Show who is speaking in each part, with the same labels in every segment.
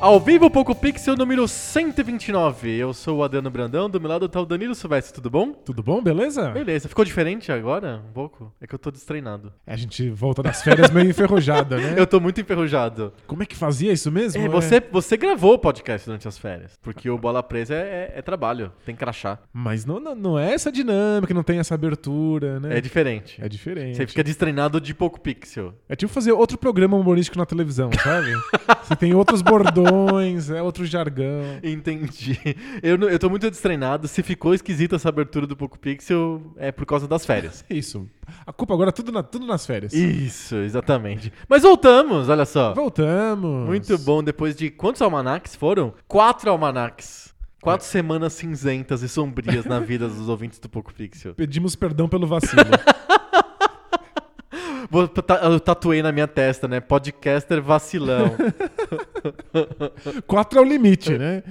Speaker 1: Ao vivo, Poco Pixel número 129. Eu sou o Adriano Brandão, do meu lado tá o Danilo Silvestre, tudo bom?
Speaker 2: Tudo bom, beleza?
Speaker 1: Beleza, ficou diferente agora? Um pouco? É que eu tô destreinado.
Speaker 2: A gente volta das férias meio enferrujada, né?
Speaker 1: Eu tô muito enferrujado.
Speaker 2: Como é que fazia isso mesmo?
Speaker 1: É, você, você gravou o podcast durante as férias, porque o Bola Presa é, é- é trabalho, tem crachá.
Speaker 2: Mas não, não, não é essa dinâmica, não tem essa abertura, né?
Speaker 1: É diferente.
Speaker 2: É diferente.
Speaker 1: Você fica destreinado de Poco Pixel.
Speaker 2: É tipo fazer outro programa humorístico na televisão, sabe? você tem outros bordões, é outro jargão.
Speaker 1: Entendi. Eu, não- eu tô muito destreinado. Se ficou esquisita essa abertura do Poco Pixel, é por causa das férias.
Speaker 2: É isso. A culpa agora é tudo, na- tudo nas férias.
Speaker 1: Isso, exatamente. Mas voltamos, olha só.
Speaker 2: Voltamos.
Speaker 1: Muito bom, depois de quantos almanacs foram? Quatro almanacs. Quatro semanas cinzentas e sombrias na vida dos ouvintes do Poco Pixel.
Speaker 2: Pedimos perdão pelo vacilo.
Speaker 1: Vou, ta- eu tatuei na minha testa, né? Podcaster vacilão.
Speaker 2: quatro é o limite, né?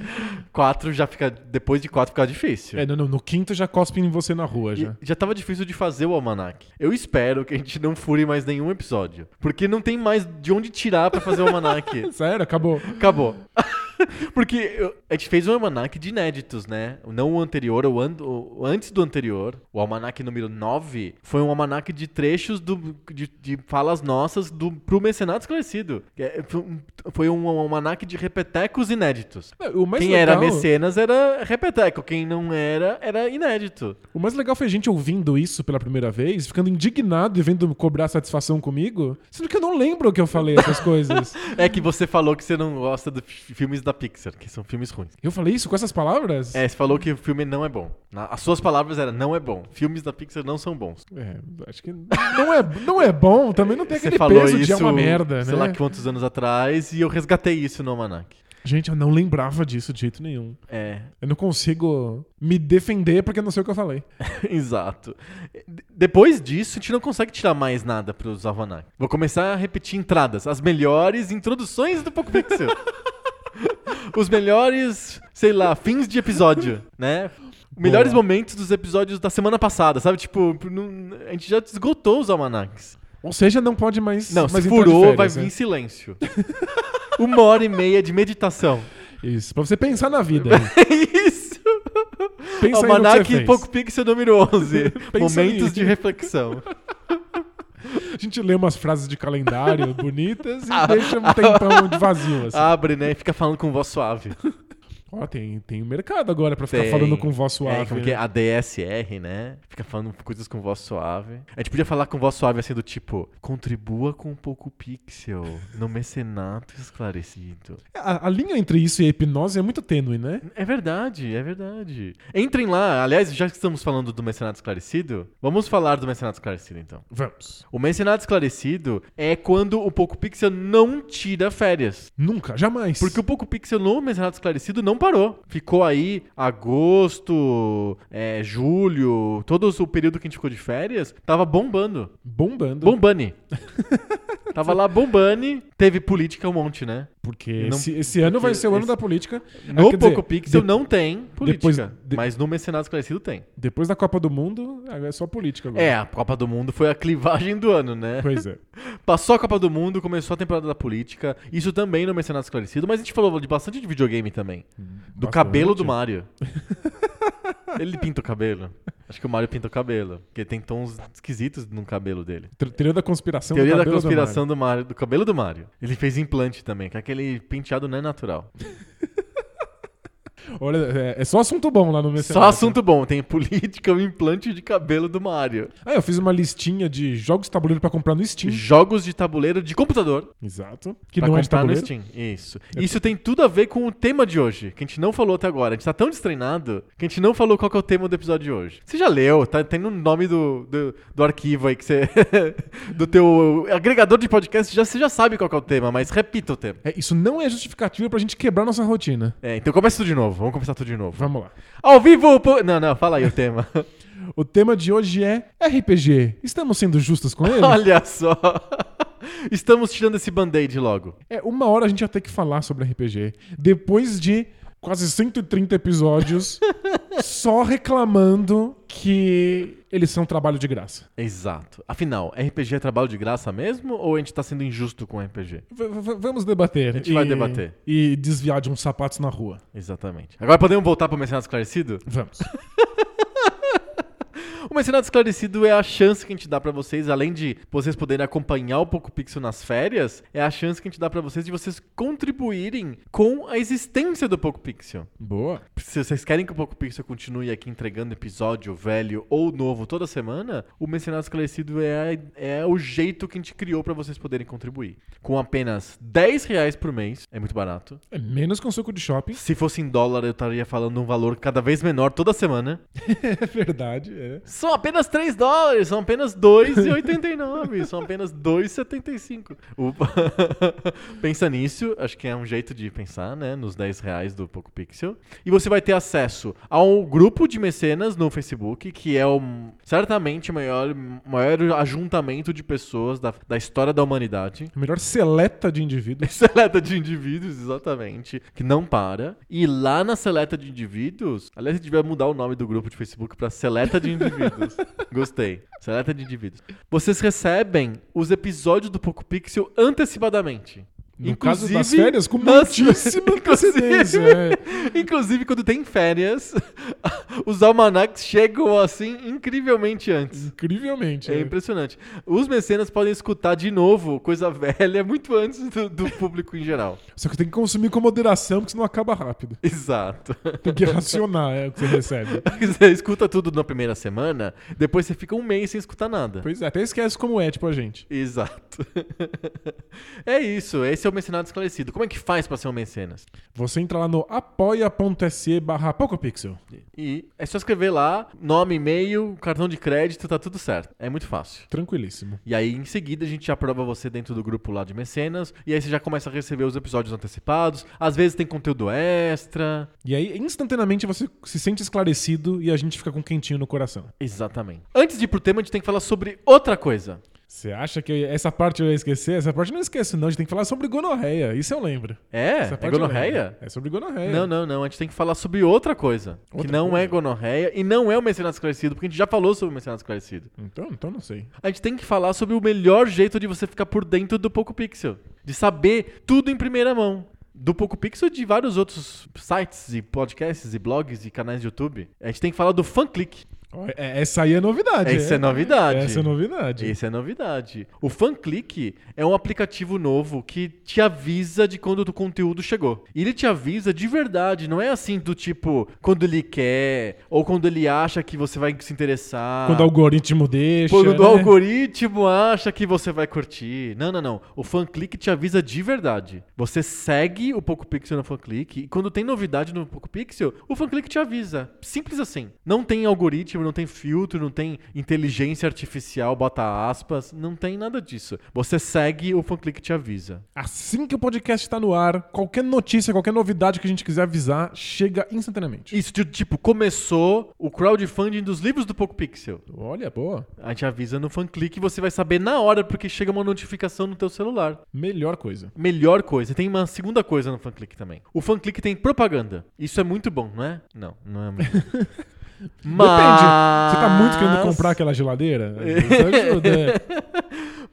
Speaker 1: quatro já fica. Depois de quatro fica difícil.
Speaker 2: É, né? não, não, no quinto já cospe em você na rua
Speaker 1: E
Speaker 2: já.
Speaker 1: já tava difícil de fazer o almanac. Eu espero que a gente não fure mais nenhum episódio. Porque não tem mais de onde tirar pra fazer o almanac.
Speaker 2: Sério, acabou.
Speaker 1: Acabou. Porque eu- a gente fez um almanac de inéditos, né? Não o anterior, o, an- o- antes do anterior, o almanac número 9, foi um almanac de trechos do, de, de falas nossas do, pro Mecenato Esclarecido. É, foi um- Foi um almanac de repetecos inéditos.
Speaker 2: O mais
Speaker 1: Quem era
Speaker 2: legal...
Speaker 1: mecenas era repeteco, quem não era, era inédito.
Speaker 2: O mais legal foi a gente ouvindo isso pela primeira vez, ficando indignado e vendo cobrar satisfação comigo, sendo que eu não lembro o que eu falei essas coisas.
Speaker 1: É que você falou que você não gosta de fi- filmes da Pixar, que são filmes ruins.
Speaker 2: Eu falei isso com essas palavras?
Speaker 1: É, você falou que o filme não é bom. Na- As suas palavras eram não é bom. Filmes da Pixar não são bons.
Speaker 2: É, acho que não é, não é bom, também não tem
Speaker 1: Você
Speaker 2: aquele
Speaker 1: falou
Speaker 2: peso
Speaker 1: isso,
Speaker 2: de é uma merda,
Speaker 1: sei
Speaker 2: né?
Speaker 1: lá quantos anos atrás, e eu resgatei isso no Almanac.
Speaker 2: Gente, eu não lembrava disso de jeito nenhum.
Speaker 1: É,
Speaker 2: Eu não consigo me defender porque eu não sei o que eu falei.
Speaker 1: exato. D- Depois disso, a gente não consegue tirar mais nada pros Almanac. Vou começar a repetir entradas, as melhores introduções do Poco Pixel. Os melhores, sei lá, fins de episódio, né? Melhores
Speaker 2: Boa.
Speaker 1: momentos dos episódios da semana passada, sabe? Tipo, não- a gente já esgotou os almanacs.
Speaker 2: Ou seja, não pode mais.
Speaker 1: Não,
Speaker 2: mais
Speaker 1: se
Speaker 2: entrar de
Speaker 1: furou, vai
Speaker 2: férias,
Speaker 1: vir
Speaker 2: né?
Speaker 1: em silêncio. Uma hora e meia de meditação.
Speaker 2: Isso, pra você pensar na vida. aí.
Speaker 1: Isso!
Speaker 2: Pensa aí no que você
Speaker 1: Almanac
Speaker 2: fez.
Speaker 1: Poco Pixel número 11.
Speaker 2: Pensa
Speaker 1: Momentos
Speaker 2: nisso.
Speaker 1: de reflexão.
Speaker 2: A gente lê umas frases de calendário bonitas
Speaker 1: Ah.
Speaker 2: e deixa um tempão de vazio. Assim.
Speaker 1: Abre, né? E fica falando com voz suave.
Speaker 2: Ó, tem, tem um mercado agora pra ficar
Speaker 1: Tem.
Speaker 2: falando com voz
Speaker 1: É,
Speaker 2: suave.
Speaker 1: como que é? ADSR, né? Fica falando coisas com voz suave. A gente podia falar com voz suave assim do tipo: contribua com Poco Pixel no mecenato esclarecido.
Speaker 2: a, a linha entre isso e a hipnose é muito tênue, né?
Speaker 1: É verdade, é verdade. Entrem lá. Aliás, já que estamos falando do mecenato esclarecido, vamos falar do mecenato esclarecido então.
Speaker 2: Vamos.
Speaker 1: O mencionado esclarecido é quando o Poco Pixel não tira férias.
Speaker 2: Nunca, jamais.
Speaker 1: Porque o Poco Pixel no mencionado esclarecido não parou. Ficou aí agosto, é, julho, todo o período que a gente ficou de férias, tava bombando.
Speaker 2: Bombando.
Speaker 1: Bombane. tava lá bombane. Teve política um monte, né?
Speaker 2: Porque
Speaker 1: Não-
Speaker 2: esse, esse ano vai
Speaker 1: porque
Speaker 2: ser o ano
Speaker 1: esse-
Speaker 2: da política.
Speaker 1: No
Speaker 2: Ah, quer dizer,
Speaker 1: Poco Pixel
Speaker 2: de-
Speaker 1: não tem política.
Speaker 2: depois de-
Speaker 1: Mas no mencionado esclarecido tem.
Speaker 2: Depois da Copa do Mundo, agora é só política agora.
Speaker 1: É, a Copa do Mundo foi a clivagem do ano, né?
Speaker 2: Pois é.
Speaker 1: Passou a Copa do Mundo, começou a temporada da política. Isso também no Mercenário Esclarecido, mas a gente falou de bastante de videogame também. Do
Speaker 2: Bastante.
Speaker 1: cabelo do Mario. Ele pinta o cabelo. Acho que o Mario pinta o cabelo. Porque tem tons esquisitos no cabelo dele.
Speaker 2: Te- Teoria da conspiração. do
Speaker 1: Teoria da
Speaker 2: Então, cabelo do
Speaker 1: conspiração do Mario, do cabelo do Mario. Ele fez implante também, que é aquele penteado não é natural.
Speaker 2: Mario. Olha, é, é só assunto bom lá no meu
Speaker 1: Só assunto bom. Tem política, o implante de cabelo do Mario.
Speaker 2: Ah, eu fiz uma listinha de jogos de tabuleiro pra comprar no Steam.
Speaker 1: Jogos de tabuleiro de computador.
Speaker 2: Exato. Que
Speaker 1: pra
Speaker 2: não é de
Speaker 1: comprar no Steam.
Speaker 2: tabuleiro.
Speaker 1: Isso. Isso tem tudo a ver com o tema de hoje, que a gente não falou até agora. A gente tá tão destreinado que a gente não falou qual que é o tema do episódio de hoje. Você já leu, tá, tem no nome do, do, do arquivo aí que você. do teu agregador de podcast, já, você já sabe qual que é o tema, mas repita o tema.
Speaker 2: É, isso não é justificativa pra gente quebrar nossa rotina.
Speaker 1: É, então começa tudo de novo, vamos começar tudo de novo.
Speaker 2: Vamos lá.
Speaker 1: Ao vivo! po- Não, não, fala aí o tema.
Speaker 2: O tema de hoje é RPG. Estamos sendo justos com ele?
Speaker 1: Olha só! Estamos tirando esse band-aid logo.
Speaker 2: É, uma hora a gente ia ter que falar sobre RPG. Depois de quase 130 episódios só reclamando que eles são trabalho de graça.
Speaker 1: Exato. Afinal, RPG é trabalho de graça mesmo ou a gente tá sendo injusto com o RPG?
Speaker 2: V- v- vamos debater. A
Speaker 1: gente vai debater.
Speaker 2: E desviar de uns sapatos na rua.
Speaker 1: Exatamente. Agora podemos voltar pro Mercenário Esclarecido?
Speaker 2: Vamos.
Speaker 1: O Mercenário Esclarecido é a chance que a gente dá pra vocês, além de vocês poderem acompanhar um o Poco Pixel nas férias, é a chance que a gente dá pra vocês de vocês contribuírem com a existência do Poco Pixel.
Speaker 2: Boa.
Speaker 1: Se vocês querem que o Poco Pixel continue aqui entregando episódio velho ou novo toda semana, o Mercenário Esclarecido é, é o jeito que a gente criou pra vocês poderem contribuir. Com apenas 10 reais por mês, é muito barato.
Speaker 2: É menos com suco de shopping.
Speaker 1: Se fosse em dólar, eu estaria falando um valor cada vez menor toda semana.
Speaker 2: É verdade, é.
Speaker 1: São apenas 3 dólares, são apenas 2,89, são apenas 2,75. O- Pensa nisso, acho que é um jeito de pensar, né? Nos 10 reais do Poco Pixel. E você vai ter acesso ao grupo de mecenas no Facebook, que é o, certamente o maior, maior ajuntamento de pessoas da, da história da humanidade.
Speaker 2: A melhor seleta de indivíduos.
Speaker 1: Seleta de indivíduos, exatamente. Que não para. E lá na seleta de indivíduos. Aliás, a gente vai mudar o nome do grupo de Facebook pra seleta de indivíduos. Gostei. Seleta de indivíduos. Vocês recebem os episódios do Poco Pixel antecipadamente.
Speaker 2: No caso das
Speaker 1: Inclusive,
Speaker 2: férias, com
Speaker 1: nas-
Speaker 2: muitíssima
Speaker 1: Inclusive-
Speaker 2: antecedência. é.
Speaker 1: Inclusive, quando tem férias, os almanacs chegam assim incrivelmente
Speaker 2: Hum,
Speaker 1: antes.
Speaker 2: Incrivelmente.
Speaker 1: É
Speaker 2: é.
Speaker 1: impressionante. Os mecenas podem escutar de novo coisa velha muito antes do- do público em geral.
Speaker 2: Só que tem que consumir com moderação, porque senão acaba rápido.
Speaker 1: Exato.
Speaker 2: Tem que racionar é, o que você recebe.
Speaker 1: Você escuta tudo na primeira semana, depois você fica um mês sem escutar nada.
Speaker 2: Pois é, até esquece como é, tipo, a gente.
Speaker 1: Exato. é isso, esse é o Mencionado Esclarecido. Como é que faz pra ser um mecenas?
Speaker 2: Você entra lá no apoia.se barra PocoPixel.
Speaker 1: E é só escrever lá, nome, e-mail, cartão de crédito, tá tudo certo. É muito fácil.
Speaker 2: Tranquilíssimo.
Speaker 1: E aí, em seguida, a gente aprova você dentro do grupo lá de mecenas. E aí você já começa a receber os episódios antecipados. Às vezes tem conteúdo extra.
Speaker 2: E aí, instantaneamente, você se sente esclarecido e a gente fica com um quentinho no coração.
Speaker 1: Exatamente. Antes de ir pro tema, a gente tem que falar sobre outra coisa.
Speaker 2: Você acha que eu- essa parte eu ia esquecer? Essa parte eu não esqueço, não. A gente tem que falar sobre gonorreia. Isso eu lembro.
Speaker 1: É,
Speaker 2: essa
Speaker 1: é
Speaker 2: parte eu
Speaker 1: gonorreia?
Speaker 2: lembro. É sobre gonorreia.
Speaker 1: Não, não, não. A gente tem que falar sobre outra coisa.
Speaker 2: Outra
Speaker 1: que não
Speaker 2: coisa?
Speaker 1: é gonorreia e não é o mencionado esclarecido, porque a gente já falou sobre o mencionado esclarecido.
Speaker 2: Então, então não sei.
Speaker 1: A gente tem que falar sobre o melhor jeito de você ficar por dentro do Poco Pixel. De saber tudo em primeira mão. Do Poco Pixel e de vários outros sites e podcasts e blogs e canais de YouTube. A gente tem que falar do FanClick.
Speaker 2: Ó, é- Essa aí é novidade.
Speaker 1: Essa é novidade.
Speaker 2: Essa é novidade.
Speaker 1: Esse é novidade. O FanClick é um aplicativo novo que te avisa de quando o conteúdo chegou. E ele te avisa de verdade, não é assim do tipo quando ele quer ou quando ele acha que você vai se interessar.
Speaker 2: Quando o algoritmo deixa.
Speaker 1: Quando o
Speaker 2: né?
Speaker 1: algoritmo acha que você vai curtir. Não, não, não. O FanClick te avisa de verdade. Você segue o PocoPixel no FanClick e quando tem novidade no PocoPixel, o FanClick te avisa. Simples assim. Não tem algoritmo, não tem filtro, não tem inteligência artificial, bota aspas, não tem nada disso. Você segue, o FanClick te avisa.
Speaker 2: Assim que o podcast está no ar, qualquer notícia, qualquer novidade que a gente quiser avisar, chega instantaneamente.
Speaker 1: Isso, de- tipo, começou o crowdfunding dos livros do PocoPixel.
Speaker 2: Olha, boa.
Speaker 1: A gente avisa no FanClick e você vai saber na hora porque chega uma notificação no teu celular.
Speaker 2: Melhor coisa.
Speaker 1: Melhor coisa. E Tem uma segunda coisa no fanclick também. O fanclick tem propaganda. Isso é muito bom, não é? Não, não é muito. Mas...
Speaker 2: tá Depende. Você tá muito querendo comprar aquela geladeira? Isso ajuda. é.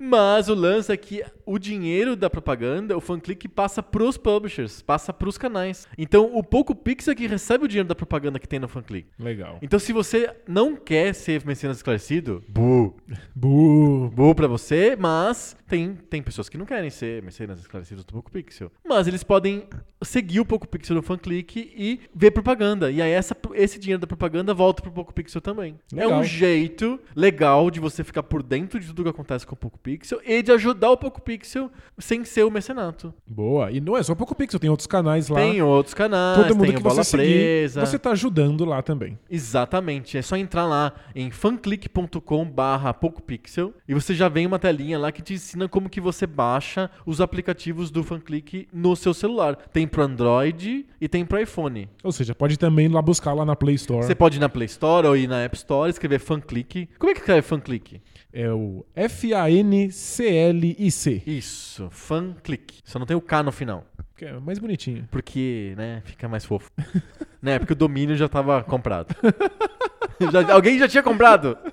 Speaker 1: Mas o lance é que o dinheiro da propaganda, o fan-click passa pros publishers, passa pros canais. Então o pouco pixel é que recebe o dinheiro da propaganda que tem no fan-click.
Speaker 2: Legal.
Speaker 1: Então se você não quer ser mecenas esclarecido, bu,
Speaker 2: Bu.
Speaker 1: bu pra você, mas tem, tem pessoas que não querem ser mecenas esclarecidas do pouco pixel. Mas eles podem seguir o pouco pixel no fan-click e ver propaganda. E aí essa, esse dinheiro da propaganda volta pro pouco pixel também. É
Speaker 2: Legal.
Speaker 1: um jeito legal de você ficar por dentro de tudo que acontece com o pouco pixel e de ajudar o pouco pixel sem ser o mecenato.
Speaker 2: Boa. E não é só pouco pixel, tem outros canais lá.
Speaker 1: Tem outros canais,
Speaker 2: Todo mundo
Speaker 1: tem
Speaker 2: que
Speaker 1: o bola
Speaker 2: você
Speaker 1: presa.
Speaker 2: seguir, você tá ajudando lá também.
Speaker 1: Exatamente, é só entrar lá em fanclick.com barra PocoPixel e você já vem uma telinha lá que te ensina como que você baixa os aplicativos do FanClick no seu celular. Tem pro Android e tem pro iPhone.
Speaker 2: Ou seja, pode também ir lá buscar lá na Play Store.
Speaker 1: Você pode ir na Play Store ou ir na App Store, escrever FanClick. Como é que escreve FanClick?
Speaker 2: É o F-A-N-C-L-I-C.
Speaker 1: Isso, FanClick. Só não tem o K no final,
Speaker 2: Que é mais bonitinho.
Speaker 1: porque, né, fica mais fofo. né, porque o domínio já tava comprado. Já- alguém já tinha comprado?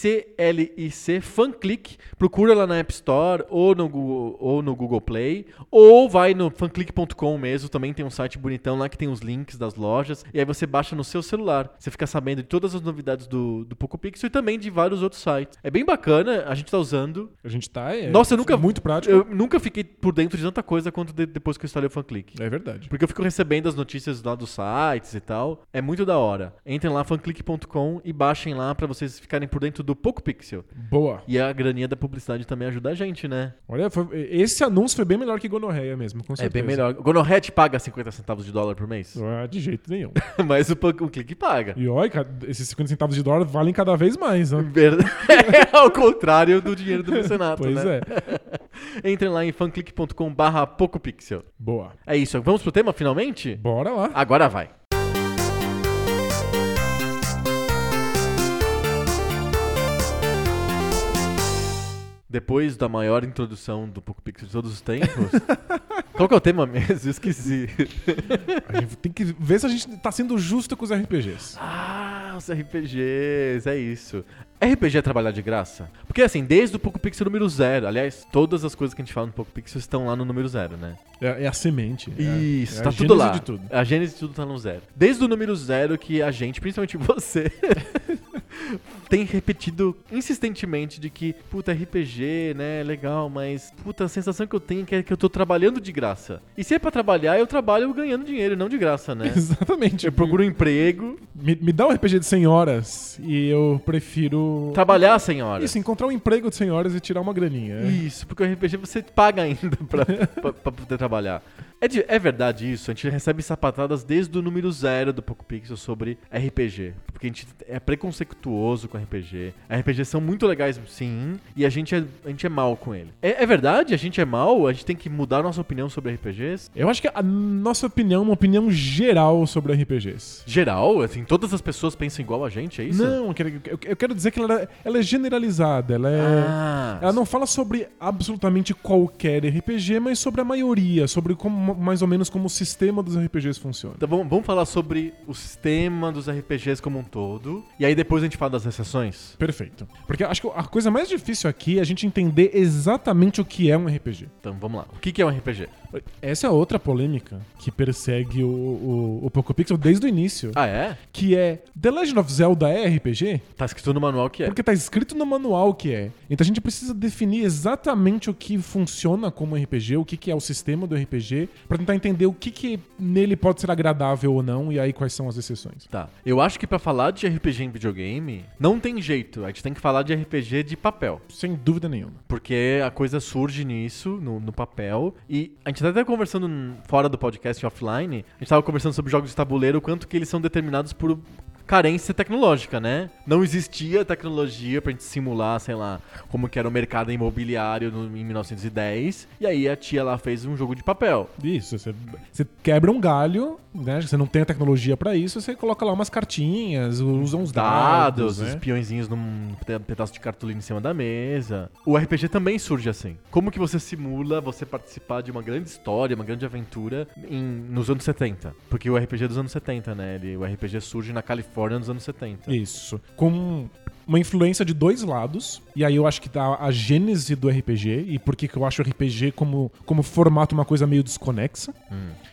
Speaker 1: F-A-N-C-L-I-C, FanClick. Procura lá na App Store ou no Google, ou no Google Play. Ou vai no fanclick.com mesmo. Também tem um site bonitão lá que tem os links das lojas. E aí você baixa no seu celular. Você fica sabendo de todas as novidades do, do Poco Pixel e também de vários outros sites. É bem bacana, a gente tá usando.
Speaker 2: A gente tá. é,
Speaker 1: Nossa, eu nunca.
Speaker 2: Muito prático.
Speaker 1: Eu nunca fiquei por dentro de tanta coisa quanto de- depois que eu instalei o FanClick.
Speaker 2: É verdade.
Speaker 1: Porque eu fico recebendo as notícias lá dos sites e tal. É muito da hora. Entrem lá, fanclick.com e baixem lá pra vocês ficarem por dentro do pouco pixel.
Speaker 2: Boa.
Speaker 1: E a graninha da publicidade também ajuda a gente, né?
Speaker 2: Olha, foi- esse anúncio foi bem melhor que Gonorreia mesmo, com
Speaker 1: É
Speaker 2: certeza.
Speaker 1: bem melhor. O Gonorrete paga 50 centavos de dólar por mês,
Speaker 2: Ah, de jeito nenhum.
Speaker 1: mas o, pan- o clique paga.
Speaker 2: E olha, ca- esses 50 centavos de dólar valem cada vez mais, né?
Speaker 1: Verdade. É ao contrário do dinheiro do mecenato,
Speaker 2: Pois
Speaker 1: né?
Speaker 2: é.
Speaker 1: é. Entrem lá em fanclick.com barra PocoPixel.
Speaker 2: Boa.
Speaker 1: É isso. Vamos pro tema, finalmente?
Speaker 2: Bora lá.
Speaker 1: Agora vai. Depois da maior introdução do Poco Pixel de todos os tempos. qual que é o tema mesmo? Eu Esqueci.
Speaker 2: A gente tem que ver se a gente tá sendo justo com os RPGs.
Speaker 1: Ah, os RPGs, é isso. RPG é trabalhar de graça? Porque assim, desde o Poco Pixel número zero, aliás, todas as coisas que a gente fala no Poco Pixel estão lá no número zero, né?
Speaker 2: É, é a semente. é a-
Speaker 1: Isso,
Speaker 2: é a
Speaker 1: tá tudo
Speaker 2: gênese
Speaker 1: lá.
Speaker 2: de tudo.
Speaker 1: A gênese de tudo tá no zero. Desde o número zero que a gente, principalmente você, tem repetido insistentemente de que, puta, é RPG, né, legal, mas, puta, a sensação que eu tenho é que- é que eu tô trabalhando de graça. E se é pra trabalhar, eu trabalho ganhando dinheiro, não de graça, né?
Speaker 2: Exatamente.
Speaker 1: Eu procuro um emprego,
Speaker 2: Me, me dá um RPG de 100 horas e eu prefiro.
Speaker 1: trabalhar, senhora.
Speaker 2: Isso, encontrar um emprego de 100 horas e tirar uma graninha. é.
Speaker 1: Isso, porque o RPG você paga ainda pra, pra, pra poder trabalhar. É, de- é verdade isso, a gente recebe sapatadas desde o número zero do Poco Pixel sobre RPG. Porque a gente é preconceituoso com RPG. RPGs são muito legais, sim, e a gente é, a gente é mal com ele. É, é verdade, a gente é mal, a gente tem que mudar nossa opinião sobre RPGs.
Speaker 2: Eu acho que a nossa opinião é uma opinião geral sobre RPGs.
Speaker 1: Geral, assim, todas as pessoas pensam igual a gente, é isso?
Speaker 2: Não, eu quero- eu eu quero dizer que ela, ela é generalizada, ela é.
Speaker 1: Ah,
Speaker 2: Ela não fala sobre absolutamente qualquer RPG, mas sobre a maioria, sobre como, mais ou menos como o sistema dos RPGs funciona.
Speaker 1: Então vamos, vamos falar sobre o sistema dos RPGs como um todo. E aí depois a gente fala das exceções.
Speaker 2: Perfeito. Porque acho que a coisa mais difícil aqui é a gente entender exatamente o que é um RPG.
Speaker 1: Então vamos lá. O que que é um RPG?
Speaker 2: Essa é outra polêmica que persegue o, o, o PocoPixel desde o início,
Speaker 1: Ah, é?
Speaker 2: que é The Legend of Zelda é RPG?
Speaker 1: Tá escrito no manual que é.
Speaker 2: Porque tá escrito no manual que é. Então a gente precisa definir exatamente o que funciona como RPG, o que, que é o sistema do RPG, pra tentar entender o que, que nele pode ser agradável ou não, e aí quais são as exceções.
Speaker 1: Tá. Eu acho que pra falar de RPG em videogame, não tem jeito. A gente tem que falar de RPG de papel.
Speaker 2: Sem dúvida nenhuma.
Speaker 1: Porque a coisa surge nisso, no, no papel. E a gente tá até conversando n- fora do podcast offline. A gente tava conversando sobre jogos de tabuleiro, o quanto que eles são determinados por carência tecnológica, né? Não existia tecnologia pra gente simular, sei lá, como que era o mercado imobiliário no- em 1910. E aí a tia lá fez um jogo de papel.
Speaker 2: Isso, você, você quebra um galho, né? Você não tem a tecnologia pra isso, você coloca lá umas cartinhas, usa uns
Speaker 1: dados,
Speaker 2: dados. né?
Speaker 1: os peõezinhos num pe- pedaço de cartolina em cima da mesa. O RPG também surge assim. Como que você simula você participar de uma grande história, uma grande aventura em- nos anos 70? Porque o RPG é dos anos 70, né? Ele, o RPG surge na Califórnia nos anos 70.
Speaker 2: Isso. Com uma influência de dois lados, e aí eu acho que tá a gênese do RPG, e por que que eu acho o RPG como, como formato uma coisa meio desconexa.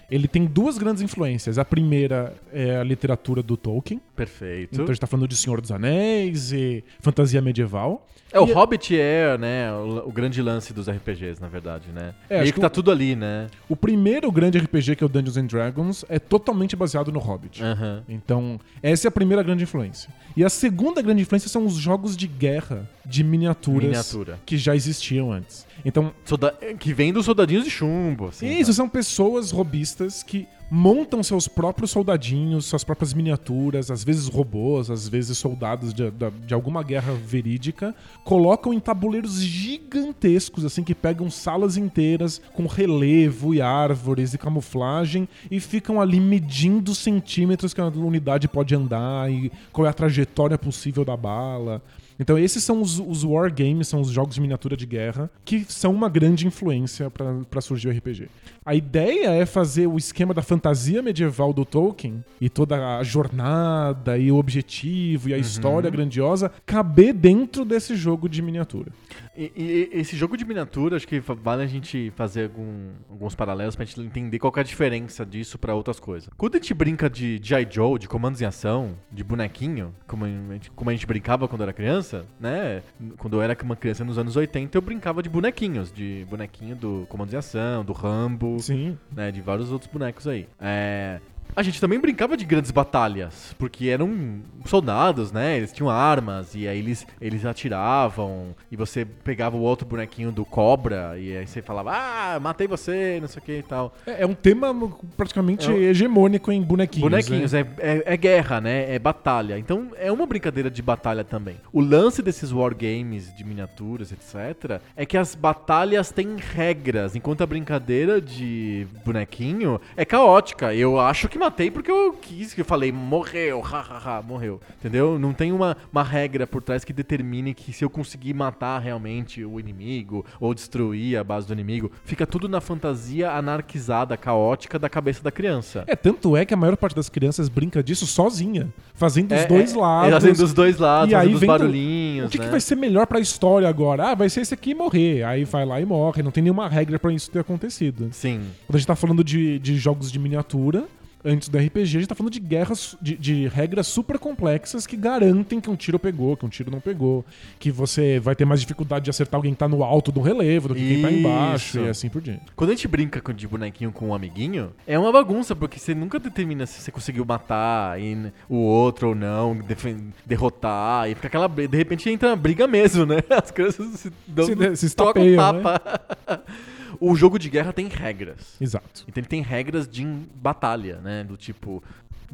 Speaker 2: Ele tem duas grandes influências. A primeira é a literatura do Tolkien.
Speaker 1: Perfeito.
Speaker 2: Então a gente tá falando de Senhor dos Anéis e fantasia medieval.
Speaker 1: é, o
Speaker 2: e-
Speaker 1: Hobbit é, né, o, o grande lance dos RPGs, na verdade, né?
Speaker 2: É,
Speaker 1: Meio
Speaker 2: acho
Speaker 1: que,
Speaker 2: que
Speaker 1: tá
Speaker 2: o-
Speaker 1: tudo ali, né?
Speaker 2: O primeiro grande RPG, que é o Dungeons and Dragons, é totalmente baseado no Hobbit.
Speaker 1: Aham.
Speaker 2: Então, essa é a primeira grande influência. E a segunda grande influência são os jogos de guerra de miniaturas
Speaker 1: Miniatura.
Speaker 2: que já existiam antes. Então,
Speaker 1: Solda- Que vem dos soldadinhos de chumbo, assim.
Speaker 2: isso são pessoas robistas que montam seus próprios soldadinhos, suas próprias miniaturas, às vezes robôs, às vezes soldados de, da- de alguma guerra verídica, colocam em tabuleiros gigantescos, assim, que pegam salas inteiras com relevo e árvores e camuflagem e ficam ali medindo os centímetros que a unidade pode andar e qual é a trajetória possível da bala. Então esses são os, os war games, são os jogos de miniatura de guerra, que são uma grande influência para surgir o RPG. A ideia é fazer o esquema da fantasia medieval do Tolkien e toda a jornada e o objetivo e
Speaker 1: Uhum.
Speaker 2: a história grandiosa caber dentro desse jogo de miniatura.
Speaker 1: E, e- e esse jogo de miniatura, acho que vale a gente fazer algum- alguns paralelos pra gente entender qual que é a diferença disso pra outras coisas. Quando a gente brinca de G.I. Joe, de comandos em ação, de bonequinho, como a, gente, como a gente brincava quando era criança, né? Quando eu era uma criança nos anos 80, eu brincava de bonequinhos, de bonequinho do comandos em ação, do Rambo,
Speaker 2: Sim.
Speaker 1: né, de vários outros bonecos aí. É, A gente também brincava de grandes batalhas, porque eram soldados, né? Eles tinham armas e aí eles, eles atiravam e você pegava o outro bonequinho do cobra e aí você falava, ah, matei você, não sei o que e tal.
Speaker 2: É, é um tema praticamente
Speaker 1: É um-
Speaker 2: hegemônico em bonequinhos. né?
Speaker 1: Bonequinhos, é, é- é guerra, né? É batalha. Então é uma brincadeira de batalha também. O lance desses wargames de miniaturas, etc., é que as batalhas têm regras, enquanto a brincadeira de bonequinho é caótica. Eu acho que matei porque eu quis, que eu falei, morreu, hahaha, morreu. Entendeu? Não tem uma, uma regra por trás que determine que se eu conseguir matar realmente o inimigo ou destruir a base do inimigo, fica tudo na fantasia anarquizada, caótica da cabeça da criança.
Speaker 2: É, tanto é que a maior parte das crianças brinca disso sozinha, fazendo os
Speaker 1: É,
Speaker 2: dois
Speaker 1: é,
Speaker 2: lados.
Speaker 1: Elas vêm dos dois lados,
Speaker 2: E aí
Speaker 1: fazendo os
Speaker 2: vem do-
Speaker 1: barulhinhos.
Speaker 2: O que, que
Speaker 1: né?
Speaker 2: vai ser melhor pra história agora? Ah, vai ser esse aqui morrer. Aí vai lá e morre. Não tem nenhuma regra pra isso ter acontecido.
Speaker 1: Sim.
Speaker 2: Quando a gente tá falando de, de jogos de miniatura, antes do RPG, a gente tá falando de guerras, de, de regras super complexas que garantem que um tiro pegou, que um tiro não pegou, que você vai ter mais dificuldade de acertar alguém que tá no alto do relevo do que quem tá embaixo
Speaker 1: Isso.
Speaker 2: e assim por diante.
Speaker 1: Quando a gente brinca com- de bonequinho com um amiguinho, é uma bagunça, porque você nunca determina se você conseguiu matar e n- o outro ou não, defen- derrotar, e fica aquela. br- De repente entra uma briga mesmo, né? As crianças se dão.
Speaker 2: Se de- se
Speaker 1: trocam
Speaker 2: estapeiam, né?
Speaker 1: tapa. O jogo de guerra tem regras.
Speaker 2: Exato.
Speaker 1: Então ele tem regras de em- batalha, né? Do tipo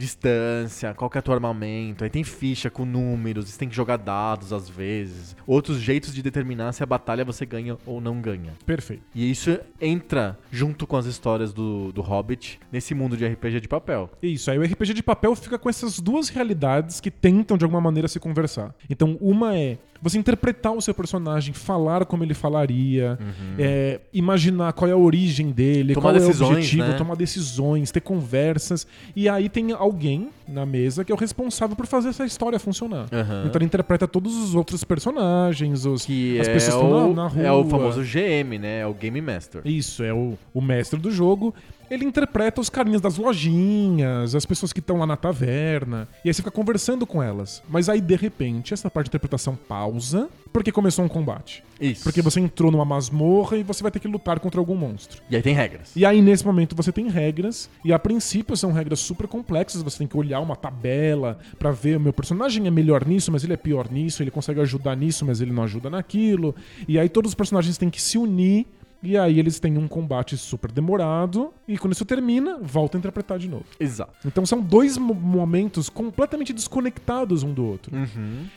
Speaker 1: distância, qual que é o teu armamento, aí tem ficha com números, você tem que jogar dados às vezes, outros jeitos de determinar se a batalha você ganha ou não ganha.
Speaker 2: Perfeito.
Speaker 1: E isso entra junto com as histórias do, do Hobbit nesse mundo de RPG de papel.
Speaker 2: Isso, aí o RPG de papel fica com essas duas realidades que tentam de alguma maneira se conversar. Então, uma é você interpretar o seu personagem, falar como ele falaria, é, imaginar qual é a origem dele,
Speaker 1: Uhum. Tomar
Speaker 2: qual é
Speaker 1: decisões,
Speaker 2: o objetivo,
Speaker 1: né?
Speaker 2: tomar decisões, ter conversas. E aí tem alguém na mesa que é o responsável por fazer essa história funcionar.
Speaker 1: Aham.
Speaker 2: Então ele interpreta todos os outros personagens, os,
Speaker 1: Que
Speaker 2: as
Speaker 1: é,
Speaker 2: pessoas que
Speaker 1: o,
Speaker 2: estão na, na rua.
Speaker 1: é o famoso GM, né? É o Game Master.
Speaker 2: Isso, é o, o mestre do jogo. Ele interpreta os carinhas das lojinhas, as pessoas que estão lá na taverna. E aí você fica conversando com elas. Mas aí, de repente, essa parte de interpretação pausa porque começou um combate.
Speaker 1: Isso.
Speaker 2: Porque você entrou numa masmorra e você vai ter que lutar contra algum monstro.
Speaker 1: E aí tem regras.
Speaker 2: E aí, nesse momento, você tem regras, e a princípio são regras super complexas. Você tem que olhar uma tabela pra ver: o meu personagem é melhor nisso, mas ele é pior nisso, ele consegue ajudar nisso, mas ele não ajuda naquilo. E aí, todos os personagens têm que se unir. E aí, eles têm um combate super demorado. E quando isso termina, volta a interpretar de novo.
Speaker 1: Exato.
Speaker 2: Então, são dois mo- momentos completamente desconectados um do outro.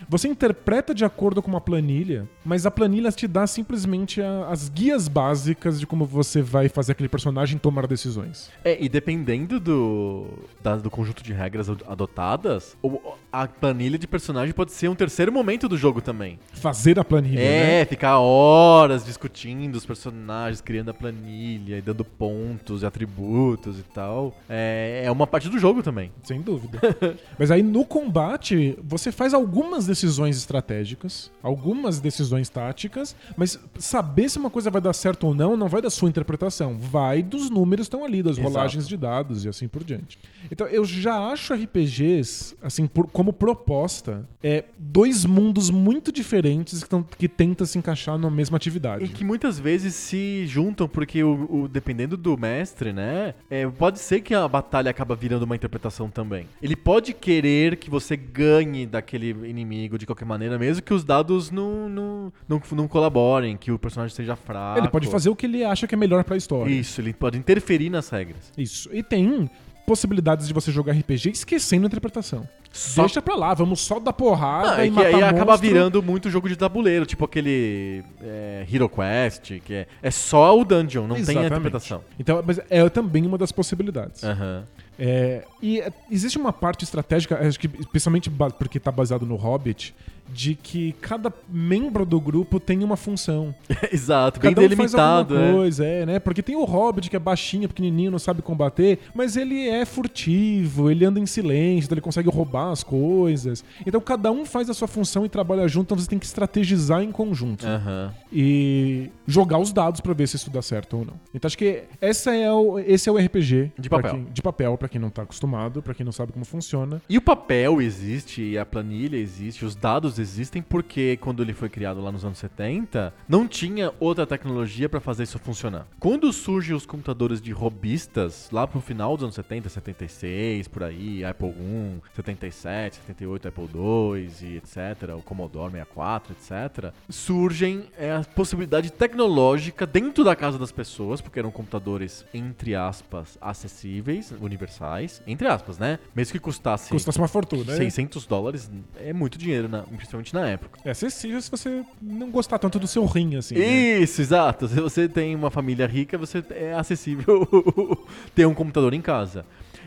Speaker 2: Você interpreta de acordo com uma planilha, mas a planilha te dá simplesmente a- as guias básicas de como você vai fazer aquele personagem tomar decisões.
Speaker 1: É, e dependendo do, da- do conjunto de regras ad- adotadas, o- a planilha de personagem pode ser um terceiro momento do jogo também.
Speaker 2: Fazer a planilha, né?
Speaker 1: É, ficar horas discutindo os personagens, criando a planilha e dando pontos, atributos e tal, é, é uma parte do jogo também.
Speaker 2: Sem dúvida. Mas aí no combate, você faz algumas decisões estratégicas, algumas decisões táticas, mas saber se uma coisa vai dar certo ou não não vai da sua interpretação, vai dos números que estão ali, das
Speaker 1: Exato.
Speaker 2: rolagens de dados e assim por diante. Então eu já acho RPGs, assim, por- como proposta, é dois mundos muito diferentes que, tão- que tentam se encaixar na mesma atividade.
Speaker 1: E que muitas vezes se juntam, porque o, o- dependendo do mestre, né? é, pode ser que a batalha acaba virando uma interpretação também. Ele pode querer que você ganhe daquele inimigo de qualquer maneira, mesmo que os dados não, não, não, não colaborem, que o personagem seja fraco.
Speaker 2: Ele pode fazer o que ele acha que é melhor pra história.
Speaker 1: Isso, ele pode interferir nas regras.
Speaker 2: Isso. E tem possibilidades de você jogar RPG esquecendo a interpretação.
Speaker 1: Só-
Speaker 2: Deixa pra lá, vamos só dar porrada
Speaker 1: Ah,
Speaker 2: e
Speaker 1: é que
Speaker 2: matar
Speaker 1: aí acaba
Speaker 2: monstro.
Speaker 1: virando muito jogo de tabuleiro, tipo aquele é, Hero Quest, que é, é só o dungeon, não tem a
Speaker 2: Exatamente.
Speaker 1: interpretação.
Speaker 2: Então, mas é também uma das possibilidades.
Speaker 1: Aham.
Speaker 2: É, e é, existe uma parte estratégica, acho que especialmente ba- porque tá baseado no Hobbit, de que cada membro do grupo tem uma função.
Speaker 1: Exato, bem
Speaker 2: Cada um faz
Speaker 1: delimitado.
Speaker 2: alguma
Speaker 1: é.
Speaker 2: coisa, é. né? Porque tem o Hobbit, que é baixinho, pequenininho, não sabe combater, mas ele é furtivo, ele anda em silêncio, então ele consegue roubar as coisas. Então cada um faz a sua função e trabalha junto, então você tem que estrategizar em conjunto.
Speaker 1: Aham.
Speaker 2: E jogar os dados pra ver se isso dá certo ou não. Então acho que essa é o, esse é o RPG.
Speaker 1: De
Speaker 2: pra
Speaker 1: papel.
Speaker 2: quem- de papel, pra quem não tá acostumado, pra quem não sabe como funciona.
Speaker 1: né? E o papel existe, e a planilha existe, os dados existem porque quando ele foi criado lá nos anos 70, não tinha outra tecnologia pra fazer isso funcionar. Quando surgem os computadores de robistas, lá pro final dos anos 70, 76, por aí, Apple um, I, 77, 78, Apple II e etc, o Commodore 64, etc, surgem é, a possibilidade tecnológica dentro da casa das pessoas, porque eram computadores, entre aspas, acessíveis, universais, entre aspas, né? Mesmo que custasse
Speaker 2: Custasse uma fortuna, né?
Speaker 1: 600 dólares é muito dinheiro, na- principalmente na época.
Speaker 2: É acessível se você não gostar tanto do seu rim, assim. né?
Speaker 1: Isso, exato. Se você tem uma família rica, você é acessível ter um computador em casa.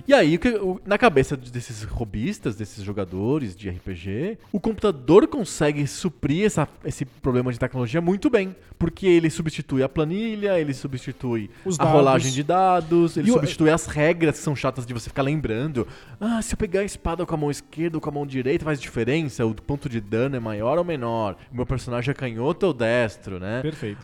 Speaker 1: E aí, o que- o- na cabeça de- desses robistas, desses jogadores de RPG, o computador consegue suprir essa- esse problema de tecnologia muito bem. Porque ele substitui a planilha, ele substitui
Speaker 2: Os
Speaker 1: a
Speaker 2: dados.
Speaker 1: rolagem de dados, ele
Speaker 2: E o-
Speaker 1: substitui as regras que são chatas de você ficar lembrando. Ah, se eu pegar a espada com a mão esquerda ou com a mão direita, faz diferença? O ponto de dano é maior ou menor? O meu personagem é canhoto ou destro, né?
Speaker 2: Perfeito.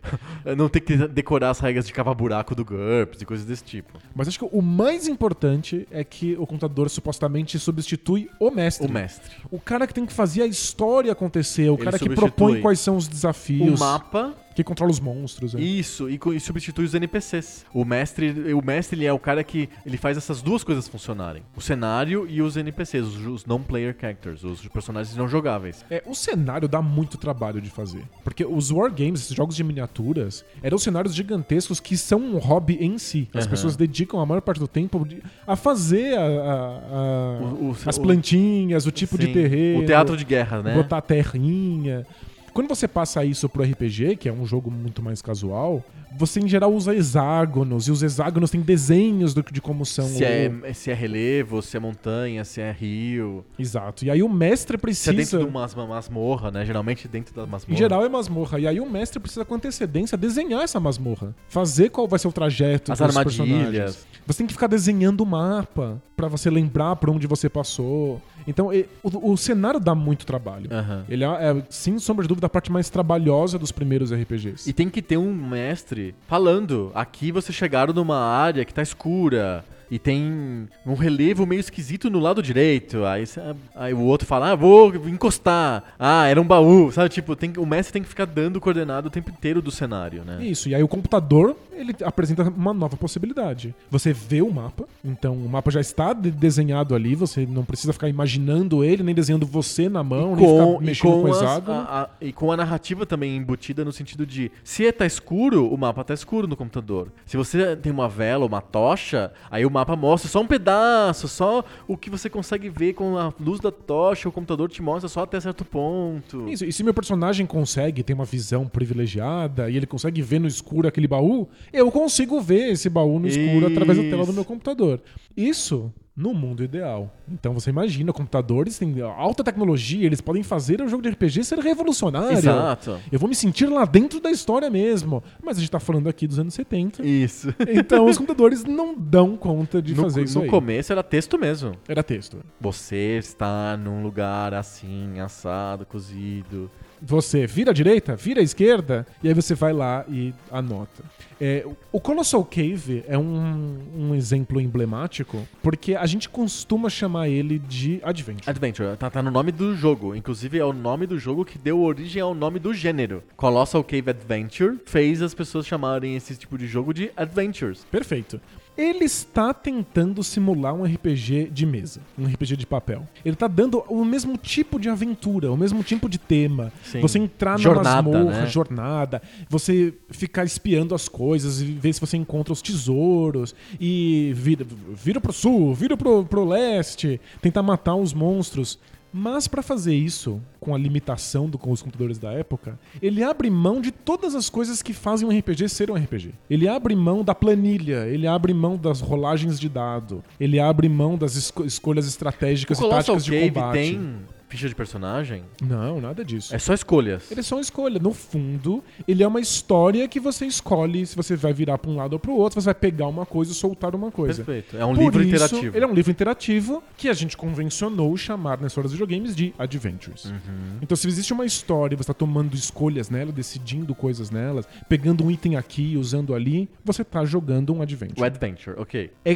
Speaker 1: Não ter que decorar as regras de cavar buraco do GURPS e coisas desse tipo.
Speaker 2: Mas acho que o mais importante é que o computador supostamente substitui o mestre.
Speaker 1: O mestre.
Speaker 2: O cara que tem que fazer a história acontecer, o
Speaker 1: Ele
Speaker 2: cara que
Speaker 1: substitui
Speaker 2: propõe quais são os
Speaker 1: O
Speaker 2: desafios,
Speaker 1: mapa,
Speaker 2: que controla os monstros. né?
Speaker 1: isso, e, co- e substitui os NPCs. O mestre, o mestre ele é o cara que ele faz essas duas coisas funcionarem. O cenário e os NPCs, os, os non-player characters, os personagens não jogáveis.
Speaker 2: É, o cenário dá muito trabalho de fazer. Porque os wargames, esses jogos de miniaturas, eram cenários gigantescos que são um hobby em si. As
Speaker 1: Aham.
Speaker 2: pessoas dedicam a maior parte do tempo de- a fazer a- a- a-
Speaker 1: O- o-
Speaker 2: as
Speaker 1: o-
Speaker 2: plantinhas, o tipo de
Speaker 1: Sim,
Speaker 2: terreno.
Speaker 1: O teatro de guerra, né?
Speaker 2: botar terrinha. Quando você passa isso pro RPG, que é um jogo muito mais casual, você em geral usa hexágonos, e os hexágonos têm desenhos do, de como são.
Speaker 1: se,
Speaker 2: Então, o-
Speaker 1: é, se é relevo, se é montanha, se é rio.
Speaker 2: Exato. E aí o mestre
Speaker 1: Se é dentro
Speaker 2: precisa.
Speaker 1: de uma mas- masmorra, né? Geralmente dentro da masmorra.
Speaker 2: Em geral é masmorra. E aí o mestre precisa com antecedência desenhar essa masmorra. Fazer qual vai ser o trajeto
Speaker 1: As
Speaker 2: dos
Speaker 1: armadilhas.
Speaker 2: personagens. Você tem que ficar desenhando o mapa pra você lembrar por onde você passou. Então e- o, o cenário dá muito trabalho.
Speaker 1: Aham.
Speaker 2: Ele é, é, sem sombra de dúvida, a parte mais trabalhosa dos primeiros RPGs.
Speaker 1: E tem que ter um mestre falando. Aqui vocês chegaram numa área que tá escura. E tem um relevo meio esquisito no lado direito. Aí, cê- aí o outro fala, ah, vou encostar. Ah, era um baú. Sabe, tipo, tem, que- o mestre tem que ficar dando coordenado o tempo inteiro do cenário, né?
Speaker 2: É. Isso, e aí o computador ele apresenta uma nova possibilidade. Você vê o mapa, então o mapa já está de- desenhado ali, você não precisa ficar imaginando ele, nem desenhando você na mão, nem ficar
Speaker 1: e
Speaker 2: mexendo com, o
Speaker 1: as-
Speaker 2: hexágono.
Speaker 1: a- a- e com a narrativa também embutida no sentido de se tá escuro, o mapa tá escuro no computador. Se você tem uma vela, uma tocha, aí o mapa mostra só um pedaço, só o que você consegue ver com a luz da tocha, o computador te mostra só até certo ponto.
Speaker 2: Isso, e se meu personagem consegue ter uma visão privilegiada e ele consegue ver no escuro aquele baú, eu consigo ver esse baú no escuro através da tela do
Speaker 1: Isso.
Speaker 2: meu computador. Isso no mundo ideal. Então você imagina, computadores têm alta tecnologia, eles podem fazer o jogo de RPG ser revolucionário.
Speaker 1: Exato.
Speaker 2: Eu vou me sentir lá dentro da história mesmo. Mas a gente tá falando aqui dos anos 70.
Speaker 1: Isso.
Speaker 2: Então os computadores não dão conta de
Speaker 1: no
Speaker 2: fazer isso
Speaker 1: no
Speaker 2: aí.
Speaker 1: começo era texto mesmo.
Speaker 2: Era texto.
Speaker 1: Você está num lugar assim, assado, cozido.
Speaker 2: Você vira à direita, vira à esquerda, e aí você vai lá e anota. É, o Colossal Cave é um, um exemplo emblemático, porque a gente costuma chamar ele de Adventure.
Speaker 1: Adventure, tá, tá no nome do jogo. Inclusive, é o nome do jogo que deu origem ao nome do gênero. Colossal Cave Adventure fez as pessoas chamarem esse tipo de jogo de Adventures.
Speaker 2: Perfeito. Ele está tentando simular um RPG de mesa, um RPG de papel. Ele está dando o mesmo tipo de aventura, o mesmo tipo de tema.
Speaker 1: Sim.
Speaker 2: Você entrar
Speaker 1: Jornada,
Speaker 2: numa masmorra,
Speaker 1: né?
Speaker 2: jornada, você ficar espiando as coisas e ver se você encontra os tesouros e vira, vira pro sul, vira pro, pro leste, tentar matar os monstros. Mas para fazer isso, com a limitação do, com os computadores da época, ele abre mão de todas as coisas que fazem um RPG ser um RPG. Ele abre mão da planilha, ele abre mão das rolagens de dado, ele abre mão das esco- escolhas estratégicas
Speaker 1: o
Speaker 2: e
Speaker 1: Colossal
Speaker 2: táticas de
Speaker 1: Cave
Speaker 2: combate.
Speaker 1: tem ficha de personagem?
Speaker 2: Não, nada disso.
Speaker 1: É só escolhas.
Speaker 2: Ele é só uma escolha. No fundo, ele é uma história que você escolhe se você vai virar pra um lado ou pro outro, você vai pegar uma coisa e soltar uma coisa.
Speaker 1: Perfeito. É um
Speaker 2: Por
Speaker 1: livro
Speaker 2: isso,
Speaker 1: interativo.
Speaker 2: Ele é um livro interativo que a gente convencionou chamar nas histórias de videogames de Adventures.
Speaker 1: Uhum.
Speaker 2: Então, se existe uma história e você tá tomando escolhas nela, decidindo coisas nelas, pegando um item aqui, usando ali, você tá jogando um Adventure.
Speaker 1: O Adventure, ok.
Speaker 2: É,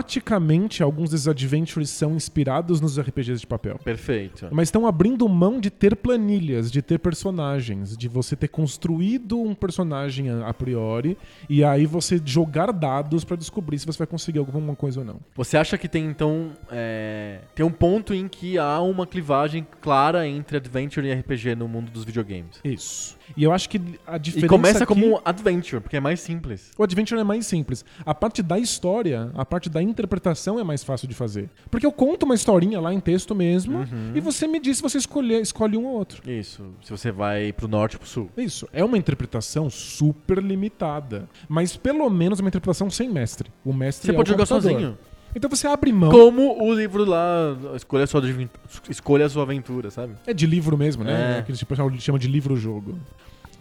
Speaker 2: tematicamente, alguns desses Adventures são inspirados nos RPGs de papel.
Speaker 1: Perfeito.
Speaker 2: Mas estão abrindo mão de ter planilhas, de ter personagens, de você ter construído um personagem a a priori e aí você jogar dados pra descobrir se você vai conseguir alguma coisa ou não.
Speaker 1: Você acha que tem então. é, Tem um ponto em que há uma clivagem clara entre Adventure e RPG no mundo dos videogames.
Speaker 2: Isso. E eu acho que a diferença
Speaker 1: E começa
Speaker 2: aqui-
Speaker 1: como um Adventure, porque é mais simples.
Speaker 2: O Adventure é mais simples. A parte da história, a parte da interpretação é mais fácil de fazer. Porque eu conto uma historinha lá em texto mesmo
Speaker 1: Uhum.
Speaker 2: e você me diz se você escolher, escolhe um ou outro.
Speaker 1: Isso. Se você vai pro norte ou pro sul.
Speaker 2: Isso, é uma interpretação super limitada, mas pelo menos é uma interpretação sem mestre. O mestre
Speaker 1: Você
Speaker 2: é
Speaker 1: pode
Speaker 2: o
Speaker 1: jogar
Speaker 2: computador.
Speaker 1: sozinho.
Speaker 2: Então você abre mão.
Speaker 1: Como o livro lá, Escolha a Sua, Adven- Escolha a Sua Aventura, sabe?
Speaker 2: É de livro mesmo, né?
Speaker 1: É.
Speaker 2: Aquele tipo que chama de livro-jogo.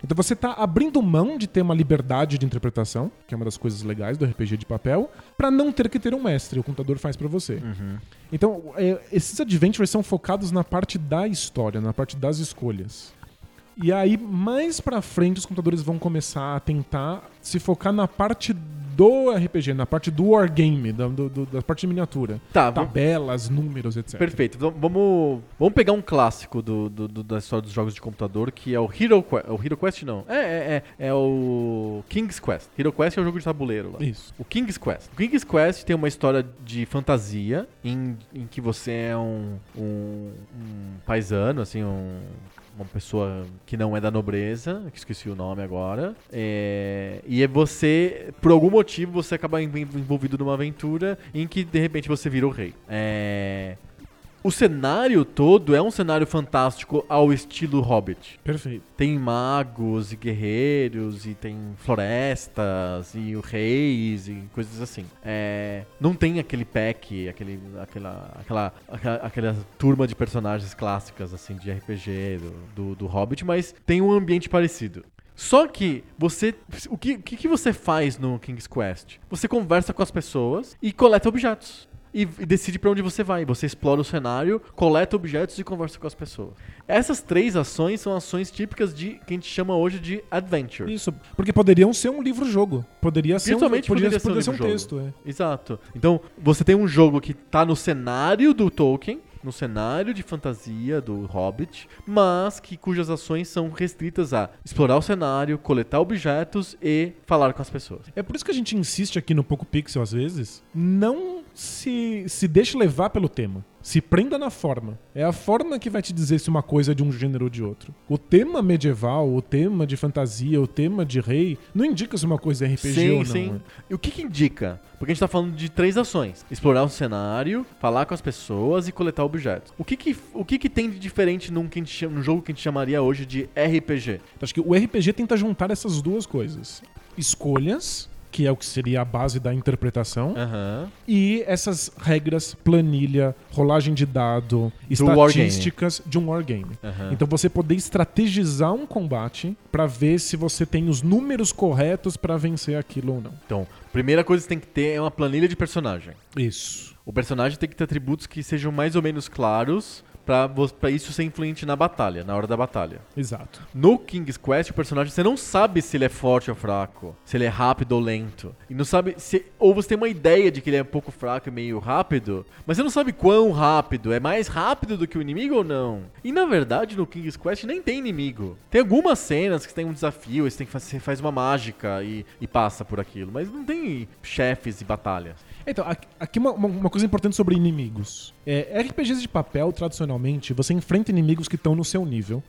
Speaker 2: Então você tá abrindo mão de ter uma liberdade de interpretação, que é uma das coisas legais do RPG de papel, pra não ter que ter um mestre, o computador faz pra você.
Speaker 1: Uhum.
Speaker 2: Então, é, esses adventures são focados na parte da história, na parte das escolhas. E aí, mais pra frente, os computadores vão começar a tentar se focar na parte do RPG, na parte do wargame, da, do- do- da parte de miniatura.
Speaker 1: Tá, vamos-
Speaker 2: Tabelas, números, etc.
Speaker 1: Perfeito. Então, vamos, vamos pegar um clássico do, do- do- da história dos jogos de computador, que é o Hero Quest. O Hero Quest não. É, é, é, é o King's Quest. Hero Quest é o jogo de tabuleiro lá.
Speaker 2: Isso.
Speaker 1: O King's Quest. O King's Quest tem uma história de fantasia em, em que você é um, um, um paisano, assim, um- uma pessoa que não é da nobreza, que esqueci o nome agora. É, e é você, por algum motivo, você acaba en- envolvido numa aventura em que de repente você vira o rei. É, o cenário todo é um cenário fantástico ao estilo Hobbit.
Speaker 2: Perfeito.
Speaker 1: Tem magos e guerreiros, e tem florestas, e o reis, e coisas assim. É, não tem aquele pack, aquele, aquela, aquela, aquela, aquela turma de personagens clássicas, assim, de RPG do, do, do Hobbit, mas tem um ambiente parecido. Só que você. O que, o que que você faz no King's Quest? Você conversa com as pessoas e coleta objetos. E, e decide pra onde você vai. Você explora o cenário, coleta objetos e conversa com as pessoas. Essas três ações são ações típicas de que a gente chama hoje de adventure.
Speaker 2: Isso, porque poderiam ser um livro-jogo. Poderia ser um,
Speaker 1: Virtualmente poderia ser um livro-jogo.
Speaker 2: texto, é.
Speaker 1: Exato. Então, você tem um jogo que tá no cenário do Tolkien, no cenário de fantasia do Hobbit, mas que cujas ações são restritas a explorar o cenário, coletar objetos e falar com as pessoas.
Speaker 2: É por isso que a gente insiste aqui no Poco Pixel às vezes. Não se, se deixe levar pelo tema. Se prenda na forma. É a forma que vai te dizer se uma coisa é de um gênero ou de outro. O tema medieval, o tema de fantasia, o tema de rei, não indica se uma coisa é RPG ou não. né?
Speaker 1: E o que, que indica? Porque a gente tá falando de três ações: explorar o cenário, falar com as pessoas e coletar objetos. O que, que, o que, que tem de diferente num, que a gente chama- num jogo que a gente chamaria hoje de RPG?
Speaker 2: Acho que o RPG tenta juntar essas duas coisas: escolhas que é o que seria a base da interpretação,
Speaker 1: Aham.
Speaker 2: e essas regras, planilha, rolagem de dado,
Speaker 1: wargame.
Speaker 2: estatísticas de um wargame.
Speaker 1: Aham.
Speaker 2: Então você poder estrategizar um combate pra ver se você tem os números corretos pra vencer aquilo ou não.
Speaker 1: Então, primeira coisa que tem que ter é uma planilha de personagem.
Speaker 2: Isso.
Speaker 1: O personagem tem que ter atributos que sejam mais ou menos claros pra vo- pra isso ser influente na batalha, na hora da batalha.
Speaker 2: Exato.
Speaker 1: No King's Quest, o personagem você não sabe se ele é forte ou fraco, se ele é rápido ou lento. E não sabe se. Ou você tem uma ideia de que ele é um pouco fraco e meio rápido, mas você não sabe quão rápido. É mais rápido do que o inimigo ou não? E na verdade, no King's Quest nem tem inimigo. Tem algumas cenas que você tem um desafio, aí você, tem que fa- você faz uma mágica e, e passa por aquilo, mas não tem chefes e batalhas.
Speaker 2: Então, aqui- aqui uma, uma- uma coisa importante sobre inimigos. É, RPGs de papel, tradicionalmente, você enfrenta inimigos que estão no seu nível.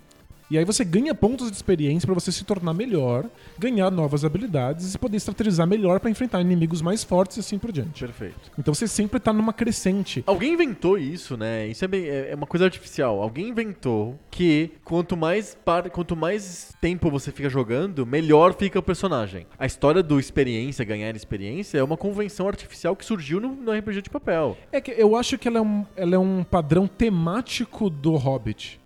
Speaker 2: E aí você ganha pontos de experiência pra você se tornar melhor, ganhar novas habilidades e poder estrategizar melhor pra enfrentar inimigos mais fortes e assim por diante.
Speaker 1: Perfeito.
Speaker 2: Então você sempre tá numa crescente.
Speaker 1: Alguém inventou isso, né? Isso é, bem- é- é uma coisa artificial. Alguém inventou que quanto mais, par- quanto mais tempo você fica jogando, melhor fica o personagem. A história do experiência, ganhar experiência, é uma convenção artificial que surgiu no, no RPG de papel.
Speaker 2: É que eu acho que ela é um, ela é um padrão temático do Hobbit.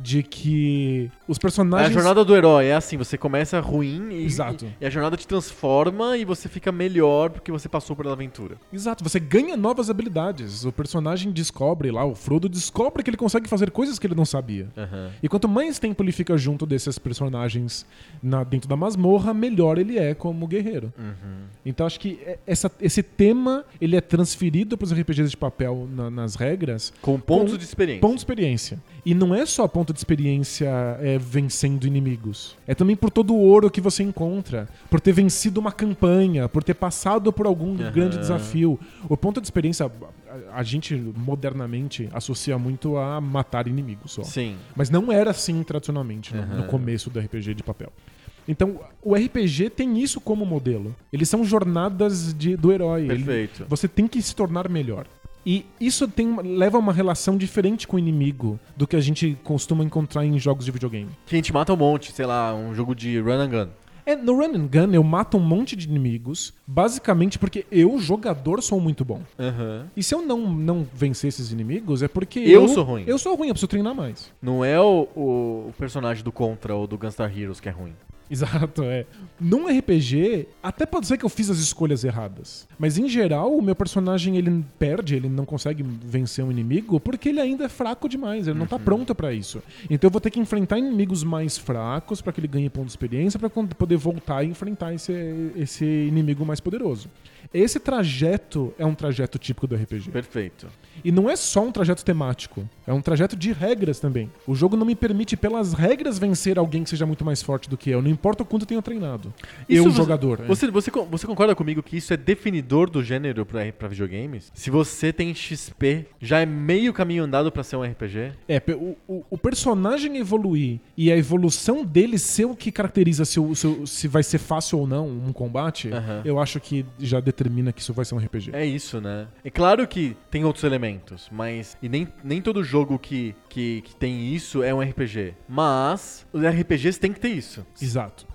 Speaker 2: De que os
Speaker 1: Uhum. É a
Speaker 2: personagens.
Speaker 1: jornada do herói é assim, você começa ruim e,
Speaker 2: Exato.
Speaker 1: e a jornada te transforma e você fica melhor porque você passou pela aventura.
Speaker 2: Exato, você ganha novas habilidades. O personagem descobre lá, o Frodo descobre que ele consegue fazer coisas que ele não sabia.
Speaker 1: Uhum.
Speaker 2: E quanto mais tempo ele fica junto desses personagens na- dentro da masmorra, melhor ele é como guerreiro.
Speaker 1: Uhum.
Speaker 2: Então acho que é- essa- esse tema ele é transferido para os RPGs de papel na- nas regras.
Speaker 1: Com pontos
Speaker 2: Com
Speaker 1: de experiência.
Speaker 2: Ponto de experiência. E não é só ponto de experiência é, vencendo inimigos. É também por todo o ouro que você encontra, por ter vencido uma campanha, por ter passado por algum grande desafio. O ponto de experiência, a, a gente modernamente associa muito a matar inimigos só.
Speaker 1: Sim.
Speaker 2: Mas não era assim tradicionalmente no, no começo do RPG de papel. Então, o RPG tem isso como modelo. Eles são jornadas de- do herói. Ele-
Speaker 1: Perfeito.
Speaker 2: você tem que se tornar melhor. E isso tem, uma- leva a uma relação diferente com o inimigo do que a gente costuma encontrar em jogos de videogame.
Speaker 1: Que a gente mata um monte, sei lá, um jogo de run and gun.
Speaker 2: É, no Run and Gun eu mato um monte de inimigos, basicamente porque eu, jogador, sou muito bom.
Speaker 1: Aham.
Speaker 2: E se eu não, não vencer esses inimigos, é porque
Speaker 1: Eu sou ruim.
Speaker 2: Eu sou ruim, eu preciso treinar mais.
Speaker 1: Não é o, o- o personagem do Contra ou do Gunstar Heroes que é ruim.
Speaker 2: Exato, é. Num RPG, até pode ser que eu fiz as escolhas erradas. Mas em geral, o meu personagem ele perde, ele não consegue vencer um inimigo porque ele ainda é fraco demais, ele não tá pronto pra isso. Então eu vou ter que enfrentar inimigos mais fracos pra que ele ganhe ponto de experiência pra quando poder voltar e enfrentar esse, esse inimigo mais poderoso. Esse trajeto é um trajeto típico do RPG.
Speaker 1: Perfeito.
Speaker 2: E não é só um trajeto temático, é um trajeto de regras também. O jogo não me permite, pelas regras, vencer alguém que seja muito mais forte do que eu, não importa o quanto eu tenha treinado. eu,
Speaker 1: Isso você-
Speaker 2: jogador. é.
Speaker 1: Você, você, con- você concorda comigo que isso é definidor do gênero pra, pra videogames? Se você tem XP, já é meio caminho andado pra ser um RPG?
Speaker 2: É, pe- o, o- o personagem evoluir e a evolução dele ser o que caracteriza se, o- se o- se vai ser fácil ou não um combate,
Speaker 1: Aham.
Speaker 2: eu acho que já determina que isso vai ser um RPG.
Speaker 1: É isso, né? É claro que tem outros elementos, mas. E nem, nem todo jogo que, que, que tem isso é um RPG. Mas os RPGs têm que ter isso.
Speaker 2: Exato.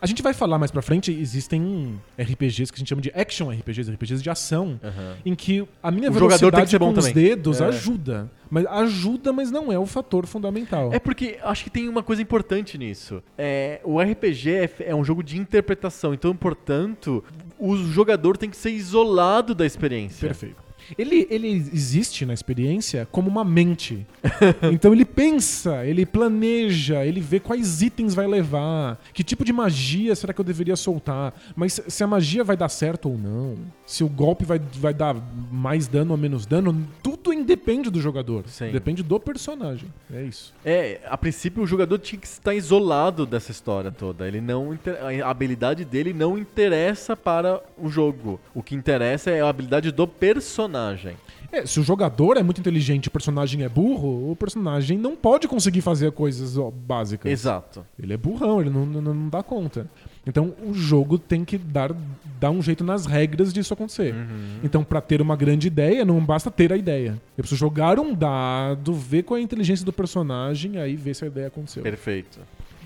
Speaker 2: A gente vai falar mais pra frente, existem RPGs que a gente chama de action RPGs, RPGs de ação,
Speaker 1: Aham.
Speaker 2: em que a minha
Speaker 1: O
Speaker 2: velocidade
Speaker 1: jogador tem que ser bom
Speaker 2: com os
Speaker 1: também.
Speaker 2: dedos
Speaker 1: É.
Speaker 2: ajuda. Mas ajuda, mas não é o fator fundamental.
Speaker 1: É porque acho que tem uma coisa importante nisso. É, o RPG é, f- é um jogo de interpretação, então, portanto, o jogador tem que ser isolado da experiência.
Speaker 2: Perfeito. Ele, ele existe na experiência como uma mente. então ele pensa, ele planeja, ele vê quais itens vai levar, que tipo de magia será que eu deveria soltar, mas se- se a magia vai dar certo ou não, se o golpe vai, vai dar mais dano ou menos dano, tudo independe do jogador.
Speaker 1: Sim.
Speaker 2: Depende do personagem. É isso.
Speaker 1: É, a princípio o jogador tinha que estar isolado dessa história toda. Ele não inter- a habilidade dele não interessa para o jogo. O que interessa é a habilidade do personagem.
Speaker 2: É, se o jogador é muito inteligente e o personagem é burro, o personagem não pode conseguir fazer coisas ó, básicas.
Speaker 1: Exato.
Speaker 2: Ele é burrão, ele não, não, não dá conta. Então o jogo tem que dar, dar um jeito nas regras disso acontecer. Então, pra ter uma grande ideia, não basta ter a ideia. Eu preciso jogar um dado, ver qual é a inteligência do personagem, aí ver se a ideia aconteceu.
Speaker 1: Perfeito.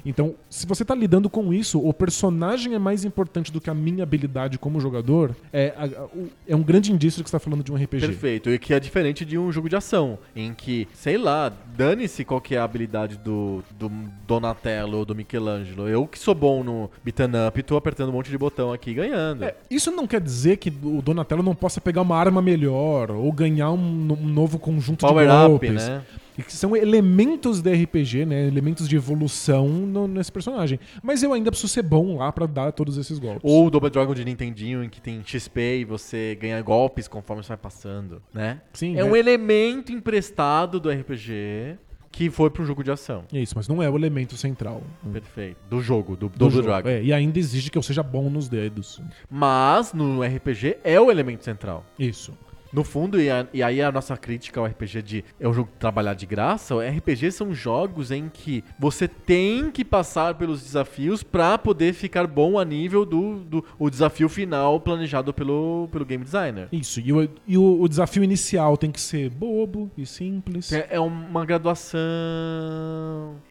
Speaker 2: Então, se você tá lidando com isso, o personagem é mais importante do que a minha habilidade como jogador, é, a- a- o- é um grande indício de que você tá falando de um RPG.
Speaker 1: Perfeito. E que é diferente de um jogo de ação, em que, sei lá, dane-se qual que é a habilidade do, do Donatello ou do Michelangelo. Eu que sou bom no beat'em up, tô apertando um monte de botão aqui e ganhando.
Speaker 2: É, isso não quer dizer que o Donatello não possa pegar uma arma melhor ou ganhar um, no- um novo conjunto
Speaker 1: Power
Speaker 2: de
Speaker 1: up,
Speaker 2: golpes.
Speaker 1: né?
Speaker 2: E que são elementos da RPG, né? Elementos de evolução no- nesse personagem. Mas eu ainda preciso ser bom lá pra dar todos esses golpes.
Speaker 1: Ou o Double Dragon de Nintendinho, em que tem XP e você ganha golpes conforme você vai passando, né?
Speaker 2: Sim,
Speaker 1: É um
Speaker 2: né?
Speaker 1: elemento emprestado do RPG que foi pro jogo de ação.
Speaker 2: É isso, mas não é o elemento central
Speaker 1: Perfeito. Do jogo, do,
Speaker 2: Hum. do
Speaker 1: Double
Speaker 2: jogo.
Speaker 1: Dragon.
Speaker 2: É, e ainda exige que eu seja bom nos dedos.
Speaker 1: Mas no RPG é o elemento central.
Speaker 2: Isso.
Speaker 1: No fundo, e, a- e aí a nossa crítica ao RPG de é um jogo de trabalhar de graça, o RPG são jogos em que você tem que passar pelos desafios pra poder ficar bom a nível do, do o desafio final planejado pelo, pelo game designer.
Speaker 2: Isso. E, o, e o- o desafio inicial tem que ser bobo e simples.
Speaker 1: É é uma graduação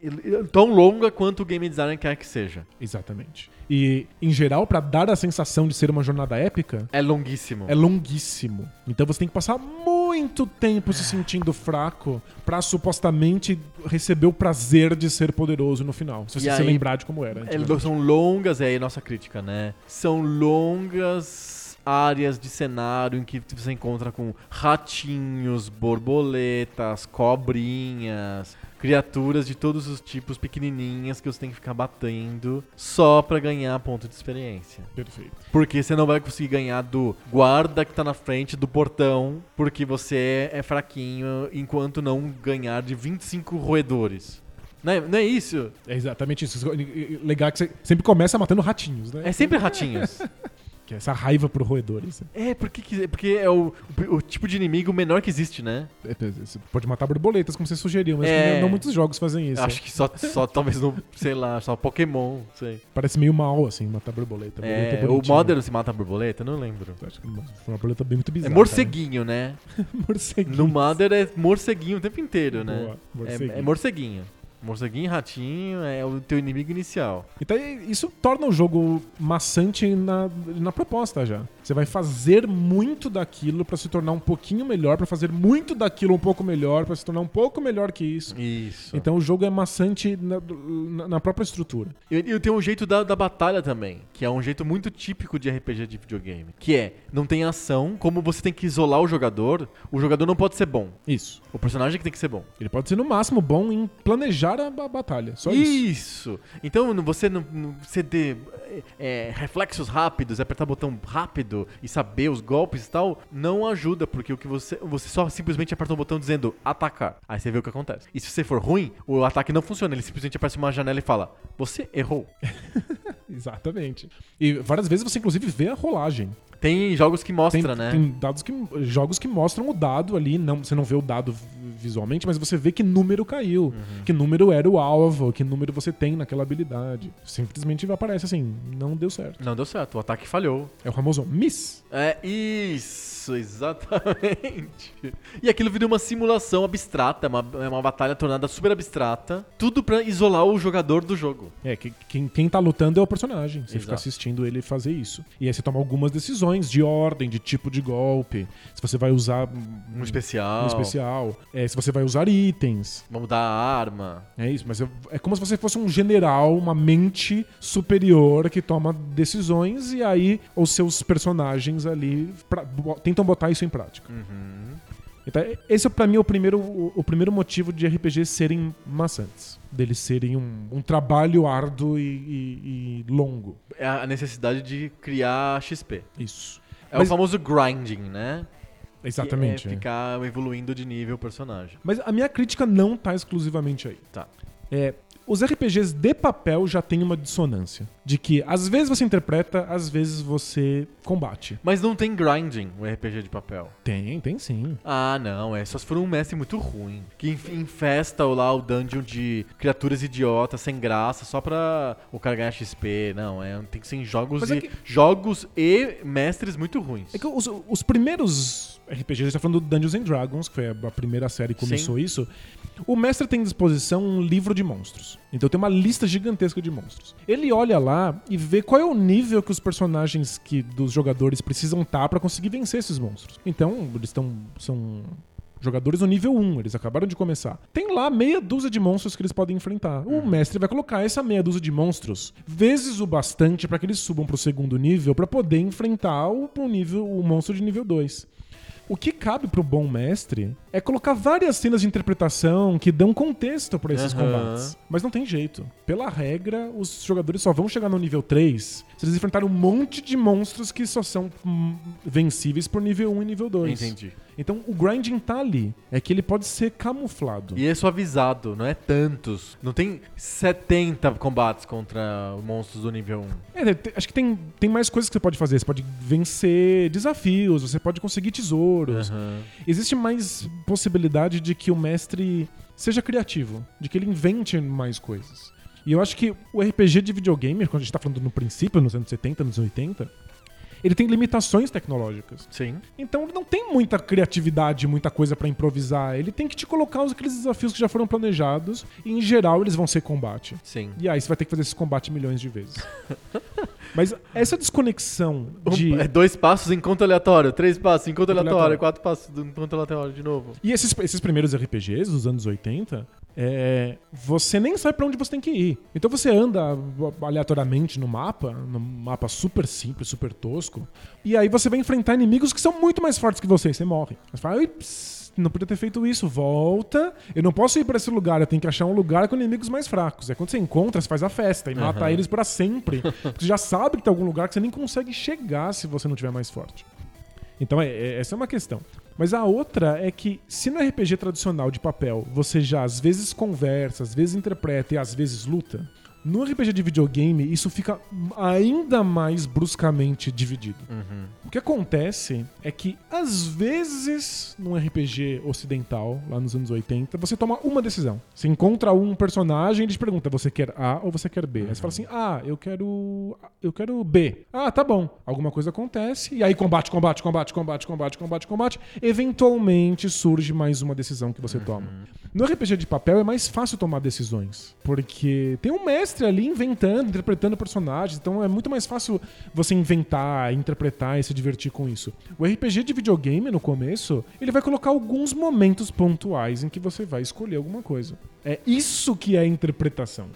Speaker 1: e- e- tão longa quanto o game designer quer que seja.
Speaker 2: Exatamente. E, em geral, pra dar a sensação de ser uma jornada épica,
Speaker 1: É longuíssimo.
Speaker 2: é longuíssimo. Então você tem que passar muito tempo se sentindo fraco pra supostamente receber o prazer de ser poderoso no final. Se
Speaker 1: E
Speaker 2: você se
Speaker 1: aí-
Speaker 2: lembrar de como era. né?
Speaker 1: É,
Speaker 2: antigamente.
Speaker 1: são longas, é aí nossa crítica, né? São longas áreas de cenário em que você encontra com ratinhos, borboletas, cobrinhas, criaturas de todos os tipos pequenininhas que você tem que ficar batendo só pra ganhar ponto de experiência.
Speaker 2: Perfeito.
Speaker 1: Porque você não vai conseguir ganhar do guarda que tá na frente do portão, porque você é fraquinho, enquanto não ganhar de 25 roedores. Não é, não é isso?
Speaker 2: É exatamente isso. é Legal que você sempre começa matando ratinhos, né?
Speaker 1: É sempre ratinhos.
Speaker 2: Que é essa raiva pro roedores.
Speaker 1: É, porque, que- porque é o, o tipo de inimigo menor que existe, né?
Speaker 2: É, é, Você pode matar borboletas, como você sugeriu, mas
Speaker 1: É.
Speaker 2: não muitos jogos fazem isso.
Speaker 1: Acho que só, só talvez não, sei lá, só Pokémon, sei.
Speaker 2: Parece meio mal, assim, matar borboleta.
Speaker 1: É,
Speaker 2: Borboleta
Speaker 1: o
Speaker 2: bonitinha.
Speaker 1: Modern se mata a borboleta? Não lembro.
Speaker 2: Acho que foi uma borboleta muito
Speaker 1: É
Speaker 2: bizarra.
Speaker 1: morceguinho, né?
Speaker 2: né? morceguinho.
Speaker 1: No Mother é morceguinho o tempo inteiro, né?
Speaker 2: Boa, morceguinho.
Speaker 1: É, é morceguinho. Morceguinho, ratinho, é o teu inimigo inicial.
Speaker 2: Então isso torna o jogo maçante na, na proposta já. Você vai fazer muito daquilo pra se tornar um pouquinho melhor, pra fazer muito daquilo um pouco melhor, pra se tornar um pouco melhor que isso.
Speaker 1: Isso.
Speaker 2: Então o jogo é maçante na, na- na própria estrutura.
Speaker 1: E, e tem um jeito da, da batalha também, que é um jeito muito típico de RPG de videogame. Que é, não tem ação, como você tem que isolar o jogador, o jogador não pode ser bom.
Speaker 2: Isso.
Speaker 1: O personagem é que tem que ser bom.
Speaker 2: Ele pode ser no máximo bom em planejar a, a batalha. Só isso.
Speaker 1: Isso. Então não- você não, não- você ter é, é, reflexos rápidos, apertar botão rápido e saber os golpes e tal, não ajuda, porque o que você. Você só simplesmente aperta um botão dizendo atacar. Aí você vê o que acontece. E se você for ruim, o ataque não funciona. Ele simplesmente aparece uma janela e fala: Você errou.
Speaker 2: Exatamente. E várias vezes você inclusive vê a rolagem.
Speaker 1: Tem jogos que
Speaker 2: Tem,
Speaker 1: mostra, né?
Speaker 2: tem dados que, jogos que mostram o dado ali, não, você não vê o dado vi- visualmente, mas você vê que número caiu,
Speaker 1: Uhum.
Speaker 2: que número era o alvo, que número você tem naquela habilidade. Simplesmente aparece assim, não deu certo.
Speaker 1: Não deu certo, o ataque falhou.
Speaker 2: É o famoso miss.
Speaker 1: É isso, exatamente. E aquilo vira uma simulação abstrata, uma, é uma batalha tornada super abstrata. Tudo pra isolar o jogador do jogo.
Speaker 2: É, que- quem, quem tá lutando é o personagem. Você fica
Speaker 1: Exato.
Speaker 2: assistindo ele fazer isso. E aí você toma algumas decisões de ordem, de tipo de golpe, se você vai usar
Speaker 1: Um
Speaker 2: um,
Speaker 1: especial.
Speaker 2: um especial, é, se você vai usar itens.
Speaker 1: Vamos dar a arma.
Speaker 2: É isso, mas eu- é como se você fosse um general, uma mente superior que toma decisões e aí os seus personagens ali pra- bo- tentam botar isso em prática. Então, é- esse é, pra mim é o primeiro, o, o primeiro motivo de RPGs serem maçantes. Deles serem um, um trabalho árduo e, e- e longo.
Speaker 1: É a necessidade de criar XP.
Speaker 2: Isso.
Speaker 1: É
Speaker 2: Mas-
Speaker 1: o famoso grinding, né?
Speaker 2: Exatamente.
Speaker 1: Que
Speaker 2: é.
Speaker 1: é ficar evoluindo de nível o personagem.
Speaker 2: Mas a minha crítica não tá exclusivamente aí.
Speaker 1: Tá.
Speaker 2: É, os RPGs de papel já têm uma dissonância. De que às vezes você interpreta, às vezes você combate.
Speaker 1: Mas não tem grinding o RPG de papel.
Speaker 2: Tem, tem sim.
Speaker 1: Ah, não, é só se for um mestre muito ruim. Que enf- infesta o lá o dungeon de criaturas idiotas, sem graça, só pra o cara ganhar XP. Não, é, tem que É ser em jogos
Speaker 2: Mas
Speaker 1: e.
Speaker 2: é que-
Speaker 1: Jogos e mestres muito ruins.
Speaker 2: É que os, os primeiros RPG, a gente tá falando do Dungeons and Dragons, que foi a primeira série que começou isso. O mestre tem à disposição um livro de monstros. Então tem uma lista gigantesca de monstros. Ele olha lá e vê qual é o nível que os personagens que, dos jogadores precisam estar pra conseguir vencer esses monstros. Então, eles estão. são jogadores no nível 1, eles acabaram de começar. Tem lá meia dúzia de monstros que eles podem enfrentar. O mestre vai colocar essa meia dúzia de monstros vezes o bastante pra que eles subam pro segundo nível pra poder enfrentar o, o nível o monstro de nível 2. O que cabe pro bom mestre é colocar várias cenas de interpretação que dão contexto pra esses
Speaker 1: Aham.
Speaker 2: combates. Mas não tem jeito. Pela regra, os jogadores só vão chegar no nível 3 se eles enfrentarem um monte de monstros que só são hum, vencíveis por nível 1 e nível 2.
Speaker 1: Entendi.
Speaker 2: Então o grinding tá ali. É que ele pode ser camuflado.
Speaker 1: E é suavizado, não é tantos. Não tem 70 combates contra monstros do nível 1.
Speaker 2: É, te- acho que tem, tem mais coisas que você pode fazer. Você pode vencer desafios, você pode conseguir tesouros. Existe mais possibilidade de que o mestre seja criativo, de que ele invente mais coisas. E eu acho que o RPG de videogame, quando a gente tá falando no princípio, nos anos 70, nos 80, ele tem limitações tecnológicas.
Speaker 1: Sim.
Speaker 2: Então ele não tem muita criatividade, muita coisa pra improvisar. Ele tem que te colocar os- aqueles desafios que já foram planejados e em geral eles vão ser combate.
Speaker 1: Sim.
Speaker 2: E aí você vai ter que fazer esse combate milhões de vezes. Mas essa desconexão
Speaker 1: Um-
Speaker 2: de
Speaker 1: é dois passos em conta aleatório, três passos em conta aleatório,
Speaker 2: aleatório.
Speaker 1: quatro passos em conta aleatório de novo.
Speaker 2: E esses, esses primeiros RPGs dos anos 80, é, você nem sabe pra onde você tem que ir. Então você anda aleatoriamente no mapa, num mapa super simples, super tosco, e aí você vai enfrentar inimigos que são muito mais fortes que você, e você morre. Você fala, "Ai, ps, não podia ter feito isso, volta. Eu não posso ir pra esse lugar, eu tenho que achar um lugar com inimigos mais fracos. É quando você encontra, você faz a festa e mata eles pra sempre. você já sabe que tem algum lugar que você nem consegue chegar se você não tiver mais forte. Então, é- é- essa é uma questão. Mas a outra é que, se no RPG tradicional de papel você já às vezes conversa, às vezes interpreta e às vezes luta, no RPG de videogame isso fica ainda mais bruscamente dividido. O que acontece é que, às vezes, num RPG ocidental, lá nos anos 80, você toma uma decisão. Você encontra um personagem e ele te pergunta: você quer A ou você quer B? Aí você fala assim: ah, eu quero. Eu quero B. Ah, tá bom. Alguma coisa acontece. E aí combate, combate, combate, combate, combate, combate, combate. Eventualmente surge mais uma decisão que você toma. No RPG de papel é mais fácil tomar decisões. Porque tem um mestre ali inventando, interpretando personagens. Então é muito mais fácil você inventar, interpretar e se divertir com isso. O RPG de videogame, no começo, ele vai colocar alguns momentos pontuais em que você vai escolher alguma coisa. É isso que é a interpretação.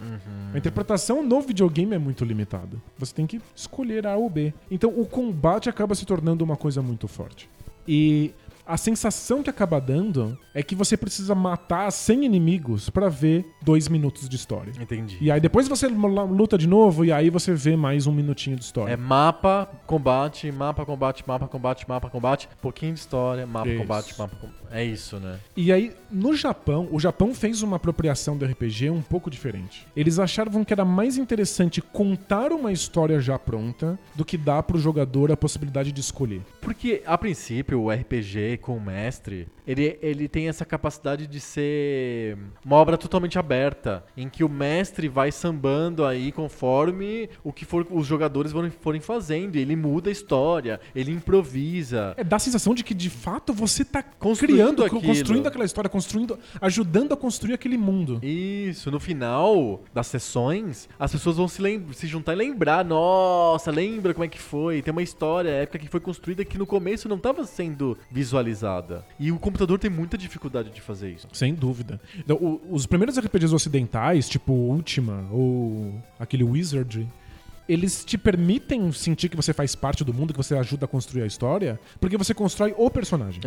Speaker 2: A interpretação no videogame é muito limitada. Você tem que escolher A ou B. Então o combate acaba se tornando uma coisa muito forte. E a sensação que acaba dando é que você precisa matar 100 inimigos pra ver dois minutos de história.
Speaker 1: Entendi.
Speaker 2: E aí depois você luta de novo e aí você vê mais um minutinho de história.
Speaker 1: É mapa, combate, mapa, combate, mapa, combate, mapa, combate, pouquinho de história, mapa,
Speaker 2: Isso.
Speaker 1: combate, mapa, combate. É isso, né?
Speaker 2: E aí, no Japão, o Japão fez uma apropriação do RPG um pouco diferente. Eles achavam que era mais interessante contar uma história já pronta do que dar pro jogador a possibilidade de escolher.
Speaker 1: Porque, a princípio, o RPG com o mestre, ele, ele tem essa capacidade de ser uma obra totalmente aberta, em que o mestre vai sambando aí conforme o que for, os jogadores forem, forem fazendo. Ele muda a história, ele improvisa.
Speaker 2: É, dá a sensação de que de fato você tá
Speaker 1: Construindo
Speaker 2: criando,
Speaker 1: aquilo.
Speaker 2: construindo aquela história, construindo, ajudando a construir aquele mundo.
Speaker 1: Isso, no final das sessões, as pessoas vão se, lem- se juntar e lembrar. Nossa, lembra como é que foi? Tem uma história épica que foi construída que no começo não estava sendo visualizada. E o computador tem muita dificuldade de fazer isso.
Speaker 2: Sem dúvida. Então, o- os primeiros RPGs ocidentais, tipo Ultima ou aquele Wizard, eles te permitem sentir que você faz parte do mundo, que você ajuda a construir a história, porque você constrói o personagem.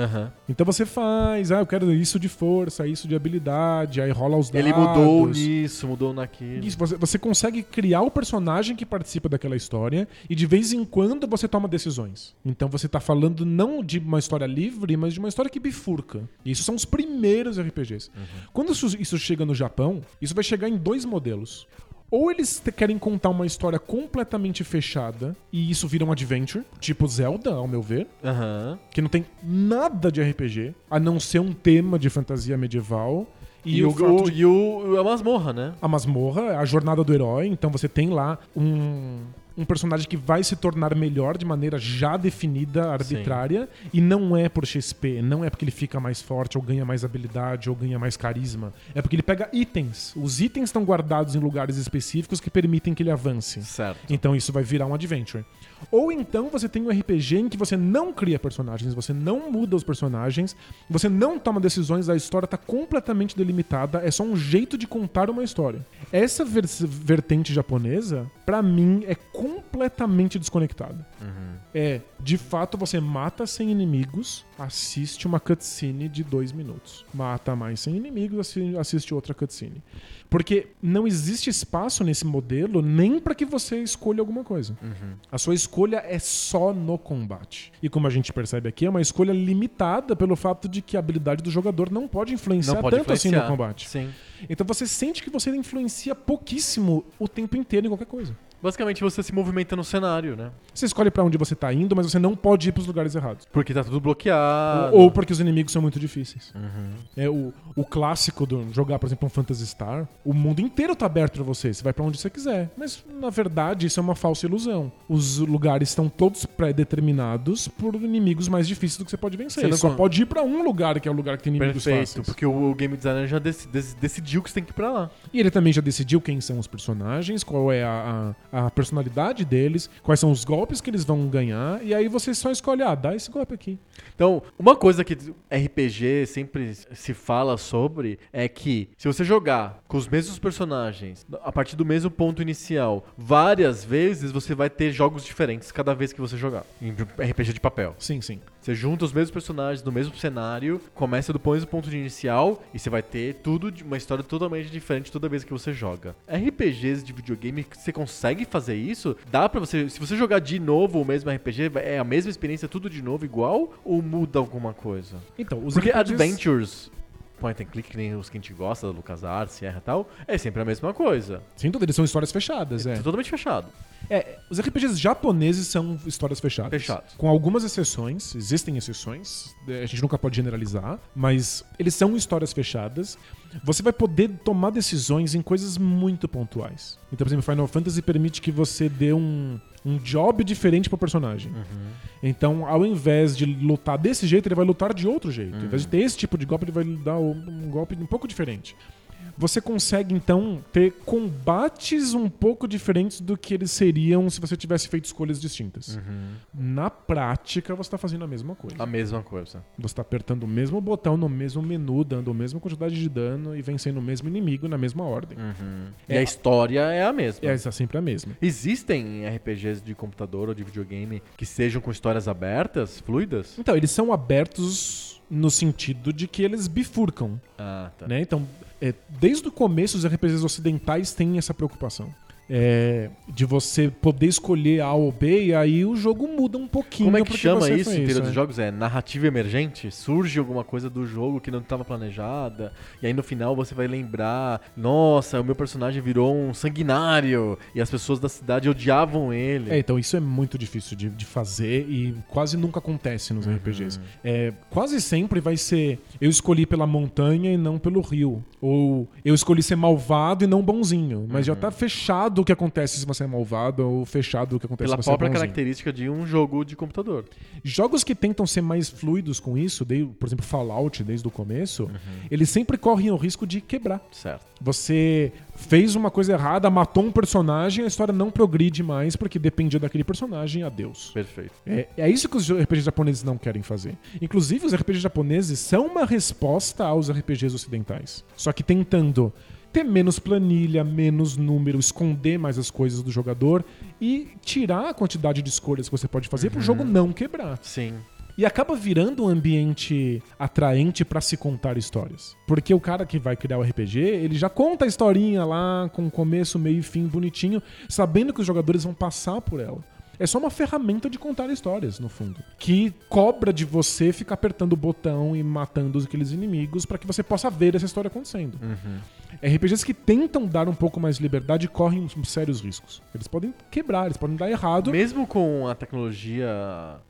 Speaker 2: Então você faz, ah, eu quero isso de força, isso de habilidade, aí rola os dados.
Speaker 1: Ele mudou nisso, mudou naquilo.
Speaker 2: Isso, você, você consegue criar o personagem que participa daquela história e de vez em quando você toma decisões. Então você tá falando não de uma história livre, mas de uma história que bifurca. E isso são os primeiros RPGs. Quando isso, isso chega no Japão, isso vai chegar em dois modelos. Ou eles te- querem contar uma história completamente fechada e isso vira um adventure, tipo Zelda, ao meu ver
Speaker 1: Aham.
Speaker 2: que não tem nada de RPG, a não ser um tema de fantasia medieval.
Speaker 1: E,
Speaker 2: E,
Speaker 1: o,
Speaker 2: o, fato
Speaker 1: o-
Speaker 2: de
Speaker 1: e o- a masmorra, né?
Speaker 2: é a masmorra, a jornada do herói, então você tem lá um um personagem que vai se tornar melhor de maneira já definida, arbitrária, e não é por XP, não é porque ele fica mais forte, ou ganha mais habilidade, ou ganha mais carisma. É porque ele pega itens. Os itens estão guardados em lugares específicos que permitem que ele avance.
Speaker 1: Certo.
Speaker 2: Então isso vai virar um adventure. Ou então você tem um RPG em que você não cria personagens, você não muda os personagens, você não toma decisões, a história está completamente delimitada, é só um jeito de contar uma história. Essa ver- vertente japonesa, pra mim, é completamente desconectada. É, de fato, você mata 100 inimigos, assiste uma cutscene de dois minutos. Mata mais 100 inimigos, assi- assiste outra cutscene. Porque não existe espaço nesse modelo nem pra que você escolha alguma coisa.
Speaker 1: Uhum.
Speaker 2: A sua escolha é só no combate. E como a gente percebe aqui, é uma escolha limitada pelo fato de que a habilidade do jogador não pode influenciar
Speaker 1: Não pode
Speaker 2: tanto assim
Speaker 1: influenciar.
Speaker 2: no combate.
Speaker 1: Sim.
Speaker 2: Então você sente que você influencia pouquíssimo o tempo inteiro em qualquer coisa.
Speaker 1: Basicamente você se movimenta no cenário, né?
Speaker 2: Você escolhe pra onde você tá indo, mas você não pode ir pros lugares errados.
Speaker 1: Porque tá tudo bloqueado.
Speaker 2: Ou porque os inimigos são muito difíceis. É o, o clássico do jogar, por exemplo, um Phantasy Star. O mundo inteiro tá aberto pra você. Você vai pra onde você quiser. Mas, na verdade, isso é uma falsa ilusão. Os lugares estão todos pré-determinados por inimigos mais difíceis do que você pode vencer.
Speaker 1: Você
Speaker 2: Você
Speaker 1: não
Speaker 2: só
Speaker 1: con-
Speaker 2: pode ir pra um lugar que é o lugar que tem inimigos
Speaker 1: Perfeito,
Speaker 2: fáceis.
Speaker 1: porque o, o game designer já deci- deci- decidiu que você tem que ir pra lá.
Speaker 2: E ele também já decidiu quem são os personagens, qual é a, a- a personalidade deles, quais são os golpes que eles vão ganhar. E aí você só escolhe, ah, dá esse golpe aqui.
Speaker 1: Então, uma coisa que RPG sempre se fala sobre é que se você jogar com os mesmos personagens, a partir do mesmo ponto inicial, várias vezes, você vai ter jogos diferentes cada vez que você jogar. Em RPG de papel.
Speaker 2: Sim, sim.
Speaker 1: Você junta os mesmos personagens no mesmo cenário, começa do mesmo ponto de inicial e você vai ter tudo de uma história totalmente diferente toda vez que você joga. RPGs de videogame, você consegue fazer isso? Dá pra você, se você jogar de novo o mesmo RPG, é a mesma experiência, tudo de novo igual ou muda alguma coisa?
Speaker 2: Então, os
Speaker 1: Porque
Speaker 2: RPGs
Speaker 1: Adventures Point and click, que nem os que a gente gosta, LucasArts, Sierra e tal, é sempre a mesma coisa.
Speaker 2: Sem dúvida, eles são histórias fechadas,
Speaker 1: É
Speaker 2: é.
Speaker 1: totalmente fechado.
Speaker 2: É, os RPGs japoneses são histórias fechadas.
Speaker 1: Fechados.
Speaker 2: Com algumas exceções, existem exceções, é, a gente nunca pode generalizar, mas eles são histórias fechadas. Você vai poder tomar decisões em coisas muito pontuais. Então, por exemplo, Final Fantasy permite que você dê um, um job diferente pro personagem. Então, ao invés de lutar desse jeito, ele vai lutar de outro jeito. Ao invés de ter esse tipo de golpe, ele vai dar um- um golpe um pouco diferente você consegue então ter combates um pouco diferentes do que eles seriam se você tivesse feito escolhas distintas. Na prática, você está fazendo a mesma coisa.
Speaker 1: A mesma coisa.
Speaker 2: Você está apertando o mesmo botão no mesmo menu, dando a mesma quantidade de dano e vencendo o mesmo inimigo na mesma ordem.
Speaker 1: E a história é a mesma.
Speaker 2: É essa sempre a mesma.
Speaker 1: Existem RPGs de computador ou de videogame que sejam com histórias abertas, fluidas?
Speaker 2: Então, eles são abertos no sentido de que eles bifurcam,
Speaker 1: Ah, tá.
Speaker 2: né? Então, é, desde o começo, os RPGs ocidentais têm essa preocupação. É, de você poder escolher A ou B, e aí o jogo muda um pouquinho.
Speaker 1: Como é que
Speaker 2: porque
Speaker 1: chama
Speaker 2: você
Speaker 1: isso
Speaker 2: fez
Speaker 1: em teoria dos
Speaker 2: é.
Speaker 1: jogos? É narrativa emergente? Surge alguma coisa do jogo que não estava planejada, e aí no final você vai lembrar: nossa, o meu personagem virou um sanguinário e as pessoas da cidade odiavam ele.
Speaker 2: É, então isso é muito difícil de, de fazer e quase nunca acontece
Speaker 1: Uhum.
Speaker 2: nos RPGs. É, quase sempre vai ser eu escolhi pela montanha e não pelo rio. Ou eu escolhi ser malvado e não bonzinho. Mas
Speaker 1: Uhum.
Speaker 2: já tá fechado o que acontece se você é malvado ou fechado o que acontece
Speaker 1: Pela
Speaker 2: se você é
Speaker 1: própria
Speaker 2: bonzinho.
Speaker 1: característica de um jogo de computador.
Speaker 2: Jogos que tentam ser mais fluidos com isso, de- por exemplo, Fallout desde o começo, eles sempre correm o risco de quebrar.
Speaker 1: Certo.
Speaker 2: Você fez uma coisa errada, matou um personagem, a história não progride mais porque dependia daquele personagem, adeus.
Speaker 1: Perfeito.
Speaker 2: É, é isso que os RPGs japoneses não querem fazer. Inclusive, os RPGs japoneses são uma resposta aos RPGs ocidentais. Só que tentando ter menos planilha, menos número, esconder mais as coisas do jogador e tirar a quantidade de escolhas que você pode fazer pro jogo não quebrar.
Speaker 1: Sim.
Speaker 2: E acaba virando um ambiente atraente pra se contar histórias. Porque o cara que vai criar o RPG, ele já conta a historinha lá com começo, meio e fim bonitinho, sabendo que os jogadores vão passar por ela. É só uma ferramenta de contar histórias, no fundo. Que cobra de você ficar apertando o botão e matando aqueles inimigos pra que você possa ver essa história acontecendo. RPGs que tentam dar um pouco mais de liberdade correm uns sérios riscos. Eles podem quebrar, eles podem dar errado.
Speaker 1: Mesmo com a tecnologia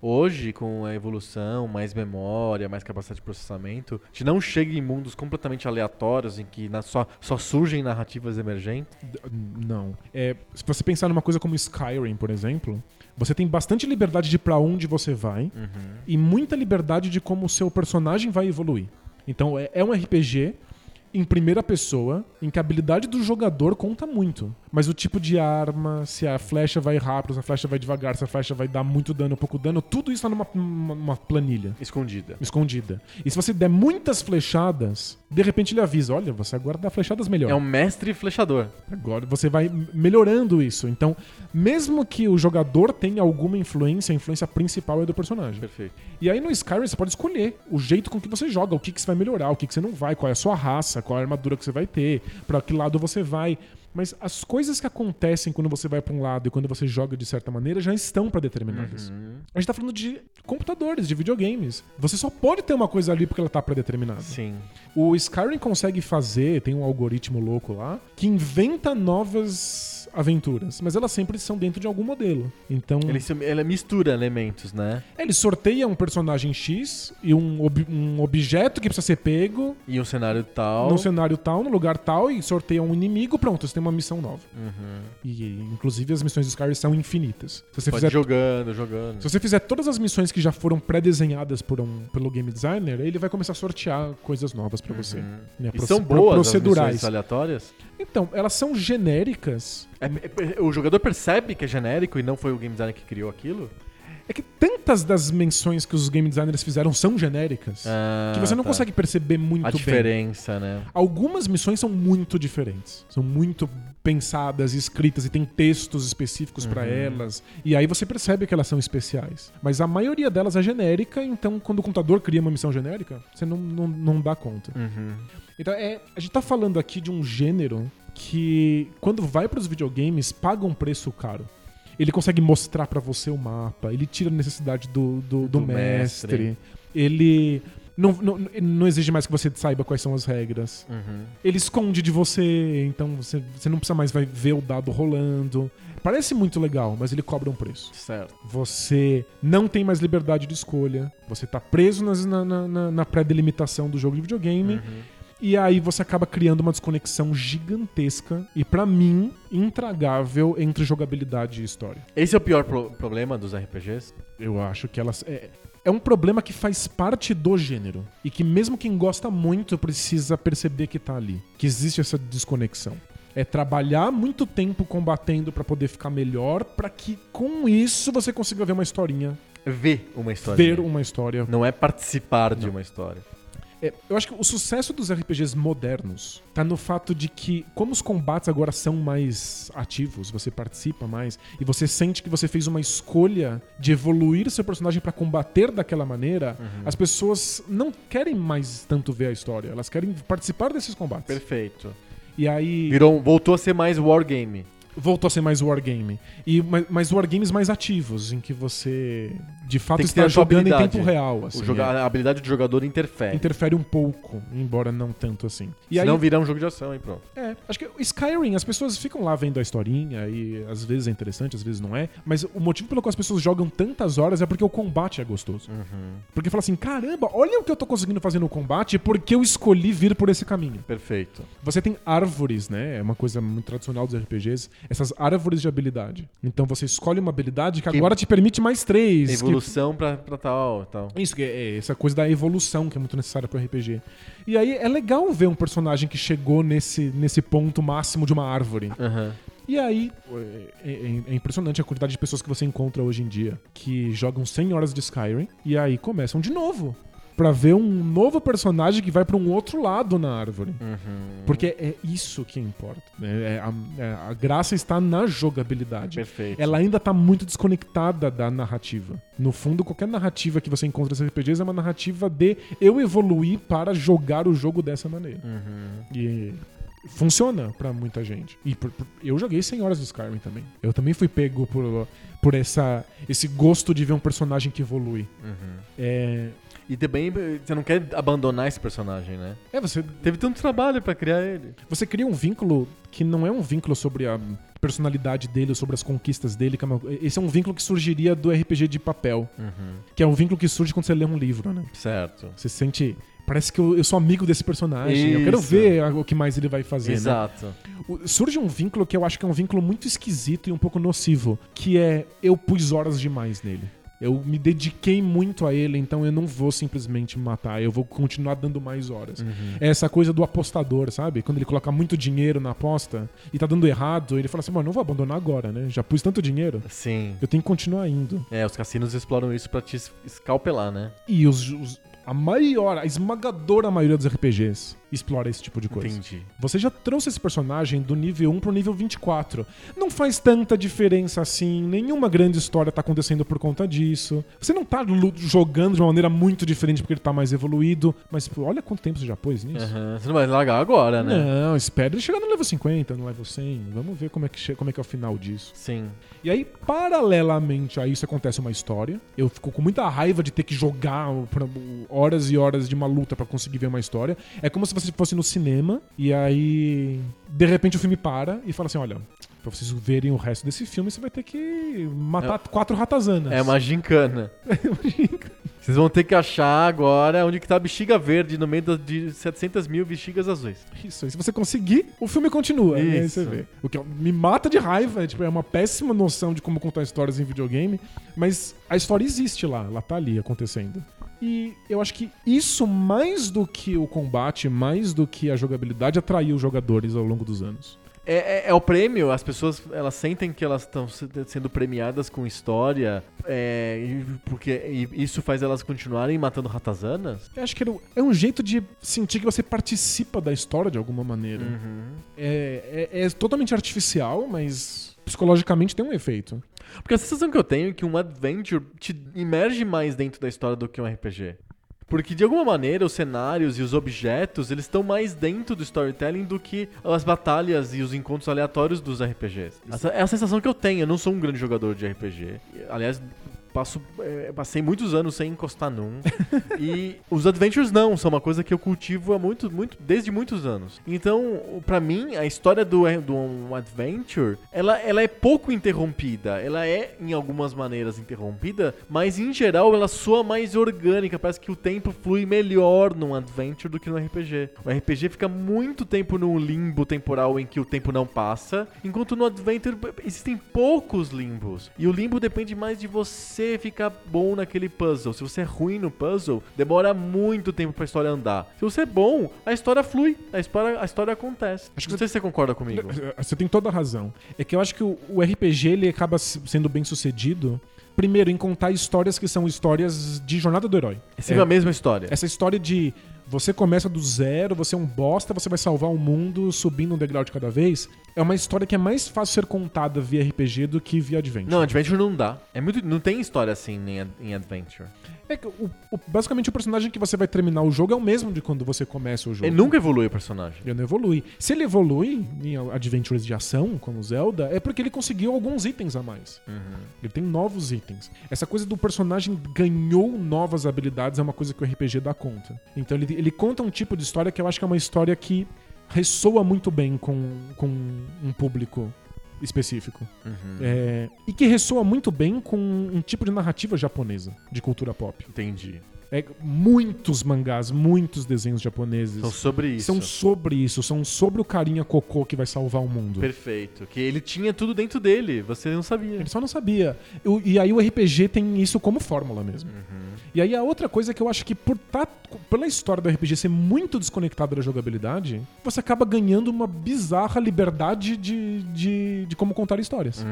Speaker 1: hoje, com a evolução, mais memória, mais capacidade de processamento, a gente não chega em mundos completamente aleatórios em que na- só, só surgem narrativas emergentes.
Speaker 2: D- Não. É, se você pensar numa coisa como Skyrim, por exemplo, você tem bastante liberdade de pra onde você vai
Speaker 1: Uhum.
Speaker 2: e muita liberdade de como o seu personagem vai evoluir. Então é, é um RPG em primeira pessoa, em que a habilidade do jogador conta muito. Mas o tipo de arma, se a flecha vai rápido, se a flecha vai devagar, se a flecha vai dar muito dano, pouco dano, tudo isso tá numa- numa- numa planilha
Speaker 1: Escondida.
Speaker 2: escondida. E se você der muitas flechadas, de repente ele avisa: olha, você agora dá flechadas melhor.
Speaker 1: É um mestre flechador.
Speaker 2: Agora você vai melhorando isso. Então, mesmo que o jogador tenha alguma influência, a influência principal é do personagem.
Speaker 1: Perfeito.
Speaker 2: E aí no Skyrim você pode escolher o jeito com que você joga, o que, que você vai melhorar, o que, que você não vai, qual é a sua raça, qual é a armadura que você vai ter, pra que lado você vai. Mas as coisas que acontecem quando você vai pra um lado e quando você joga de certa maneira já estão predeterminadas.
Speaker 1: Uhum.
Speaker 2: A gente tá falando de computadores, de videogames. Você só pode ter uma coisa ali porque ela tá predeterminada.
Speaker 1: Sim.
Speaker 2: O Skyrim consegue fazer, tem um algoritmo louco lá, que inventa novas aventuras, mas elas sempre são dentro de algum modelo. Então,
Speaker 1: Ele, se- ele mistura elementos, né?
Speaker 2: ele sorteia um personagem X e um, ob- um objeto que precisa ser pego
Speaker 1: E um cenário tal.
Speaker 2: num cenário tal, num lugar tal, e sorteia um inimigo, pronto, você tem uma missão nova. E, inclusive, as missões do Skyrim são infinitas. Se você
Speaker 1: Uhum. Pode
Speaker 2: fizer
Speaker 1: jogando, jogando.
Speaker 2: se você fizer todas as missões que já foram pré-desenhadas por um, pelo game designer, ele vai começar a sortear coisas novas pra você. Né,
Speaker 1: Uhum. E
Speaker 2: proce-
Speaker 1: são
Speaker 2: pro-
Speaker 1: boas as
Speaker 2: procedurais.
Speaker 1: missões aleatórias?
Speaker 2: Então, elas são genéricas.
Speaker 1: É- é- é- o jogador percebe que é genérico e não foi o game designer que criou aquilo?
Speaker 2: É que tantas das menções que os game designers fizeram são genéricas
Speaker 1: Ah,
Speaker 2: que você não
Speaker 1: tá.
Speaker 2: consegue perceber muito
Speaker 1: A
Speaker 2: bem.
Speaker 1: diferença,
Speaker 2: É.
Speaker 1: né?
Speaker 2: Algumas missões são muito diferentes. São muito pensadas e escritas e tem textos específicos pra elas. E aí você percebe que elas são especiais. Mas a maioria delas é genérica, então quando o computador cria uma missão genérica, você não, não, não dá conta. Então, é, a gente tá falando aqui de um gênero que, quando vai pros videogames, paga um preço caro. Ele consegue mostrar pra você o mapa, ele tira a necessidade do, do, do
Speaker 1: Do mestre.
Speaker 2: mestre. ele não, não, não exige mais que você saiba quais são as regras.
Speaker 1: Uhum,
Speaker 2: Ele esconde de você, então você, você não precisa mais vai ver o dado rolando. Parece muito legal, mas ele cobra um preço.
Speaker 1: Certo.
Speaker 2: Você não tem mais liberdade de escolha. Você tá preso nas- na, na- na- na pré-delimitação do jogo de videogame. E aí você acaba criando uma desconexão gigantesca e, pra mim, intragável entre jogabilidade e história.
Speaker 1: Esse é o pior pro- problema dos RPGs?
Speaker 2: Eu acho que elas. É, é um problema que faz parte do gênero. E que mesmo quem gosta muito precisa perceber que tá ali. Que existe essa desconexão. É trabalhar muito tempo combatendo pra poder ficar melhor, pra que com isso você consiga ver uma historinha
Speaker 1: Ver uma história.
Speaker 2: ver um- uma história.
Speaker 1: Não é participar de uma história.
Speaker 2: É, eu acho que o sucesso dos RPGs modernos tá no fato de que, como os combates agora são mais ativos, você participa mais e você sente que você fez uma escolha de evoluir seu personagem pra combater daquela maneira,
Speaker 1: Uhum.
Speaker 2: as pessoas não querem mais tanto ver a história, elas querem participar desses combates.
Speaker 1: Perfeito.
Speaker 2: E aí
Speaker 1: Virou, um- voltou a ser mais wargame.
Speaker 2: voltou a ser mais wargame. E mas, mas wargames mais ativos, em que você de fato
Speaker 1: Tem que ter
Speaker 2: está
Speaker 1: a sua
Speaker 2: jogando em
Speaker 1: habilidade.
Speaker 2: tempo real, assim.
Speaker 1: o joga-
Speaker 2: é.
Speaker 1: A habilidade do jogador interfere.
Speaker 2: Interfere um pouco, embora não tanto assim. E aí,
Speaker 1: Senão virar um jogo de ação, hein, pronto.
Speaker 2: É, acho que o Skyrim, as pessoas ficam lá vendo a historinha e às vezes é interessante, às vezes não é. Mas o motivo pelo qual as pessoas jogam tantas horas é porque o combate é gostoso. Porque fala assim, caramba, olha o que eu tô conseguindo fazer no combate porque eu escolhi vir por esse caminho.
Speaker 1: Perfeito.
Speaker 2: Você tem árvores, né? É uma coisa muito tradicional dos RPGs. Essas árvores de habilidade. Então você escolhe uma habilidade que,
Speaker 1: Que-
Speaker 2: agora te permite mais três. que-
Speaker 1: Evolução pra, pra tal, tal.
Speaker 2: isso, que é, é essa coisa da evolução que é muito necessária pro RPG. E aí é legal ver um personagem que chegou nesse, nesse ponto máximo de uma árvore.
Speaker 1: Aham.
Speaker 2: E aí, é, é- é impressionante a quantidade de pessoas que você encontra hoje em dia que jogam 100 horas de Skyrim e aí começam de novo. Pra ver um novo personagem que vai pra um outro lado na árvore. Porque é isso que importa. né? É a, é a graça está na jogabilidade.
Speaker 1: Perfeito.
Speaker 2: Ela ainda tá muito desconectada da narrativa. No fundo, qualquer narrativa que você encontra nesses RPGs é uma narrativa de eu evoluir para jogar o jogo dessa maneira.
Speaker 1: Uhum.
Speaker 2: E funciona pra muita gente. E por- por- eu joguei 100 horas de Skyrim também. Eu também fui pego
Speaker 1: Uhum.
Speaker 2: por, por essa, esse gosto de ver um personagem que evolui. É,
Speaker 1: E também você não quer abandonar esse personagem, né?
Speaker 2: É, você,
Speaker 1: Teve tanto trabalho pra criar ele.
Speaker 2: você cria um vínculo que não é um vínculo sobre a personalidade dele ou sobre as conquistas dele. que é uma- Esse é um vínculo que surgiria do RPG de papel.
Speaker 1: Uhum.
Speaker 2: Que é um vínculo que surge quando você lê um livro, né?
Speaker 1: Certo.
Speaker 2: Você sente. Parece que eu, eu sou amigo desse personagem. Eu quero
Speaker 1: Isso.
Speaker 2: ver a- o que mais ele vai fazer. né?
Speaker 1: Exato.
Speaker 2: O- Surge um vínculo que eu acho que é um vínculo muito esquisito e um pouco nocivo, que é eu pus horas demais nele. Eu me dediquei muito a ele, então eu não vou simplesmente matar, eu vou continuar dando mais horas. É essa coisa do apostador, sabe? Quando ele coloca muito dinheiro na aposta e tá dando errado, ele fala assim: mano, não vou abandonar agora, né? Já pus tanto dinheiro,
Speaker 1: Sim.
Speaker 2: eu tenho que continuar indo.
Speaker 1: É, os cassinos exploram isso pra te es- escalpelar, né?
Speaker 2: E os- os- a maior, a esmagadora maioria dos RPGs explora esse tipo de coisa.
Speaker 1: Entendi.
Speaker 2: Você já trouxe esse personagem do nível 1 pro nível 24. Não faz tanta diferença assim, nenhuma grande história tá acontecendo por conta disso. Você não tá lu- jogando de uma maneira muito diferente porque ele tá mais evoluído, mas pô, olha quanto tempo você já pôs nisso.
Speaker 1: Aham. Você não vai largar agora, né?
Speaker 2: Não, espera ele chegar no level 50, no level 100. Vamos ver como é que, che- como é, que é o final disso.
Speaker 1: Sim.
Speaker 2: E aí, paralelamente a isso, acontece uma história. Eu fico com muita raiva de ter que jogar pra- horas e horas de uma luta pra conseguir ver uma história. É como se você fosse no cinema e aí, de repente, o filme para e fala assim: olha. Pra vocês verem o resto desse filme, você vai ter que matar quatro ratazanas.
Speaker 1: É uma gincana. Vocês vão ter que achar agora onde que tá a bexiga verde no meio da- de 700 mil bexigas azuis.
Speaker 2: Isso. E se você conseguir, o filme continua. E aí você
Speaker 1: Isso.
Speaker 2: vê. O que me mata de raiva, né? tipo, é uma péssima noção de como contar histórias em videogame, mas a história existe lá, ela tá ali acontecendo. E eu acho que isso, mais do que o combate, mais do que a jogabilidade, atraiu os jogadores ao longo dos anos.
Speaker 1: É, é- é o prêmio, as pessoas elas sentem que elas estão se- sendo premiadas com história, é, e- porque e isso faz elas continuarem matando ratazanas?
Speaker 2: Eu acho que era o- é um jeito de sentir que você participa da história de alguma maneira. É, é- é totalmente artificial, mas psicologicamente tem um efeito.
Speaker 1: Porque a sensação que eu tenho é que um adventure te imerge mais dentro da história do que um RPG. Porque de alguma maneira os cenários e os objetos eles estão mais dentro do storytelling do que as batalhas e os encontros aleatórios dos RPGs. Essa é a sensação que eu tenho. Eu não sou um grande jogador de RPG. Aliás, passo, eh, passei muitos anos sem encostar num. e os adventures não são uma coisa que eu cultivo há muito, muito, desde muitos anos. Então, o- pra mim, a história do, do um adventure, ela, ela é pouco interrompida. Ela é, em algumas maneiras, interrompida, mas em geral ela soa mais orgânica. Parece que o tempo flui melhor num adventure do que no RPG. O RPG fica muito tempo num limbo temporal em que o tempo não passa, enquanto no adventure existem poucos limbos. E o limbo depende mais de você ficar bom naquele puzzle. Se você é ruim no puzzle, demora muito tempo pra história andar. Se você é bom, a história flui, a história, a história acontece. Acho que
Speaker 2: Acho que
Speaker 1: não sei se você concorda comigo.
Speaker 2: Eh, Você tem toda a razão. É que eu acho que o, o RPG ele acaba se- sendo bem sucedido. Primeiro, em contar histórias que são histórias de jornada do herói.
Speaker 1: É sempre a mesma história.
Speaker 2: Essa história de você começa do zero, você é um bosta, você vai salvar o mundo subindo um degrau de cada vez, é uma história que é mais fácil ser contada via RPG do que via Adventure.
Speaker 1: Não, Adventure não dá. É muito, não tem história assim em, ad- em Adventure.
Speaker 2: É que o- o- basicamente o personagem que você vai terminar o jogo é o mesmo de quando você começa o jogo.
Speaker 1: Ele nunca evolui o personagem.
Speaker 2: Ele não evolui. Se ele evolui em adventures de ação, como Zelda, é porque ele conseguiu alguns itens a mais. Ele tem novos itens. Essa coisa do personagem ganhou novas habilidades é uma coisa que o RPG dá conta. Então ele, ele conta um tipo de história que eu acho que é uma história que ressoa muito bem com, com um público específico. É, e que ressoa muito bem com um tipo de narrativa japonesa, de cultura pop.
Speaker 1: Entendi.
Speaker 2: É, muitos mangás, muitos desenhos japoneses
Speaker 1: Então sobre isso.
Speaker 2: são sobre isso, são sobre o carinha cocô que vai salvar o mundo.
Speaker 1: Perfeito. Que ele tinha tudo dentro dele, você não sabia.
Speaker 2: Ele só não sabia. Eu- e aí o RPG tem isso como fórmula mesmo. E aí a outra coisa é que eu acho que por tá, pela história do RPG ser muito desconectada da jogabilidade, você acaba ganhando uma bizarra liberdade de, de, de como contar histórias.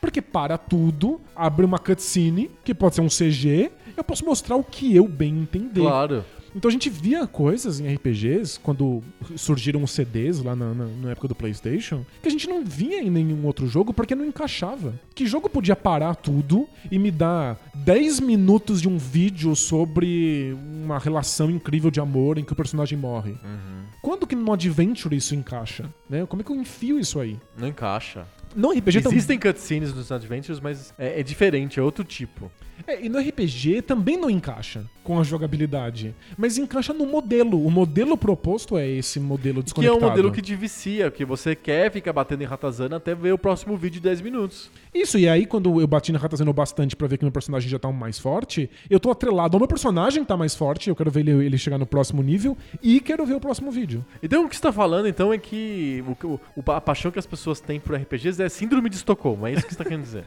Speaker 2: Porque para tudo, abre uma cutscene, que pode ser um CG, eu posso mostrar o que eu bem entender.
Speaker 1: Claro.
Speaker 2: Então a gente via coisas em RPGs, quando surgiram os CDs lá na, na- na época do PlayStation, que a gente não via em nenhum outro jogo porque não encaixava. Que jogo podia parar tudo e me dar 10 minutos de um vídeo sobre uma relação incrível de amor em que o personagem morre?
Speaker 1: Uhum.
Speaker 2: Quando que no Adventure isso encaixa? né? Como é que eu enfio isso aí?
Speaker 1: Não encaixa.
Speaker 2: No RPG também.
Speaker 1: Existem cutscenes nos Adventures, mas é, é diferente, é outro tipo.
Speaker 2: É, e no RPG também não encaixa com a jogabilidade, mas encaixa no modelo. O modelo proposto é esse modelo
Speaker 1: Que é
Speaker 2: desconectado.
Speaker 1: um modelo que te vicia, que você quer ficar batendo em ratazana até ver o próximo vídeo de 10 minutos.
Speaker 2: Isso, e aí quando eu bati na ratazana bastante pra ver que meu personagem já tá mais forte, eu tô atrelado ao meu personagem que tá mais forte, eu quero ver ele, ele chegar no próximo nível e quero ver o próximo vídeo.
Speaker 1: Então o que você tá falando, então, é que o- o- a paixão que as pessoas têm por RPGs é síndrome de Estocolmo, é isso que você tá querendo dizer.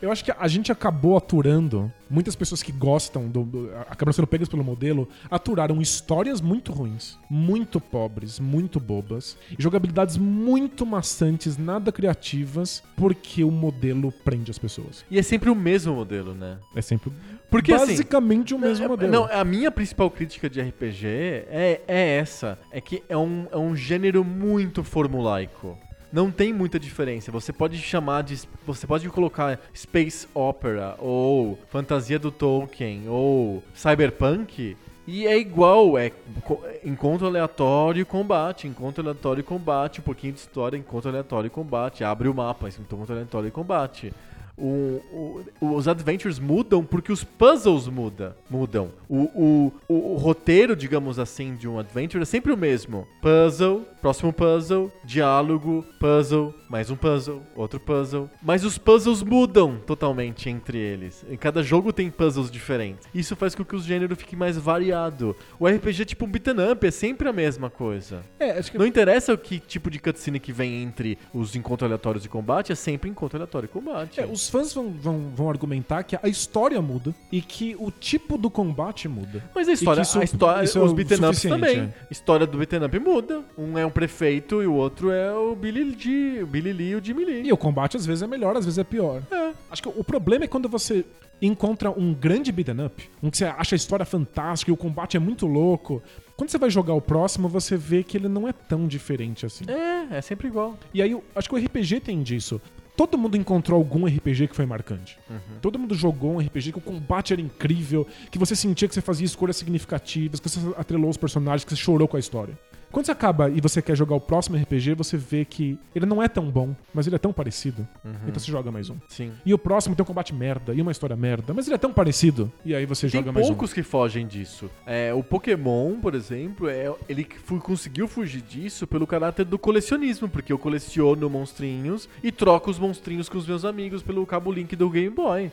Speaker 2: Eu acho que a gente acabou aturando, muitas pessoas que gostam, do, do- acabam sendo pegas pelo modelo, aturaram histórias muito ruins, muito pobres, muito bobas, e jogabilidades muito maçantes, nada criativas, porque o modelo prende as pessoas.
Speaker 1: E é sempre o mesmo modelo, né?
Speaker 2: É sempre
Speaker 1: Porque, assim,
Speaker 2: basicamente o mesmo
Speaker 1: É,
Speaker 2: modelo.
Speaker 1: Não, a minha principal crítica de RPG é, é essa. É que é um, é um gênero muito formulaico. Não tem muita diferença. Você pode chamar de. Você pode colocar Space Opera, ou Fantasia do Tolkien, ou Cyberpunk. E é igual, é co- encontro aleatório e combate, encontro aleatório e combate, um pouquinho de história, encontro aleatório e combate, abre o mapa, encontro aleatório e combate. O- o- os adventures mudam porque os puzzles muda, mudam. O, o- o- o roteiro, digamos assim, de um adventure é sempre o mesmo. Puzzle, próximo puzzle, diálogo, puzzle, mais um puzzle, outro puzzle. Mas os puzzles mudam totalmente entre eles. Em cada jogo tem puzzles diferentes. Isso faz com que o gênero fique mais variado. O RPG é tipo um beat'em up, é sempre a mesma coisa.
Speaker 2: É, acho que
Speaker 1: Não interessa o que tipo de cutscene que vem entre os encontros aleatórios e combate, é sempre encontro aleatório e combate.
Speaker 2: É, os fãs vão, vão, vão argumentar que a história muda e que o tipo do combate muda.
Speaker 1: Mas a história,
Speaker 2: E que isso-
Speaker 1: a história
Speaker 2: isso é
Speaker 1: os
Speaker 2: o
Speaker 1: beaten ups
Speaker 2: suficiente,
Speaker 1: também.
Speaker 2: é.
Speaker 1: A história do beaten up muda. Um é um prefeito e o outro é o Billy, G, o Billy Lee e o Jimmy Lee.
Speaker 2: E o combate às vezes é melhor, às vezes é pior.
Speaker 1: É.
Speaker 2: Acho que o problema é quando você encontra um grande beat'em up, um que você acha a história fantástica e o combate é muito louco. Quando você vai jogar o próximo, você vê que ele não é tão diferente assim.
Speaker 1: É, é sempre igual.
Speaker 2: E aí, eu acho que o RPG tem disso. Todo mundo encontrou algum RPG que foi marcante. Todo mundo jogou um RPG que o combate era incrível, que você sentia que você fazia escolhas significativas, que você atrelou os personagens, que você chorou com a história. Quando você acaba e você quer jogar o próximo RPG, você vê que ele não é tão bom, mas ele é tão parecido. Então você joga mais um.
Speaker 1: Sim.
Speaker 2: E o próximo tem um combate merda e uma história merda, mas ele é tão parecido. E aí você
Speaker 1: Tem
Speaker 2: joga mais um.
Speaker 1: poucos que fogem disso. É, o Pokémon, por exemplo, é, ele que fu- conseguiu fugir disso pelo caráter do colecionismo, porque eu coleciono monstrinhos e troco os monstrinhos com os meus amigos pelo cabo link do Game Boy.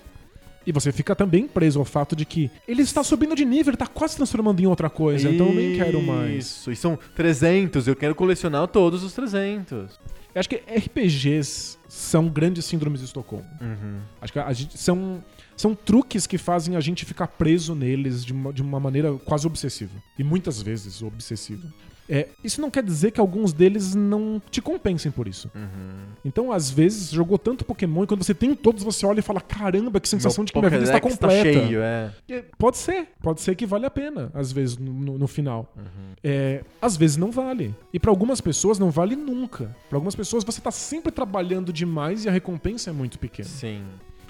Speaker 2: E você fica também preso ao fato de que ele está subindo de nível, ele está quase se transformando em outra coisa, então eu nem quero mais.
Speaker 1: Isso, e são 300, eu quero colecionar todos os 300.
Speaker 2: Eu acho que RPGs são grandes síndromes de Estocolmo.
Speaker 1: Uhum.
Speaker 2: Acho que a gente, são, são truques que fazem a gente ficar preso neles de uma, de uma maneira quase obsessiva. E muitas vezes obsessiva. É, isso não quer dizer que alguns deles não te compensem por isso.
Speaker 1: Uhum.
Speaker 2: Então, às vezes, jogou tanto Pokémon e quando você tem todos, você olha e fala: caramba, que sensação de que minha vida está
Speaker 1: Pokédex
Speaker 2: completa.
Speaker 1: Tá cheio, é.
Speaker 2: É, Pode ser, pode ser que vale a pena, às vezes, no, no- no final. É, às vezes não vale. E pra algumas pessoas não vale nunca. Pra algumas pessoas você tá sempre trabalhando demais e a recompensa é muito pequena.
Speaker 1: Sim.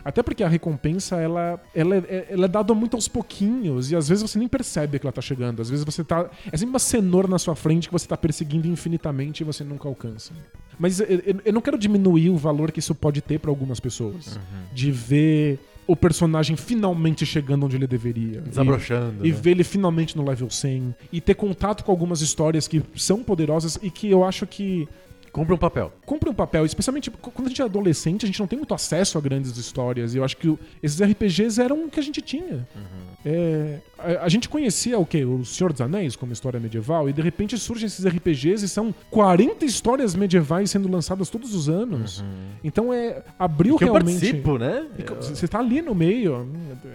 Speaker 2: Até porque a recompensa, ela, ela, é, ela é dada muito aos pouquinhos. E às vezes você nem percebe que ela tá chegando. Às vezes você tá. É sempre uma cenoura na sua frente que você tá perseguindo infinitamente e você nunca alcança. Mas eu, eu- eu não quero diminuir o valor que isso pode ter pra algumas pessoas. De ver o personagem finalmente chegando onde ele deveria. E-
Speaker 1: Desabrochando.
Speaker 2: e
Speaker 1: né?
Speaker 2: ver ele finalmente no level 100 e ter contato com algumas histórias que são poderosas e que eu acho que
Speaker 1: Cumpre um papel.
Speaker 2: cumpre um papel, especialmente qu- quando a gente é adolescente, a gente não tem muito acesso a grandes histórias e eu acho que o- esses RPGs eram o que a gente tinha.
Speaker 1: Uhum.
Speaker 2: É, a, a gente conhecia o que O Senhor dos Anéis como história medieval e de repente surgem esses RPGs e são 40 histórias medievais sendo lançadas todos os anos. Então é abriu
Speaker 1: Uhum. Que eu
Speaker 2: realmente
Speaker 1: participo, né?
Speaker 2: é que
Speaker 1: Eu-
Speaker 2: Você tá ali no meio.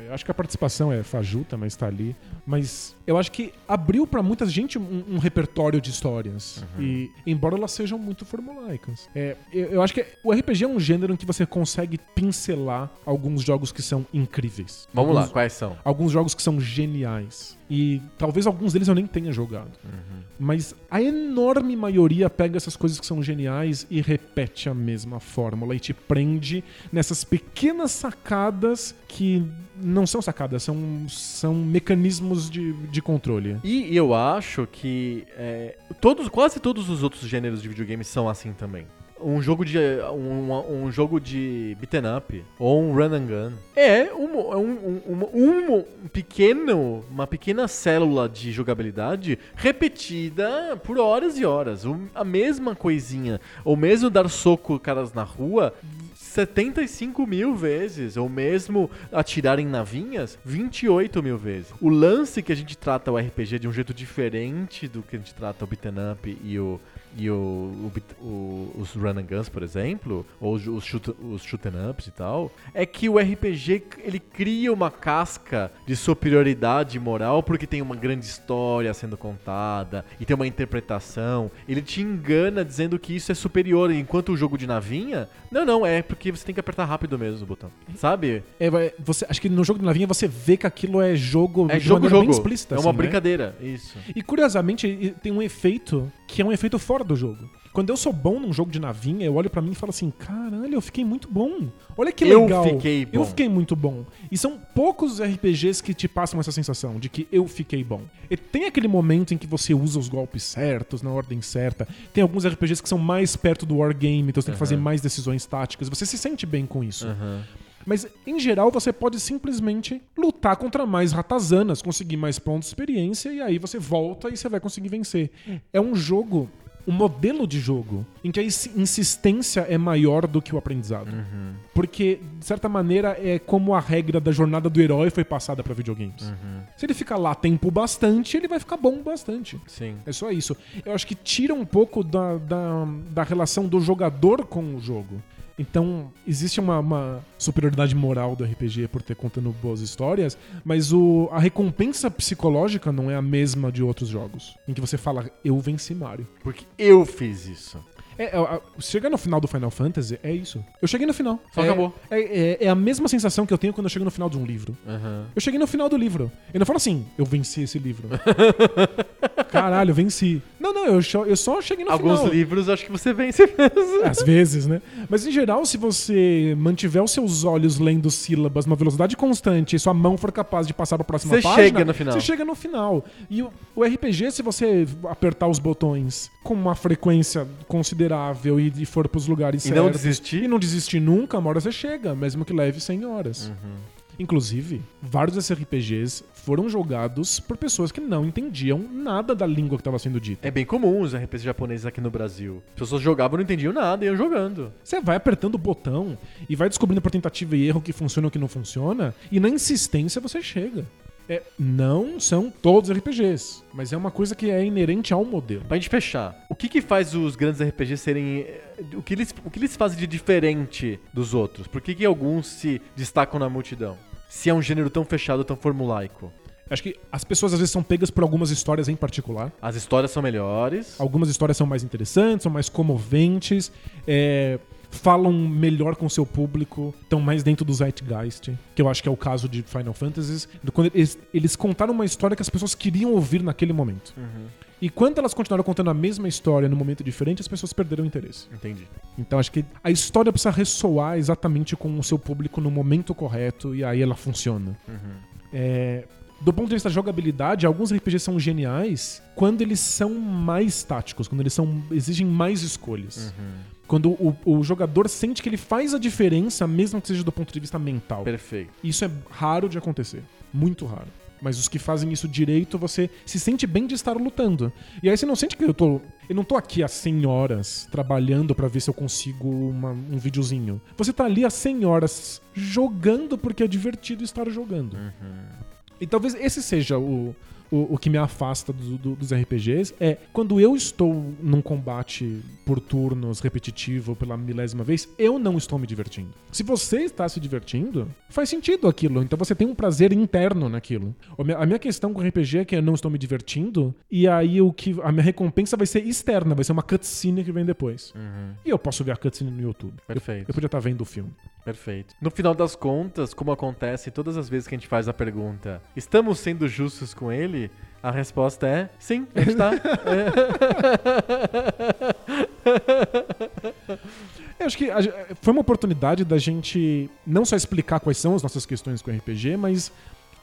Speaker 2: Eu Acho que a participação é fajuta, mas tá ali. Mas eu acho que abriu pra muita gente um, um repertório de histórias.
Speaker 1: Uhum.
Speaker 2: E embora elas sejam muito formulaicas. É, eu, eu acho que o RPG é um gênero em que você consegue pincelar alguns jogos que são incríveis.
Speaker 1: Vamos lá,
Speaker 2: alguns,
Speaker 1: quais são?
Speaker 2: Alguns jogos que são geniais. E talvez alguns deles eu nem tenha jogado.
Speaker 1: Uhum.
Speaker 2: Mas a enorme maioria pega essas coisas que são geniais e repete a mesma fórmula e te prende nessas pequenas sacadas que não são sacadas, são, são mecanismos de, de controle.
Speaker 1: E eu acho que é, todos, quase todos os outros gêneros de videogame são assim também. um jogo de um, um jogo de beaten up ou um run and gun é um, um, um, um pequeno uma pequena célula de jogabilidade repetida por horas e horas Um- a mesma coisinha ou mesmo dar soco caras na rua 75 mil vezes, ou mesmo atirar em navinhas 28 mil vezes. O lance que a gente trata o RPG de um jeito diferente do que a gente trata o beat'em up e o e o, o beat- o- os run and guns, por exemplo, ou os, os shoot, os shoot 'em ups e tal, é que o RPG ele cria uma casca de superioridade moral porque tem uma grande história sendo contada e tem uma interpretação. Ele te engana dizendo que isso é superior, enquanto o jogo de navinha, não, não, é porque você tem que apertar rápido mesmo o botão, sabe?
Speaker 2: É, vai- você, acho que no jogo de navinha você vê que aquilo é jogo
Speaker 1: É
Speaker 2: de
Speaker 1: jogo
Speaker 2: maneira
Speaker 1: jogo,
Speaker 2: bem explícita.
Speaker 1: é uma
Speaker 2: assim, né?
Speaker 1: brincadeira, isso.
Speaker 2: E curiosamente, e- tem um efeito que é um efeito fora do jogo. Quando eu sou bom num jogo de navinha, eu olho pra mim e falo assim: caralho, eu fiquei muito bom. Olha que
Speaker 1: Eu
Speaker 2: legal.
Speaker 1: fiquei bom."
Speaker 2: Eu fiquei muito bom. E são poucos RPGs que te passam essa sensação de que eu fiquei bom. E tem aquele momento em que você usa os golpes certos, na ordem certa. Tem alguns RPGs que são mais perto do wargame, então você tem que fazer mais decisões táticas. Você se sente bem com isso. Mas, em geral, você pode simplesmente lutar contra mais ratazanas, conseguir mais pontos de experiência, e aí você volta e você vai conseguir vencer. É um jogo, um modelo de jogo, em que a ins- insistência é maior do que o aprendizado. Porque, de certa maneira, é como a regra da jornada do herói foi passada pra videogames. Se ele ficar lá tempo bastante, ele vai ficar bom bastante.
Speaker 1: Sim.
Speaker 2: É só isso. Eu acho que tira um pouco da, da, da relação do jogador com o jogo. Então, existe uma, uma superioridade moral do RPG por ter contando boas histórias, mas o, a recompensa psicológica não é a mesma de outros jogos. Em que você fala, eu venci Mario.
Speaker 1: Porque eu fiz isso.
Speaker 2: É, é, a- chegar no final do Final Fantasy é isso. Eu cheguei no final.
Speaker 1: Só
Speaker 2: É-
Speaker 1: acabou.
Speaker 2: É, é- é a mesma sensação que eu tenho quando eu chego no final de um livro.
Speaker 1: Aham.
Speaker 2: Eu cheguei no final do livro. Eu não falo assim, eu venci esse livro. Caralho, eu venci. Não, não, eu, cho- eu só cheguei no
Speaker 1: Alguns
Speaker 2: final.
Speaker 1: livros acho que você vence mesmo.
Speaker 2: Às vezes, né? Mas em geral, se você mantiver os seus olhos lendo sílabas numa velocidade constante e sua mão for capaz de passar para a próxima
Speaker 1: Você
Speaker 2: página,
Speaker 1: chega no final.
Speaker 2: você chega no final. E o, o RPG, se você apertar os botões com uma frequência considerável e, e for para os lugares
Speaker 1: E
Speaker 2: certos
Speaker 1: não desistir?
Speaker 2: e não desistir né? nunca, uma hora você chega, mesmo que leve 100 horas. Inclusive, vários desses RPGs foram jogados por pessoas que não entendiam nada da língua que estava sendo dita.
Speaker 1: É bem comum os RPGs japoneses aqui no Brasil. As pessoas jogavam e não entendiam nada, iam jogando.
Speaker 2: Você vai apertando o botão e vai descobrindo por tentativa e erro o que funciona e o que não funciona, e na insistência você chega. É, não são todos RPGs, mas é uma coisa que é inerente ao modelo.
Speaker 1: Pra gente fechar, o que que faz os grandes RPGs serem... eh, O que eles, o que eles fazem de diferente dos outros? Por que que alguns se destacam na multidão? Se é um gênero tão fechado, tão formulaico.
Speaker 2: Acho que as pessoas às vezes são pegas por algumas histórias em particular.
Speaker 1: As histórias são melhores.
Speaker 2: Algumas histórias são mais interessantes, são mais comoventes, é, falam melhor com o seu público, estão mais dentro do zeitgeist, que eu acho que é o caso de Final Fantasies, do- quando eles, eles contaram uma história que as pessoas queriam ouvir naquele momento. E quando elas continuaram contando a mesma história num momento diferente, as pessoas perderam o interesse.
Speaker 1: Entendi.
Speaker 2: Então acho que a história precisa ressoar exatamente com o seu público no momento correto e aí ela funciona. É, do ponto de vista da jogabilidade, alguns RPGs são geniais quando eles são mais táticos, quando eles são exigem mais escolhas. Quando o, o jogador sente que ele faz a diferença, mesmo que seja do ponto de vista mental.
Speaker 1: Perfeito.
Speaker 2: Isso é raro de acontecer. Muito raro. Mas os que fazem isso direito, você se sente bem de estar lutando. E aí você não sente que eu tô. Eu não tô aqui há 100 horas trabalhando pra ver se eu consigo uma- um videozinho. Você tá ali há 100 horas jogando porque é divertido estar jogando. E talvez esse seja o, o, o que me afasta do- do- dos RPGs. É quando eu estou num combate por turnos repetitivo pela milésima vez, eu não estou me divertindo. Se você está se divertindo, faz sentido aquilo. Então você tem um prazer interno naquilo. O minha- A minha questão com RPG é que eu não estou me divertindo, e aí o que a minha recompensa vai ser externa, vai ser uma cutscene que vem depois. E eu posso ver a cutscene no YouTube.
Speaker 1: Perfeito.
Speaker 2: Eu podia estar vendo o filme.
Speaker 1: Perfeito. No final das contas, como acontece todas as vezes que a gente faz a pergunta, estamos sendo justos com ele? A resposta é sim, a gente tá.
Speaker 2: Eu É, acho que a ge- foi uma oportunidade da gente não só explicar quais são as nossas questões com o RPG, mas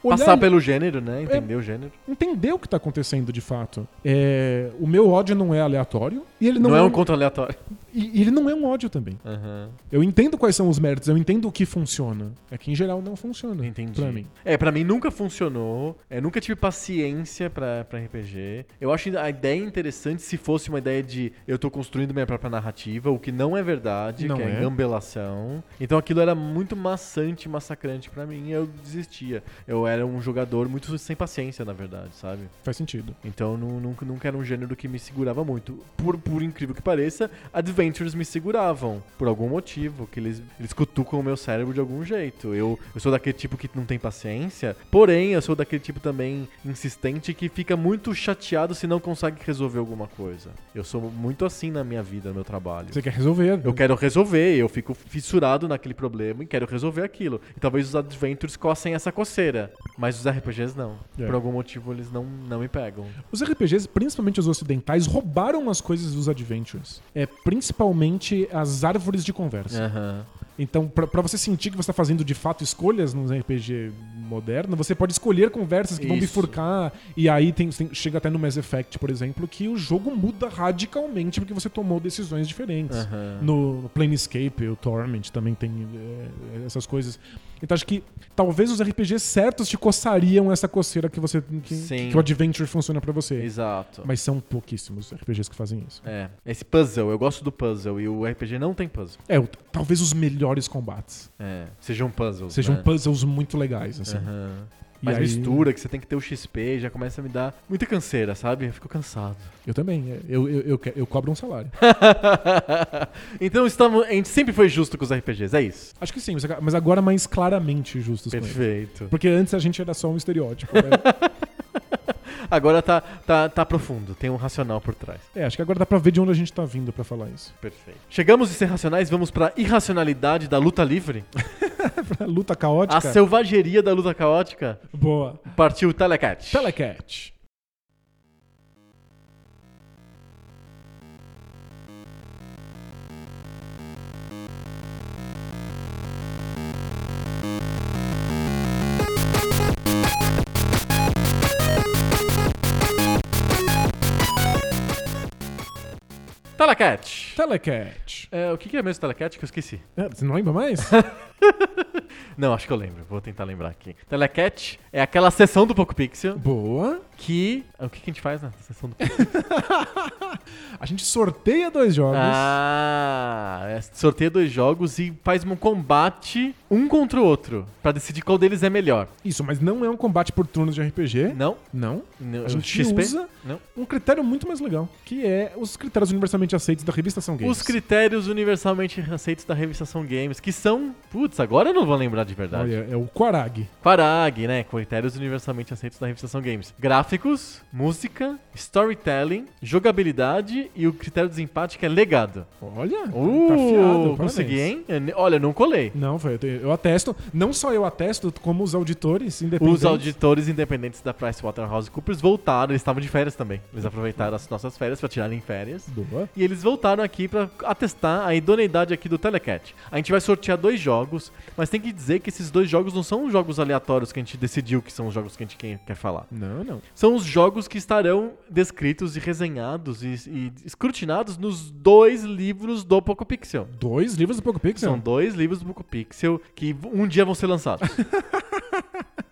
Speaker 2: olhar,
Speaker 1: Passar pelo gênero, né?
Speaker 2: É,
Speaker 1: Entender o gênero.
Speaker 2: entender o que tá acontecendo de fato. É, o meu ódio não é aleatório e ele
Speaker 1: Não, um
Speaker 2: não,
Speaker 1: é um conto aleatório.
Speaker 2: E, e ele não é um ódio também.
Speaker 1: Aham.
Speaker 2: Eu entendo quais são os méritos, eu entendo o que funciona. É que em geral não funciona.
Speaker 1: Entendi.
Speaker 2: Pra mim.
Speaker 1: É, pra mim nunca funcionou. Eu nunca tive paciência pra, pra RPG. Eu acho a ideia interessante se fosse uma ideia de eu tô construindo minha própria narrativa, o que não é verdade,
Speaker 2: Não
Speaker 1: que é,
Speaker 2: é.
Speaker 1: gambelação. Então aquilo era muito maçante, massacrante pra mim e eu desistia. Eu era um jogador muito sem paciência, na verdade, sabe?
Speaker 2: Faz sentido.
Speaker 1: Então nu- nunca, nunca era um gênero que me segurava muito. Por, por incrível que pareça, adventures me seguravam. Por algum motivo, que eles, eles cutucam o meu cérebro de algum jeito. Eu, eu sou daquele tipo que não tem paciência, porém eu sou daquele tipo também insistente que fica muito chateado se não consegue resolver alguma coisa. Eu sou muito assim na minha vida, no meu trabalho.
Speaker 2: Você quer resolver.
Speaker 1: Eu quero resolver, eu fico fissurado naquele problema e quero resolver aquilo. E talvez os adventures cossem essa coceira, mas os RPGs não.
Speaker 2: É.
Speaker 1: Por algum motivo eles não, não me pegam.
Speaker 2: Os RPGs, principalmente os ocidentais, roubaram as coisas dos adventures. É principalmente as árvores de conversa.
Speaker 1: Aham.
Speaker 2: Então, pra pra você sentir que você tá fazendo de fato escolhas num RPG moderno, você pode escolher conversas que vão
Speaker 1: Isso.
Speaker 2: bifurcar. E aí tem- tem- chega até no Mass Effect, por exemplo, que o jogo muda radicalmente porque você tomou decisões diferentes.
Speaker 1: Aham.
Speaker 2: No, no Planescape, o Torment também tem é, essas coisas. Então acho que talvez os RPGs certos te coçariam essa coceira que você que,
Speaker 1: Sim.
Speaker 2: que o Adventure funciona pra você.
Speaker 1: Exato.
Speaker 2: Mas são pouquíssimos RPGs que fazem isso.
Speaker 1: É, esse puzzle, eu gosto do puzzle e o RPG não tem puzzle.
Speaker 2: É, o- talvez os melhores combates
Speaker 1: É, sejam puzzles.
Speaker 2: sejam
Speaker 1: né?
Speaker 2: puzzles muito legais, assim.
Speaker 1: Aham.
Speaker 2: um E
Speaker 1: Mas
Speaker 2: aí-
Speaker 1: mistura que você tem que ter o XP já começa a me dar muita canseira, sabe? Eu fico cansado.
Speaker 2: Eu também, é, eu, eu, eu, que- eu cobro um salário.
Speaker 1: então estamos, a gente sempre foi justo com os RPGs, é isso.
Speaker 2: Acho que sim, mas aga- mas agora mais claramente justos com ele.
Speaker 1: Perfeito.
Speaker 2: Porque antes a gente era só um estereótipo. né?
Speaker 1: Agora tá, tá, tá profundo, tem um racional por trás.
Speaker 2: é, acho que agora dá pra ver de onde a gente tá vindo pra falar isso.
Speaker 1: Perfeito. Chegamos de ser racionais, vamos pra irracionalidade da luta livre.
Speaker 2: Luta
Speaker 1: A
Speaker 2: caótica.
Speaker 1: selvageria da luta caótica.
Speaker 2: Boa.
Speaker 1: Partiu Telecat.
Speaker 2: Telecat.
Speaker 1: Telecat.
Speaker 2: Telecat.
Speaker 1: É, o que que é mesmo Telecat que eu esqueci?
Speaker 2: É, você não lembra mais?
Speaker 1: Não, acho que eu lembro. Vou tentar lembrar aqui. Telecat é aquela sessão do Poco Pixel
Speaker 2: Boa.
Speaker 1: que. O que, que a gente faz na sessão do Poco
Speaker 2: A gente sorteia dois jogos.
Speaker 1: Ah, é, sorteia dois jogos e faz um combate um contra o outro pra decidir qual deles é melhor.
Speaker 2: Isso, mas não é um combate por turnos de RPG.
Speaker 1: Não?
Speaker 2: Não.
Speaker 1: Não,
Speaker 2: A gente
Speaker 1: XP?
Speaker 2: usa
Speaker 1: Não.
Speaker 2: um critério muito mais legal, que é os critérios universalmente aceitos da revista São Games.
Speaker 1: Os critérios universalmente aceitos da revistação Games, que são. Putz, agora eu não vou lembrar de verdade.
Speaker 2: Olha, é o Quarag.
Speaker 1: Parag, né? Critérios universalmente aceitos na revistação Games. Gráficos, música, storytelling, jogabilidade e o critério de desempate que é legado.
Speaker 2: Olha, tá
Speaker 1: Uh,
Speaker 2: afiado.
Speaker 1: consegui,
Speaker 2: parabéns.
Speaker 1: hein? Eu ne- Olha, eu não colei.
Speaker 2: Não, foi, eu te- eu atesto. Não só eu atesto, como os auditores independentes.
Speaker 1: Os auditores independentes da PricewaterhouseCoopers voltaram, eles estavam de férias também. Eles aproveitaram as nossas férias pra tirarem férias.
Speaker 2: Boa.
Speaker 1: E eles voltaram aqui pra atestar a idoneidade aqui do Telecat. A gente vai sortear dois jogos, mas tem que dizer que esses dois jogos não são jogos aleatórios que a gente decidiu que são os jogos que a gente quer quer falar.
Speaker 2: Não, não.
Speaker 1: são os jogos que estarão descritos e resenhados e, e escrutinados nos dois livros do Poco Pixel.
Speaker 2: Dois livros do Poco Pixel.
Speaker 1: São dois livros do Poco Pixel que um dia vão ser lançados.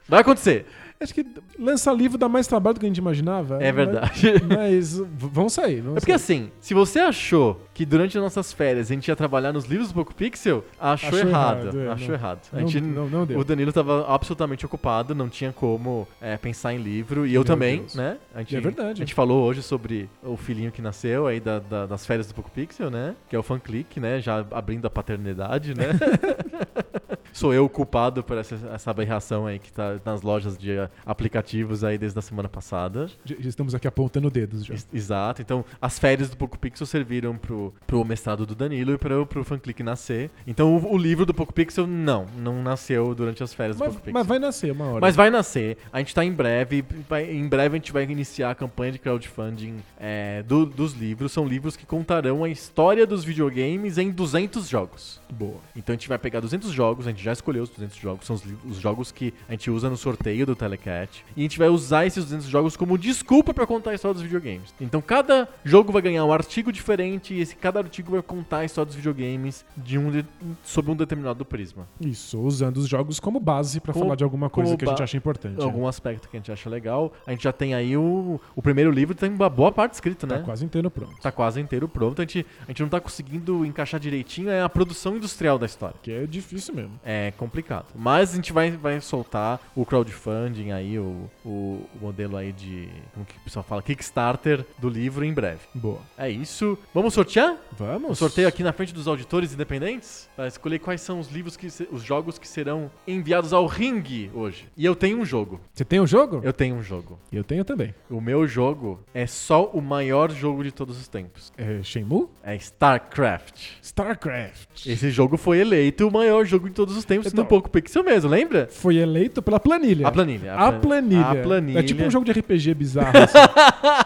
Speaker 1: Vai acontecer,
Speaker 2: Acho que lançar livro dá mais trabalho do que a gente imaginava.
Speaker 1: é verdade.
Speaker 2: Mas, mas v- vão sair, vão
Speaker 1: É porque
Speaker 2: sair.
Speaker 1: assim, se você achou que durante as nossas férias a gente ia trabalhar nos livros do Poco Pixel, achou,
Speaker 2: Achou
Speaker 1: errado.
Speaker 2: errado, é,
Speaker 1: achou
Speaker 2: não.
Speaker 1: errado. assim, A
Speaker 2: Não-
Speaker 1: gente-
Speaker 2: não- não deu.
Speaker 1: O Danilo tava absolutamente ocupado, não tinha como é, pensar em livro. E eu
Speaker 2: Meu
Speaker 1: também,
Speaker 2: Deus.
Speaker 1: né? A gente,
Speaker 2: É verdade.
Speaker 1: A gente falou hoje sobre o filhinho que nasceu aí da- da- das férias do Poco Pixel, né? Que é o fan click, né? Já abrindo a paternidade, né? Sou eu o culpado por essa, essa aberração aí que tá nas lojas de ah, aplicativos aí desde a semana passada.
Speaker 2: Já- já Estamos aqui apontando dedos já.
Speaker 1: Ex- Exato. Então, as férias do Poco Pixel serviram pro, pro mestrado do Danilo e pro, pro fanclick nascer. Então, o, o livro do Poco Pixel, não. Não nasceu durante as férias do
Speaker 2: Mas,
Speaker 1: Poco Pixel.
Speaker 2: mas vai nascer uma hora.
Speaker 1: Mas vai nascer. A gente tá em breve. vai- em breve a gente vai iniciar a campanha de crowdfunding é, do- dos livros. São livros que contarão a história dos videogames em 200 jogos.
Speaker 2: Boa.
Speaker 1: Então a gente vai pegar 200 jogos, a gente já escolheu os 200 jogos, são os, li- os jogos que a gente usa no sorteio do Telecat. E a gente vai usar esses 200 jogos como desculpa pra contar a história dos videogames. Então cada jogo vai ganhar um artigo diferente e esse, cada artigo vai contar a história dos videogames de um de- sob um determinado prisma.
Speaker 2: Isso, usando os jogos como base pra
Speaker 1: Como-
Speaker 2: falar de alguma coisa
Speaker 1: como
Speaker 2: que a gente
Speaker 1: ba-
Speaker 2: acha importante. É.
Speaker 1: Algum aspecto que a gente acha legal. A gente já tem aí o, o primeiro livro, tem uma boa parte escrita,
Speaker 2: é. Tá
Speaker 1: né?
Speaker 2: quase inteiro pronto.
Speaker 1: Tá quase inteiro pronto. A gente, a gente não tá conseguindo encaixar direitinho é a produção industrial da história.
Speaker 2: Que é difícil mesmo.
Speaker 1: É complicado. Mas a gente vai, vai soltar o crowdfunding aí, o, o, o modelo aí de. Como que o pessoal fala? Kickstarter do livro em breve.
Speaker 2: Boa.
Speaker 1: É isso. Vamos sortear?
Speaker 2: Vamos.
Speaker 1: Um sorteio aqui na frente dos auditores independentes para escolher quais são os livros que se- os jogos que serão enviados ao ringue hoje. E eu tenho um jogo.
Speaker 2: Você tem o jogo?
Speaker 1: Eu tenho um jogo.
Speaker 2: Eu tenho também.
Speaker 1: O meu jogo é só o maior jogo de todos os tempos.
Speaker 2: É Shenmue?
Speaker 1: É StarCraft.
Speaker 2: StarCraft.
Speaker 1: Esse jogo foi eleito o maior jogo de todos os tempos
Speaker 2: Então-
Speaker 1: no Poco Pixel mesmo, lembra?
Speaker 2: Foi eleito pela planilha.
Speaker 1: A planilha.
Speaker 2: A
Speaker 1: plan-
Speaker 2: planilha.
Speaker 1: A planilha.
Speaker 2: É tipo um jogo de RPG bizarro. assim.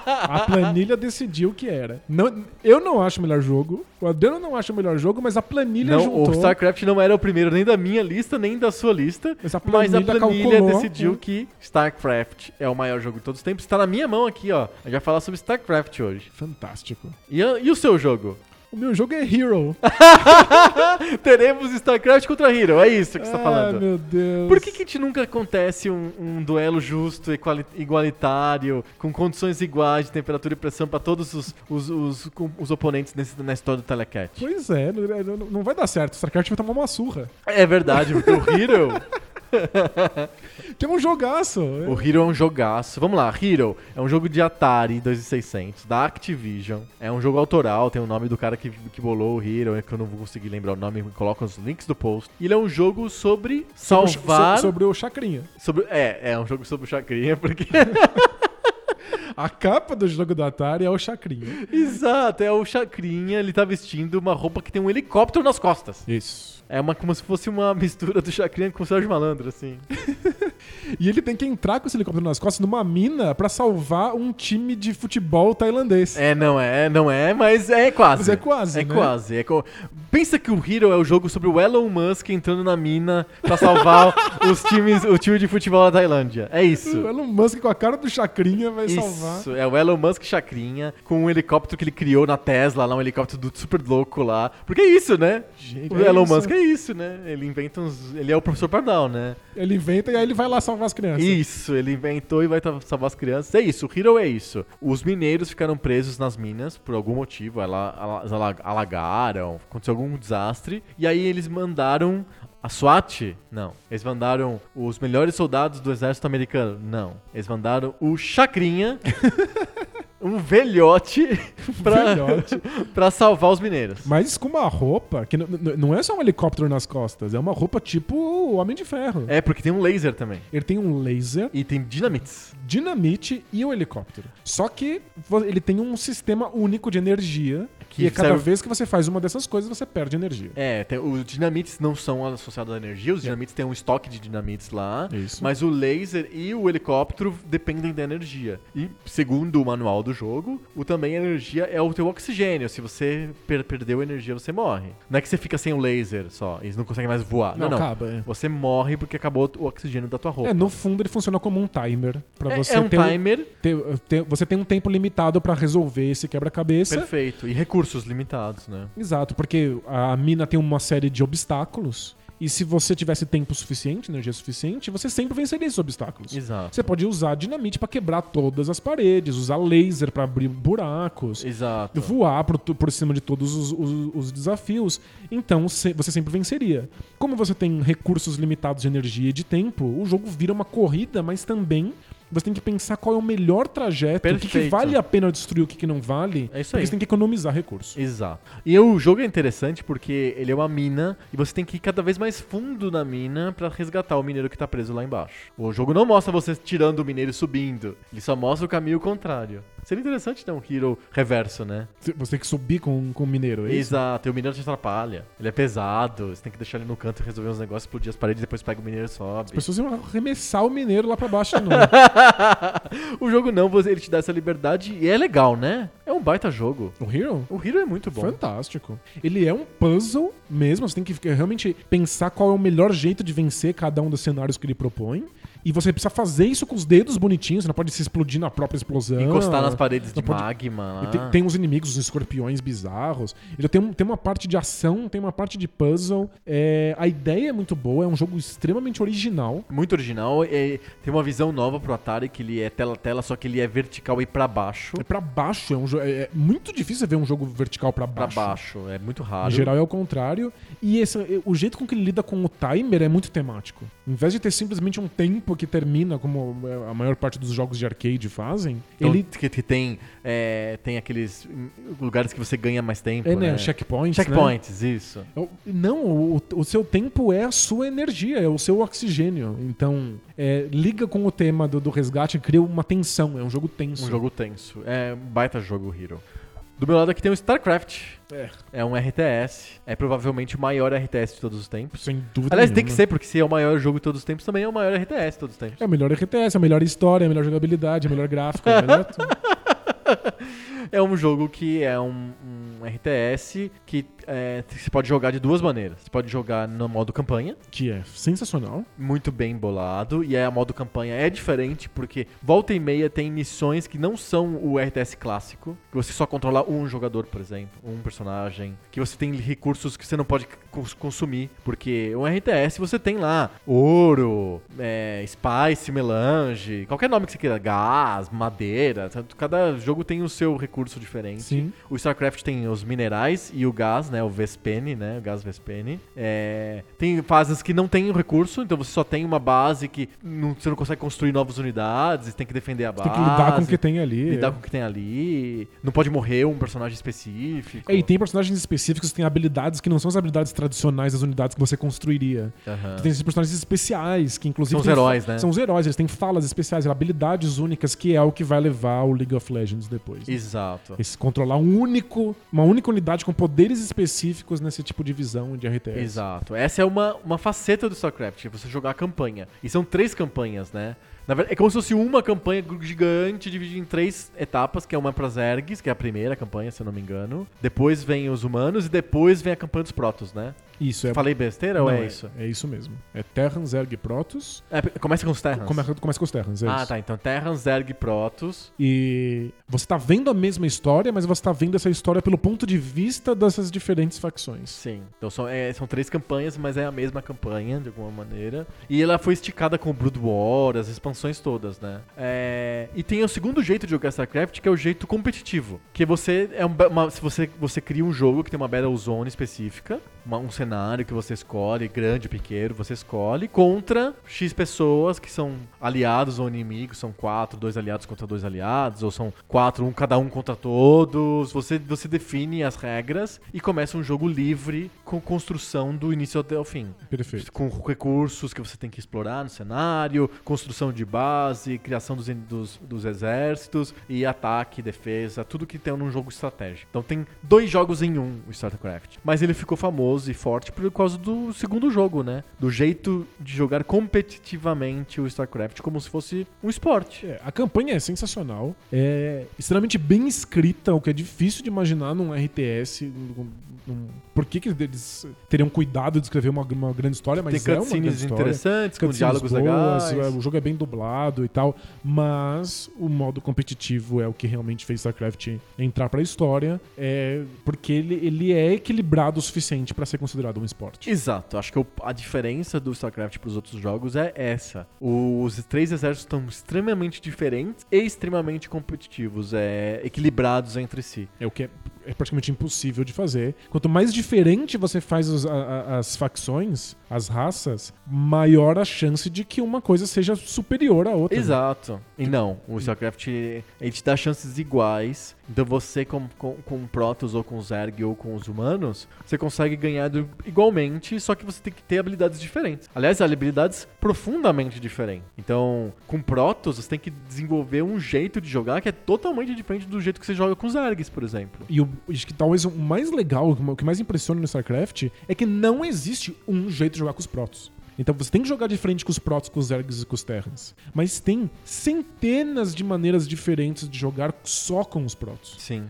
Speaker 2: a planilha decidiu que era. Não, eu não acho o melhor jogo. O Adriano não acha o melhor jogo, mas a planilha
Speaker 1: Não,
Speaker 2: juntou.
Speaker 1: o StarCraft não era o primeiro nem da minha lista, nem da sua lista.
Speaker 2: Mas a
Speaker 1: Mas a
Speaker 2: planilha
Speaker 1: planilha
Speaker 2: calculou.
Speaker 1: decidiu que StarCraft é o maior jogo de todos os tempos. Está na minha mão aqui, ó. A gente vai falar sobre StarCraft hoje.
Speaker 2: Fantástico.
Speaker 1: E, a- e o seu jogo?
Speaker 2: O meu jogo é Hero.
Speaker 1: Teremos StarCraft contra Hero. É isso que você está
Speaker 2: Ah,
Speaker 1: falando.
Speaker 2: meu Deus.
Speaker 1: Por que, que a gente nunca acontece um, um duelo justo, equali- igualitário, com condições iguais de temperatura e pressão para todos os, os, os, com- os oponentes nesse- na história do Telecat?
Speaker 2: Pois é, não, não- não vai dar certo. O StarCraft vai tomar uma surra.
Speaker 1: É verdade, porque o Hero
Speaker 2: Que é um jogaço.
Speaker 1: O Hero é um jogaço. Vamos lá, Hero é um jogo de Atari 2600, da Activision. É um jogo autoral, tem o nome do cara que, que bolou o Hero, é que eu não vou conseguir lembrar o nome, coloca os links do post. E Ele é um jogo sobre salvar.
Speaker 2: So-
Speaker 1: Sobre,
Speaker 2: sobre o Chacrinha.
Speaker 1: é, é um jogo sobre o Chacrinha, porque.
Speaker 2: A capa do jogo do Atari é o Chacrinha.
Speaker 1: Exato, é o Chacrinha, ele tá vestindo uma roupa que tem um helicóptero nas costas.
Speaker 2: Isso.
Speaker 1: É uma, como se fosse uma mistura do Chacrinha com o Sérgio Malandro, assim.
Speaker 2: E ele tem que entrar com esse helicóptero nas costas numa mina pra salvar um time de futebol tailandês.
Speaker 1: É, não é, não é, mas é quase.
Speaker 2: Mas é quase,
Speaker 1: É
Speaker 2: né?
Speaker 1: quase. é co- Pensa que o Hero é o jogo sobre o Elon Musk entrando na mina pra salvar os times, o time de futebol da Tailândia. É
Speaker 2: O
Speaker 1: isso.
Speaker 2: Elon Musk com a cara do Chacrinha vai salvar.
Speaker 1: Isso, é o Elon Musk chacrinha com um helicóptero que ele criou na Tesla, lá um helicóptero do super louco lá. Porque é isso, né?
Speaker 2: Gente,
Speaker 1: o
Speaker 2: é
Speaker 1: Elon
Speaker 2: isso.
Speaker 1: Musk é isso, né? Ele inventa uns. Ele é o professor Pardal, né?
Speaker 2: Ele inventa e aí ele vai lá salvar as crianças.
Speaker 1: Isso, ele inventou e vai tra- salvar as crianças. É isso, o Hero é isso. Os mineiros ficaram presos nas minas por algum motivo, ela- ela- elas ala- alagaram, aconteceu algum desastre. E aí eles mandaram a SWAT? Não. Eles mandaram os melhores soldados do exército americano? Não. Eles mandaram o Chacrinha, um velhote, pra,
Speaker 2: Velhote.
Speaker 1: pra salvar os mineiros.
Speaker 2: Mas com uma roupa que n- n- não é só um helicóptero nas costas, é uma roupa tipo o Homem de Ferro.
Speaker 1: É, porque tem um laser também.
Speaker 2: Ele tem um laser,
Speaker 1: E tem dinamites.
Speaker 2: dinamite e um helicóptero. Só que vo- ele tem um sistema único de energia
Speaker 1: Que
Speaker 2: e cada
Speaker 1: serve-
Speaker 2: vez que você faz uma dessas coisas, você perde energia.
Speaker 1: É, tem- os dinamites não são associados à energia, os dinamites têm um estoque de dinamites lá,
Speaker 2: É. Isso.
Speaker 1: mas o laser e o helicóptero dependem da energia. E, segundo o manual do jogo, o também a energia é o teu oxigênio. Se você per- perdeu a energia, você morre. Não é que você fica sem o laser só, eles não conseguem mais voar. Não, não.
Speaker 2: acaba, é.
Speaker 1: Você morre porque acabou o oxigênio da tua roupa.
Speaker 2: É, no fundo ele funciona como um timer para
Speaker 1: É-
Speaker 2: você
Speaker 1: é um
Speaker 2: ter, um-
Speaker 1: timer
Speaker 2: ter- ter- você tem um tempo limitado pra resolver esse quebra-cabeça.
Speaker 1: perfeito. E recursos limitados, né?
Speaker 2: Exato, porque a mina tem uma série de obstáculos. E se você tivesse tempo suficiente, energia suficiente, você sempre venceria esses obstáculos.
Speaker 1: Exato.
Speaker 2: Você pode usar dinamite pra quebrar todas as paredes, usar laser pra abrir buracos,
Speaker 1: Exato.
Speaker 2: voar por, tu- por cima de todos os, os- os desafios. Então se- você sempre venceria. Como você tem recursos limitados de energia e de tempo, o jogo vira uma corrida, mas também você tem que pensar qual é o melhor trajeto, o que que,
Speaker 1: Perfeito.
Speaker 2: vale a pena destruir, o que, que não vale.
Speaker 1: É isso
Speaker 2: porque
Speaker 1: aí.
Speaker 2: você tem que economizar recursos.
Speaker 1: Exato. E o jogo é interessante porque ele é uma mina e você tem que ir cada vez mais fundo na mina pra resgatar o mineiro que tá preso lá embaixo. O jogo não mostra você tirando o mineiro e subindo. Ele só mostra o caminho contrário. Seria interessante ter um Hero reverso, né?
Speaker 2: Você tem que subir com, com o mineiro, é isso?
Speaker 1: Exato, e o mineiro te atrapalha. Ele é pesado, você tem que deixar ele no canto e resolver uns negócios, explodir as paredes, depois pega o mineiro e sobe.
Speaker 2: As pessoas iam arremessar o mineiro lá pra baixo de novo.
Speaker 1: o jogo não, você- ele te dá essa liberdade e é legal, né? É um baita jogo.
Speaker 2: o Hero?
Speaker 1: O Hero é muito bom.
Speaker 2: Fantástico. Ele é um puzzle mesmo, você tem que ficar- realmente pensar qual é o melhor jeito de vencer cada um dos cenários que ele propõe. E você precisa fazer isso com os dedos bonitinhos, você não pode se explodir na própria explosão.
Speaker 1: Encostar nas paredes de
Speaker 2: Ah. não pode-
Speaker 1: magma.
Speaker 2: E
Speaker 1: lá.
Speaker 2: tem, tem uns inimigos, uns escorpiões bizarros. Ele tem, um- tem uma parte de ação, tem uma parte de puzzle. É, a ideia é muito boa, é um jogo extremamente original.
Speaker 1: Muito original. é- tem uma visão nova pro Atari, que ele é tela-tela, só que ele é vertical e pra baixo.
Speaker 2: É pra baixo, é, um jo- é- é muito difícil você ver um jogo vertical pra
Speaker 1: Pra
Speaker 2: baixo.
Speaker 1: baixo. É muito
Speaker 2: Em
Speaker 1: raro.
Speaker 2: geral é o contrário. E esse, o jeito com que ele lida com o timer é muito temático. Em vez de ter simplesmente um tempo que termina, como é, a maior parte dos jogos de arcade fazem,
Speaker 1: Então,
Speaker 2: ele.
Speaker 1: que, que tem, é, tem aqueles hum, lugares que você ganha mais tempo.
Speaker 2: É, né?
Speaker 1: né?
Speaker 2: Checkpoints. né?
Speaker 1: Checkpoints, isso.
Speaker 2: É o- Não, o, o seu tempo é a sua energia, é o seu oxigênio. Então, é, liga com o tema do, do resgate, cria uma tensão. É um jogo tenso.
Speaker 1: Um jogo tenso. É um baita jogo, Hero. Do meu lado aqui tem o StarCraft.
Speaker 2: É,
Speaker 1: É um RTS. É provavelmente o maior RTS de todos os tempos.
Speaker 2: sem dúvida.
Speaker 1: Aliás, tem que
Speaker 2: nenhuma.
Speaker 1: ser, porque se é o maior jogo de todos os tempos, também é o maior RTS de todos os tempos.
Speaker 2: É o melhor RTS, é a melhor história, é a melhor jogabilidade, é o melhor gráfico, é o melhor tudo.
Speaker 1: É um jogo que é um, um RTS que é, você pode jogar de duas maneiras. Você pode jogar no modo campanha,
Speaker 2: que é sensacional.
Speaker 1: muito bem bolado, e é a modo campanha é diferente porque volta e meia tem missões que não são o RTS clássico, que você só controla um jogador, por exemplo, um personagem, que você tem recursos que você não pode cons- consumir, porque um RTS você tem lá ouro, é, spice, melange, qualquer nome que você queira, gás, madeira, tanto- cada jogo tem o seu recurso diferente.
Speaker 2: Sim.
Speaker 1: O StarCraft tem os minerais e o gás, né? O Vespene, né? O gás Vespene. É, Tem fases que não tem o recurso, então você só tem uma base que não- você não consegue construir novas unidades, tem que defender a base.
Speaker 2: Tem que lidar com o que tem ali.
Speaker 1: Ah, lidar com o que tem ali. Não pode morrer um personagem específico.
Speaker 2: É, e tem personagens específicos, tem habilidades que não são as habilidades tradicionais das unidades que você construiria.
Speaker 1: Aham.
Speaker 2: Tem esses personagens especiais, que inclusive.
Speaker 1: São os
Speaker 2: tem-
Speaker 1: heróis, né?
Speaker 2: São os heróis, eles têm falas especiais, habilidades únicas, que é o que vai levar o League of Legends depois. né?
Speaker 1: Exato.
Speaker 2: Esse controlar um único, uma única unidade com poderes específicos nesse tipo de visão de RTS.
Speaker 1: Exato. Essa é uma, uma faceta do StarCraft, você jogar a campanha. E são três campanhas, né? Na verdade, é como se fosse uma campanha gigante dividida em três etapas, que é uma pras Ergs, que é a primeira campanha, se eu não me engano. Depois vem os humanos e depois vem a campanha dos Protoss, né?
Speaker 2: Isso é
Speaker 1: Falei besteira
Speaker 2: Não,
Speaker 1: ou é, isso?
Speaker 2: É isso mesmo. É Terrans, Erg, Protoss.
Speaker 1: É, começa com os Terrans.
Speaker 2: Começa, começa com os Terrans, é
Speaker 1: ah,
Speaker 2: isso.
Speaker 1: tá. Então Terrans, Zerg, Protoss.
Speaker 2: E você tá vendo a mesma história, mas você tá vendo essa história pelo ponto de vista dessas diferentes facções.
Speaker 1: Sim. Então são, é, são três campanhas, mas é a mesma campanha, de alguma maneira. E ela foi esticada com o Brood War, as expansões todas, né? É, e tem o segundo jeito de jogar StarCraft, que é o jeito competitivo. Que você é um ba- uma, se você, você cria um jogo que tem uma Battle Zone específica, uma- um cenário que você escolhe, grande, pequeno, você escolhe, contra X pessoas que são aliados ou inimigos, são quatro, dois aliados contra dois aliados, ou são quatro, um cada um contra todos. Você, você define as regras e começa um jogo livre com construção do início até o fim
Speaker 2: Perfeito.
Speaker 1: com recursos que você tem que explorar no cenário, construção de base, criação dos, dos, dos exércitos e ataque, defesa, tudo que tem num jogo estratégico. Então tem dois jogos em um, o StarCraft. Mas ele ficou famoso e forte por causa do segundo jogo, né? Do jeito de jogar competitivamente o StarCraft como se fosse um esporte.
Speaker 2: É, a campanha é sensacional, é extremamente bem escrita, o que é difícil de imaginar num RTS. num- num- por que, que eles teriam cuidado de escrever uma, uma grande história, mas
Speaker 1: tem
Speaker 2: é uma grande
Speaker 1: cutscenes
Speaker 2: história.
Speaker 1: interessantes, com
Speaker 2: cutscenes
Speaker 1: diálogos
Speaker 2: boas,
Speaker 1: legais.
Speaker 2: é, O jogo é bem dublado e tal, mas o modo competitivo é o que realmente fez StarCraft entrar pra história, é porque ele, ele é equilibrado o suficiente pra ser considerado um esporte.
Speaker 1: Exato, acho que o- a diferença do StarCraft para os outros jogos é essa. Os três exércitos estão extremamente diferentes e extremamente competitivos, é, equilibrados entre si.
Speaker 2: É o que é é praticamente impossível de fazer. Quanto mais diferente você faz os- a- a- as facções, as raças, maior a chance de que uma coisa seja superior à outra. né?
Speaker 1: Exato. E não,
Speaker 2: Hum.
Speaker 1: o StarCraft ele te dá chances iguais. Então você com, com, com Protoss ou com Zerg ou com os humanos, você consegue ganhar do- igualmente, só que você tem que ter habilidades diferentes. Aliás, habilidades profundamente diferentes. Então, com Protoss, você tem que desenvolver um jeito de jogar que é totalmente diferente do jeito que você joga com Zergs, por exemplo.
Speaker 2: E o, acho que talvez o mais legal, o que mais impressiona no StarCraft é que não existe um jeito de jogar com os Protoss. Então você tem que jogar de frente com os Protoss, com os Zergs e com os Terrans. Mas tem centenas de maneiras diferentes de jogar só com os Protoss.
Speaker 1: Sim.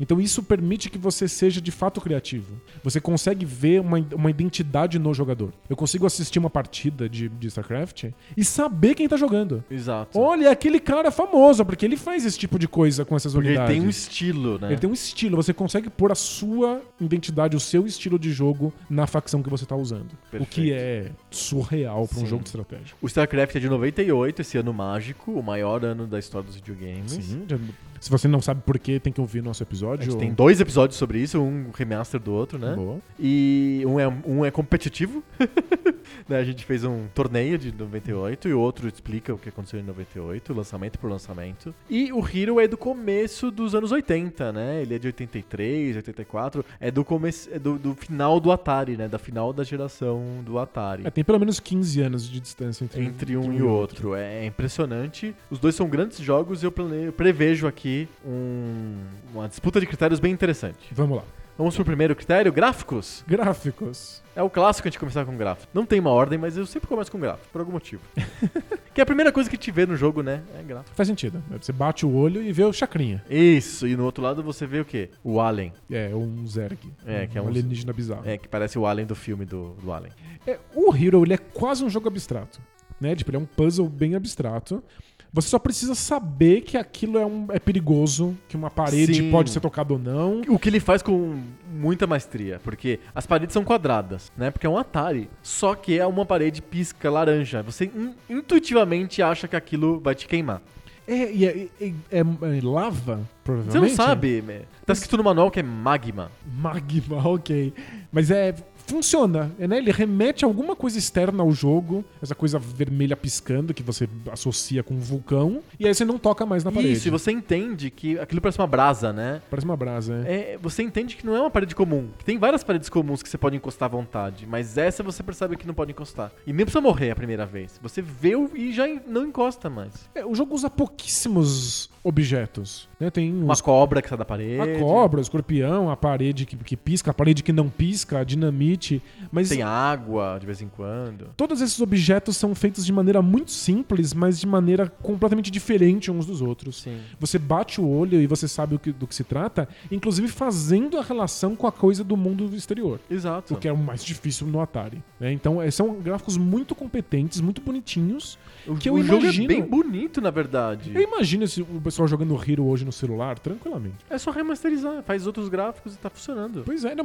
Speaker 2: Então isso permite que você seja de fato criativo. Você consegue ver uma, uma identidade no jogador. Eu consigo assistir uma partida de, de StarCraft e saber quem tá jogando.
Speaker 1: Exato.
Speaker 2: Olha, é aquele cara famoso, porque ele faz esse tipo de coisa com essas
Speaker 1: Porque ele
Speaker 2: unidades.
Speaker 1: tem um estilo, né?
Speaker 2: Ele tem um estilo, você consegue pôr a sua identidade, o seu estilo de jogo na facção que você tá usando. O
Speaker 1: Perfeito.
Speaker 2: que é surreal pra um
Speaker 1: Sim.
Speaker 2: jogo de estratégia.
Speaker 1: O StarCraft é de 98, esse ano mágico, o maior ano da história dos videogames.
Speaker 2: Sim. já- Se você não sabe por quê, tem que ouvir nosso
Speaker 1: A
Speaker 2: episódio.
Speaker 1: gente tem dois episódios sobre isso, um remaster do outro, né?
Speaker 2: Boa.
Speaker 1: E um é, um é competitivo. né? A gente fez um torneio de 98 e o outro explica o que aconteceu em 98, lançamento por lançamento. E o Hero é do começo dos anos 80, né? Ele é de 83, 84. É do, começo, é do, do final do Atari, né? Da final da geração do Atari
Speaker 2: É, tem pelo menos 15 anos de distância entre,
Speaker 1: entre um e outro. É impressionante. Os dois são grandes jogos e eu planejo, prevejo aqui um- uma disputa de critérios bem interessante.
Speaker 2: Vamos lá.
Speaker 1: Vamos pro primeiro critério, gráficos.
Speaker 2: Gráficos.
Speaker 1: É o clássico a gente começar com gráfico. Não tem uma ordem, mas eu sempre começo com gráfico, por algum motivo. que é a primeira coisa que te vê no jogo, né? É gráfico.
Speaker 2: Faz sentido. né? Você bate o olho e vê o chacrinha.
Speaker 1: Isso, e no outro lado você vê o quê? O Alien.
Speaker 2: É, um Zerg.
Speaker 1: É, que é um-
Speaker 2: alienígena bizarro.
Speaker 1: É, que parece o Alien do filme do, do Alien.
Speaker 2: É, o Hero ele é quase um jogo abstrato, né? Tipo, ele é um puzzle bem abstrato. Você só precisa saber que aquilo é, um, é perigoso, que uma parede
Speaker 1: Sim.
Speaker 2: pode ser tocada ou não.
Speaker 1: O que ele faz com muita maestria, porque as paredes são quadradas, né? Porque é um Atari. Só que é uma parede pisca laranja. Você in- intuitivamente acha que aquilo vai te queimar.
Speaker 2: É, e é, é- é- é lava, provavelmente.
Speaker 1: Você não sabe, né? Tá escrito no manual que é magma.
Speaker 2: Magma, ok. Mas é. Funciona, é, né? Ele remete a alguma coisa externa ao jogo, essa coisa vermelha piscando que você associa com um vulcão, e aí você não toca mais na parede.
Speaker 1: Isso, e você entende que aquilo parece uma brasa, né?
Speaker 2: Parece uma brasa, né?
Speaker 1: É, você entende que não é uma parede comum. Que tem várias paredes comuns que você pode encostar à vontade, mas essa você percebe que não pode encostar. E nem precisa morrer a primeira vez. Você vê o- e já en- não encosta mais.
Speaker 2: É, o jogo usa pouquíssimos objetos, né? Tem
Speaker 1: Uma
Speaker 2: os
Speaker 1: cobra que sai da parede.
Speaker 2: A cobra, o escorpião, a parede que, que pisca, a parede que não pisca, a dinamite. Mas
Speaker 1: Tem água de vez em quando.
Speaker 2: todos esses objetos são feitos de maneira muito simples, mas de maneira completamente diferente uns dos outros.
Speaker 1: Sim.
Speaker 2: Você bate o olho e você sabe o que- do que se trata, inclusive fazendo a relação com a coisa do mundo exterior.
Speaker 1: Exato.
Speaker 2: O que é o mais difícil no Atari. né? Então, é, são gráficos muito competentes, muito bonitinhos. que eu
Speaker 1: o jogo é
Speaker 2: imagino-
Speaker 1: bem bonito, na verdade.
Speaker 2: Eu imagino esse, o pessoal jogando Hero hoje no celular, tranquilamente.
Speaker 1: É só remasterizar, faz outros gráficos e tá funcionando.
Speaker 2: Pois é, não,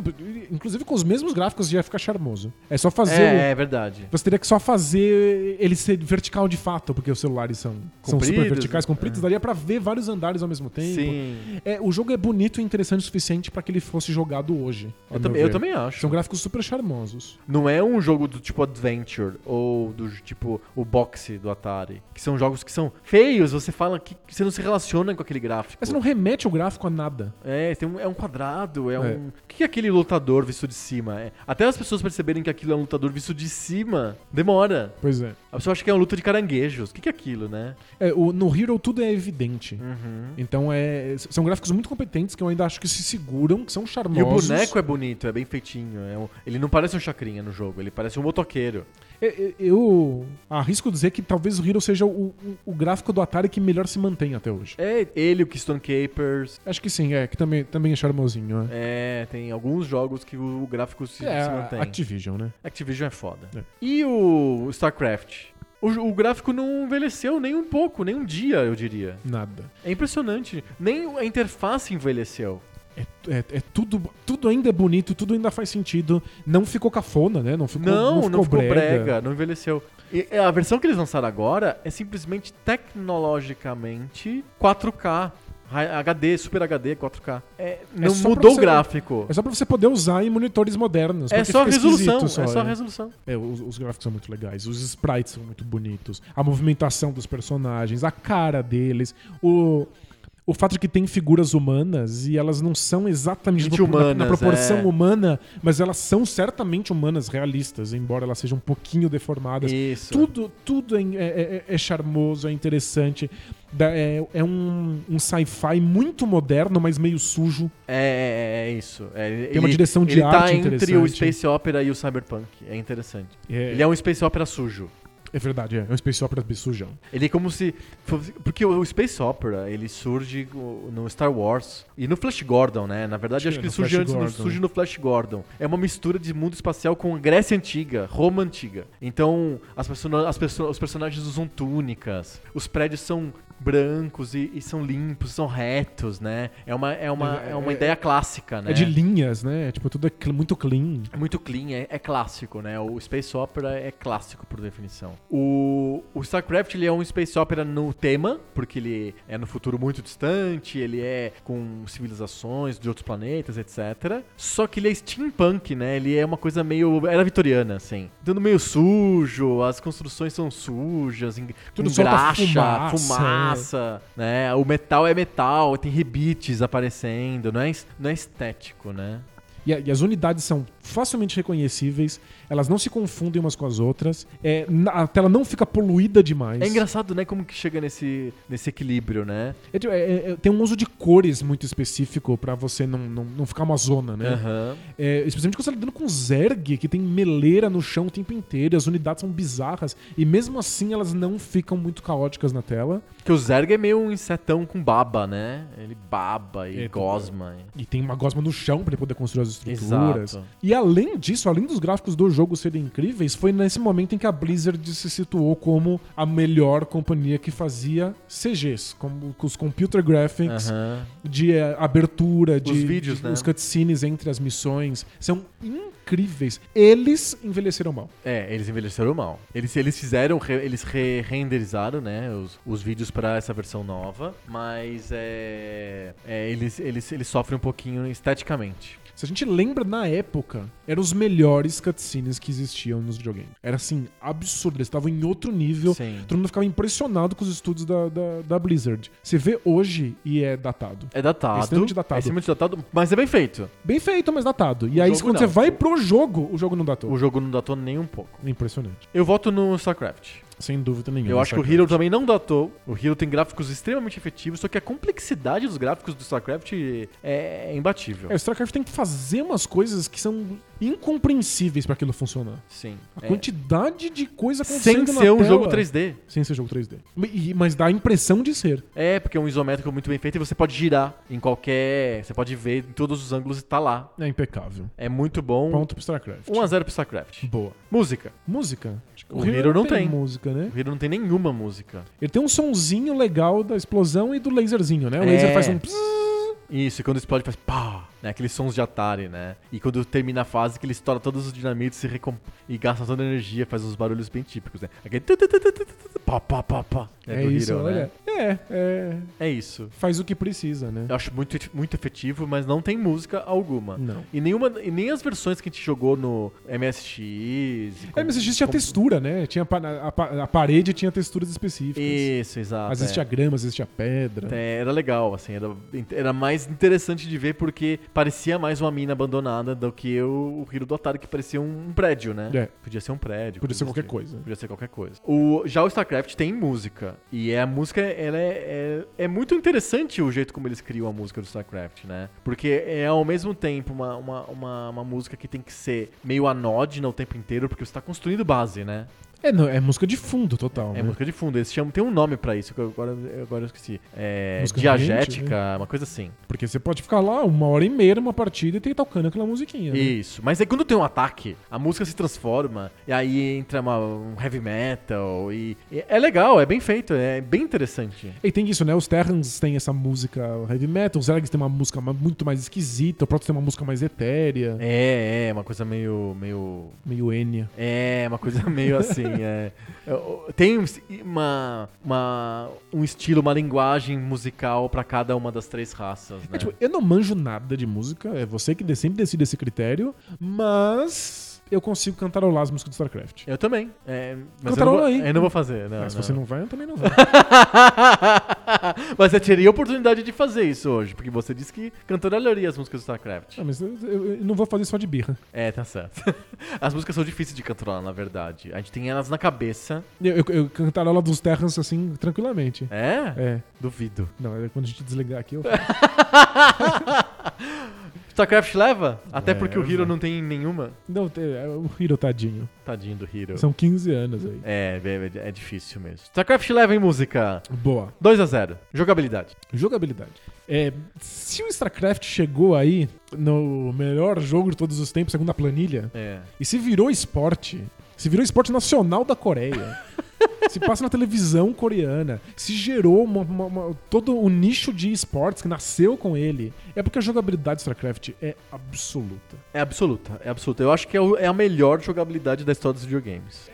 Speaker 2: inclusive com os mesmos gráficos já fica charmoso. É só fazer. o-
Speaker 1: É, é verdade.
Speaker 2: Você teria que só fazer ele ser vertical de fato, porque os celulares são, são
Speaker 1: Compridos,
Speaker 2: super verticais,
Speaker 1: né?
Speaker 2: compridos, daria pra ver vários andares ao mesmo tempo.
Speaker 1: Sim.
Speaker 2: É, o jogo é bonito e interessante o suficiente pra que ele fosse jogado hoje. ao
Speaker 1: Eu,
Speaker 2: meu
Speaker 1: também- eu
Speaker 2: ver.
Speaker 1: também acho.
Speaker 2: São gráficos super charmosos.
Speaker 1: Não é um jogo do tipo Adventure ou do j- tipo o boxe do Atari, que são jogos que são feios, você fala que que você não se relaciona com aquele gráfico.
Speaker 2: Mas você não remete o gráfico a nada.
Speaker 1: É, tem um, é um quadrado, é,
Speaker 2: É.
Speaker 1: um. O que é aquele lutador visto de cima? É, até as pessoas perceberem que aquilo é um lutador visto de cima, demora.
Speaker 2: Pois é.
Speaker 1: A pessoa acha que é uma luta de caranguejos. O que que é aquilo, né?
Speaker 2: É, o- no Hero tudo é evidente.
Speaker 1: Uhum.
Speaker 2: Então é, s- são gráficos muito competentes que eu ainda acho que se seguram, que são
Speaker 1: E o
Speaker 2: charmosos.
Speaker 1: boneco é bonito, é bem feitinho. é um- ele não parece um chacrinha no jogo, ele parece um motoqueiro.
Speaker 2: Eu, É, eu arrisco dizer que talvez o Hero seja o, o- o gráfico do Atari que melhor se mantém até hoje.
Speaker 1: É ele, o Keystone Capers.
Speaker 2: Acho que sim, é, que também, também é charmosinho, né?
Speaker 1: É, tem alguns jogos que o o gráfico se,
Speaker 2: É,
Speaker 1: se
Speaker 2: a
Speaker 1: mantém.
Speaker 2: Activision, né?
Speaker 1: Activision é foda.
Speaker 2: É.
Speaker 1: E o StarCraft? O, jo- o gráfico não envelheceu nem um pouco, nem um dia, eu diria.
Speaker 2: Nada.
Speaker 1: É impressionante. Nem a interface envelheceu.
Speaker 2: É, é tudo, tudo ainda é bonito, tudo ainda faz sentido. Não ficou cafona, né? Não ficou,
Speaker 1: não, não ficou brega, não envelheceu. E a versão que eles lançaram agora é simplesmente tecnologicamente 4K. Hi- HD, Super HD, 4K. É, não
Speaker 2: só pra
Speaker 1: mudou o
Speaker 2: você-
Speaker 1: gráfico.
Speaker 2: É só pra você poder usar em monitores modernos.
Speaker 1: É
Speaker 2: porque
Speaker 1: só a
Speaker 2: fica
Speaker 1: resolução,
Speaker 2: esquisito só,
Speaker 1: é só a
Speaker 2: é.
Speaker 1: resolução.
Speaker 2: É, os, os gráficos são muito legais, os sprites são muito bonitos, a movimentação dos personagens, a cara deles, o, o fato de que tem figuras humanas e elas não são exatamente
Speaker 1: Gente
Speaker 2: do- na- na,
Speaker 1: humanas,
Speaker 2: proporção
Speaker 1: é.
Speaker 2: humana, mas elas são certamente humanas realistas, embora elas sejam um pouquinho deformadas.
Speaker 1: Isso.
Speaker 2: Tudo, tudo é, é- é- é charmoso, é interessante. Dá- É, é um, um sci-fi muito moderno, mas meio sujo.
Speaker 1: É, é, é isso. É, ele-
Speaker 2: uma direção de
Speaker 1: ele tá
Speaker 2: arte
Speaker 1: entre o
Speaker 2: interessante.
Speaker 1: Space Opera e o Cyberpunk. É interessante.
Speaker 2: É,
Speaker 1: Ele é um Space Opera sujo.
Speaker 2: é verdade, é, é um especial para sujão.
Speaker 1: Ele é como se. fosse- Porque o Space Opera, ele surge o- no Star Wars e no Flash Gordon, né? Na verdade, acho
Speaker 2: Acho que
Speaker 1: que ele
Speaker 2: é no
Speaker 1: surge
Speaker 2: Flash
Speaker 1: antes no,
Speaker 2: Gordon.
Speaker 1: surge no Flash Gordon. É uma mistura de mundo espacial com Grécia Antiga, Roma Antiga. Então, as persona- as perso- os personagens usam túnicas, os prédios são brancos e, e são limpos, são retos, né? É uma, é uma, é uma
Speaker 2: É-
Speaker 1: ideia clássica, né?
Speaker 2: É de linhas, né? Tipo, tudo é cl- muito clean.
Speaker 1: É muito clean, é, é clássico, né? O Space Opera é clássico, por definição. O, o StarCraft, ele é um Space Opera no tema, porque ele é no futuro muito distante, ele é com civilizações de outros planetas, etc. Só que ele é steampunk, né? Ele é uma coisa meio... era vitoriana, assim. Dando meio sujo, as construções são sujas, em,
Speaker 2: Tudo
Speaker 1: com
Speaker 2: solta
Speaker 1: graxa,
Speaker 2: fumaça,
Speaker 1: fumaça, né? O metal é metal, tem rebites aparecendo, não é, es- não é estético, né?
Speaker 2: E, a- e as unidades são facilmente reconhecíveis, elas não se confundem umas com as outras, é, na- a tela não fica poluída demais.
Speaker 1: É engraçado, né, como que chega nesse, nesse equilíbrio, né?
Speaker 2: É tipo, é- é- tem um uso de cores muito específico pra você não, não, não ficar uma zona, né?
Speaker 1: Aham.
Speaker 2: É, especialmente quando você tá lidando com Zerg, que tem meleira no chão o tempo inteiro, e as unidades são bizarras, e mesmo assim elas não ficam muito caóticas na tela.
Speaker 1: Porque o Zerg é meio um insetão com baba, né? Ele baba e
Speaker 2: É, tudo-
Speaker 1: gosma. e-
Speaker 2: E tem uma gosma no chão pra ele poder construir as estruturas.
Speaker 1: Exato.
Speaker 2: E além disso, além dos gráficos do jogo serem incríveis, foi nesse momento em que a Blizzard se situou como a melhor companhia que fazia CGs, como com os computer graphics
Speaker 1: Aham.
Speaker 2: de eh, abertura, de
Speaker 1: vídeos,
Speaker 2: de-
Speaker 1: né?
Speaker 2: os cutscenes entre as missões, são incríveis. Eles envelheceram mal.
Speaker 1: É, eles envelheceram mal. Eles, eles fizeram, re- eles re renderizaram, né, os, os vídeos pra essa versão nova, mas é, é, eles, eles, eles sofrem um pouquinho esteticamente.
Speaker 2: Se a gente lembra, na época, eram os melhores cutscenes que existiam nos videogames. Era assim, absurdo. Eles estavam em outro nível.
Speaker 1: Sim.
Speaker 2: Todo mundo ficava impressionado com os estudos da, da, da Blizzard. Você vê hoje e é datado.
Speaker 1: É datado.
Speaker 2: É extremamente datado.
Speaker 1: É extremamente datado, mas é bem feito.
Speaker 2: Bem feito, mas datado. E aí,
Speaker 1: jogo
Speaker 2: quando
Speaker 1: não.
Speaker 2: você vai pro jogo, o jogo não datou.
Speaker 1: O jogo não datou nem um pouco.
Speaker 2: Impressionante.
Speaker 1: Eu voto no StarCraft.
Speaker 2: Sem dúvida nenhuma.
Speaker 1: Eu acho que o
Speaker 2: Starcraft.
Speaker 1: Hero também não datou. O Hero tem gráficos extremamente efetivos, só que a complexidade dos gráficos do StarCraft é imbatível.
Speaker 2: É, o StarCraft tem que fazer umas coisas que são incompreensíveis pra aquilo funcionar.
Speaker 1: Sim.
Speaker 2: A
Speaker 1: É.
Speaker 2: quantidade de coisa
Speaker 1: Sem
Speaker 2: acontecendo na
Speaker 1: ser um
Speaker 2: tela.
Speaker 1: jogo 3D.
Speaker 2: Sem ser jogo 3D. E- Mas dá a impressão de ser.
Speaker 1: É, porque é um isométrico muito bem feito e você pode girar em qualquer. Você pode ver em todos os ângulos e tá lá.
Speaker 2: É impecável.
Speaker 1: É muito bom.
Speaker 2: Ponto pro StarCraft.
Speaker 1: 1x0 pro StarCraft.
Speaker 2: Boa.
Speaker 1: Música.
Speaker 2: Música. Acho que
Speaker 1: um O Hero não tem.
Speaker 2: música, né?
Speaker 1: O Hero não tem nenhuma música.
Speaker 2: Ele tem um sonzinho legal da explosão e do laserzinho, né? O
Speaker 1: É.
Speaker 2: laser faz um... pss,
Speaker 1: Isso, e quando explode faz pá, né? Aqueles sons de Atari, né? E quando termina a fase que ele estoura todos os dinamites e, recom... e gasta toda a energia, faz uns barulhos bem típicos, né? Aquele tu, tu, tu, tu, tu, tu, tu, pá, pá, pá, pá.
Speaker 2: É,
Speaker 1: do
Speaker 2: isso,
Speaker 1: Hero, né?
Speaker 2: olha. É, é...
Speaker 1: É isso.
Speaker 2: Faz o que precisa, né?
Speaker 1: Eu acho muito, muito efetivo, mas não tem música alguma.
Speaker 2: Não.
Speaker 1: E, nenhuma, e nem as versões que a gente jogou no MSX. e com-
Speaker 2: É, mas existia textura, né? Tinha pa- a, pa- a parede tinha texturas específicas.
Speaker 1: Isso, exato.
Speaker 2: Às vezes
Speaker 1: é.
Speaker 2: tinha grama, às vezes tinha pedra.
Speaker 1: É, era legal, assim, era, era mais interessante de ver porque parecia mais uma mina abandonada do que o, o Hiro do Atari, que parecia um prédio, né?
Speaker 2: É.
Speaker 1: Podia ser um prédio.
Speaker 2: Podia ser qualquer
Speaker 1: coisa.
Speaker 2: coisa.
Speaker 1: Podia ser qualquer coisa. O, já o StarCraft tem música. E é a música, ela é, é, é muito interessante o jeito como eles criam a música do StarCraft, né? Porque é ao mesmo tempo uma, uma, uma, uma música que tem que ser meio anódina o tempo inteiro, porque você está construindo base, né?
Speaker 2: É, não, é música de fundo total,
Speaker 1: É
Speaker 2: né?
Speaker 1: música de fundo. Eles chamam, tem um nome pra isso, que eu agora, agora eu esqueci. É,
Speaker 2: Música né?
Speaker 1: diagética, uma coisa assim.
Speaker 2: Porque você pode ficar lá uma hora e meia numa partida e tem tocando aquela musiquinha. né?
Speaker 1: Isso. Mas aí quando tem um ataque, a música se transforma, e aí entra uma- um heavy metal, e, e é legal, é bem feito, é bem interessante.
Speaker 2: E tem isso, né? Os Terrans têm essa música heavy metal, os Zergs têm uma música ma- muito mais esquisita, o Protoss tem uma música mais etérea,
Speaker 1: É, é, uma coisa meio. meio...
Speaker 2: meio Enya.
Speaker 1: É, uma coisa meio assim. assim, é. é, Tem um- uma, uma- um estilo, uma linguagem musical pra cada uma das três raças, né?
Speaker 2: É, tipo, eu não manjo nada de música, é você que de- sempre decide esse critério, mas eu consigo cantarolar as músicas do StarCraft.
Speaker 1: eu também. É, mas eu não,
Speaker 2: Cantarola
Speaker 1: vou,
Speaker 2: aí.
Speaker 1: eu não vou fazer, É, não.
Speaker 2: Ah, se
Speaker 1: não.
Speaker 2: você não vai, eu também não vou.
Speaker 1: mas eu teria a oportunidade de fazer isso hoje, porque você disse que cantoraria as músicas do StarCraft.
Speaker 2: Ah, mas eu, eu- eu não vou fazer só de birra.
Speaker 1: É, tá certo. As músicas são difíceis de cantorar, na verdade. A gente tem elas na cabeça.
Speaker 2: Eu, eu, eu cantarolo dos Terrans assim, tranquilamente.
Speaker 1: É?
Speaker 2: É.
Speaker 1: Duvido.
Speaker 2: Não, é quando a gente desligar aqui, eu
Speaker 1: StarCraft leva? Até porque o
Speaker 2: Leva.
Speaker 1: Hero não tem nenhuma.
Speaker 2: Não, te- é o Hiro, tadinho.
Speaker 1: Tadinho do Hero.
Speaker 2: São 15 anos aí.
Speaker 1: É, é, é difícil mesmo. StarCraft leva em música.
Speaker 2: Boa.
Speaker 1: 2 a 0 Jogabilidade.
Speaker 2: Jogabilidade. É, se o StarCraft chegou aí no melhor jogo de todos os tempos, segundo a planilha,
Speaker 1: É.
Speaker 2: e se virou esporte, se virou esporte nacional da Coreia, se passa na televisão coreana, se gerou uma- uma- uma- todo o nicho de esportes que nasceu com ele, é porque a jogabilidade do StarCraft é absoluta.
Speaker 1: É absoluta, é absoluta. Eu acho que é, o- é a melhor jogabilidade da história dos videogames.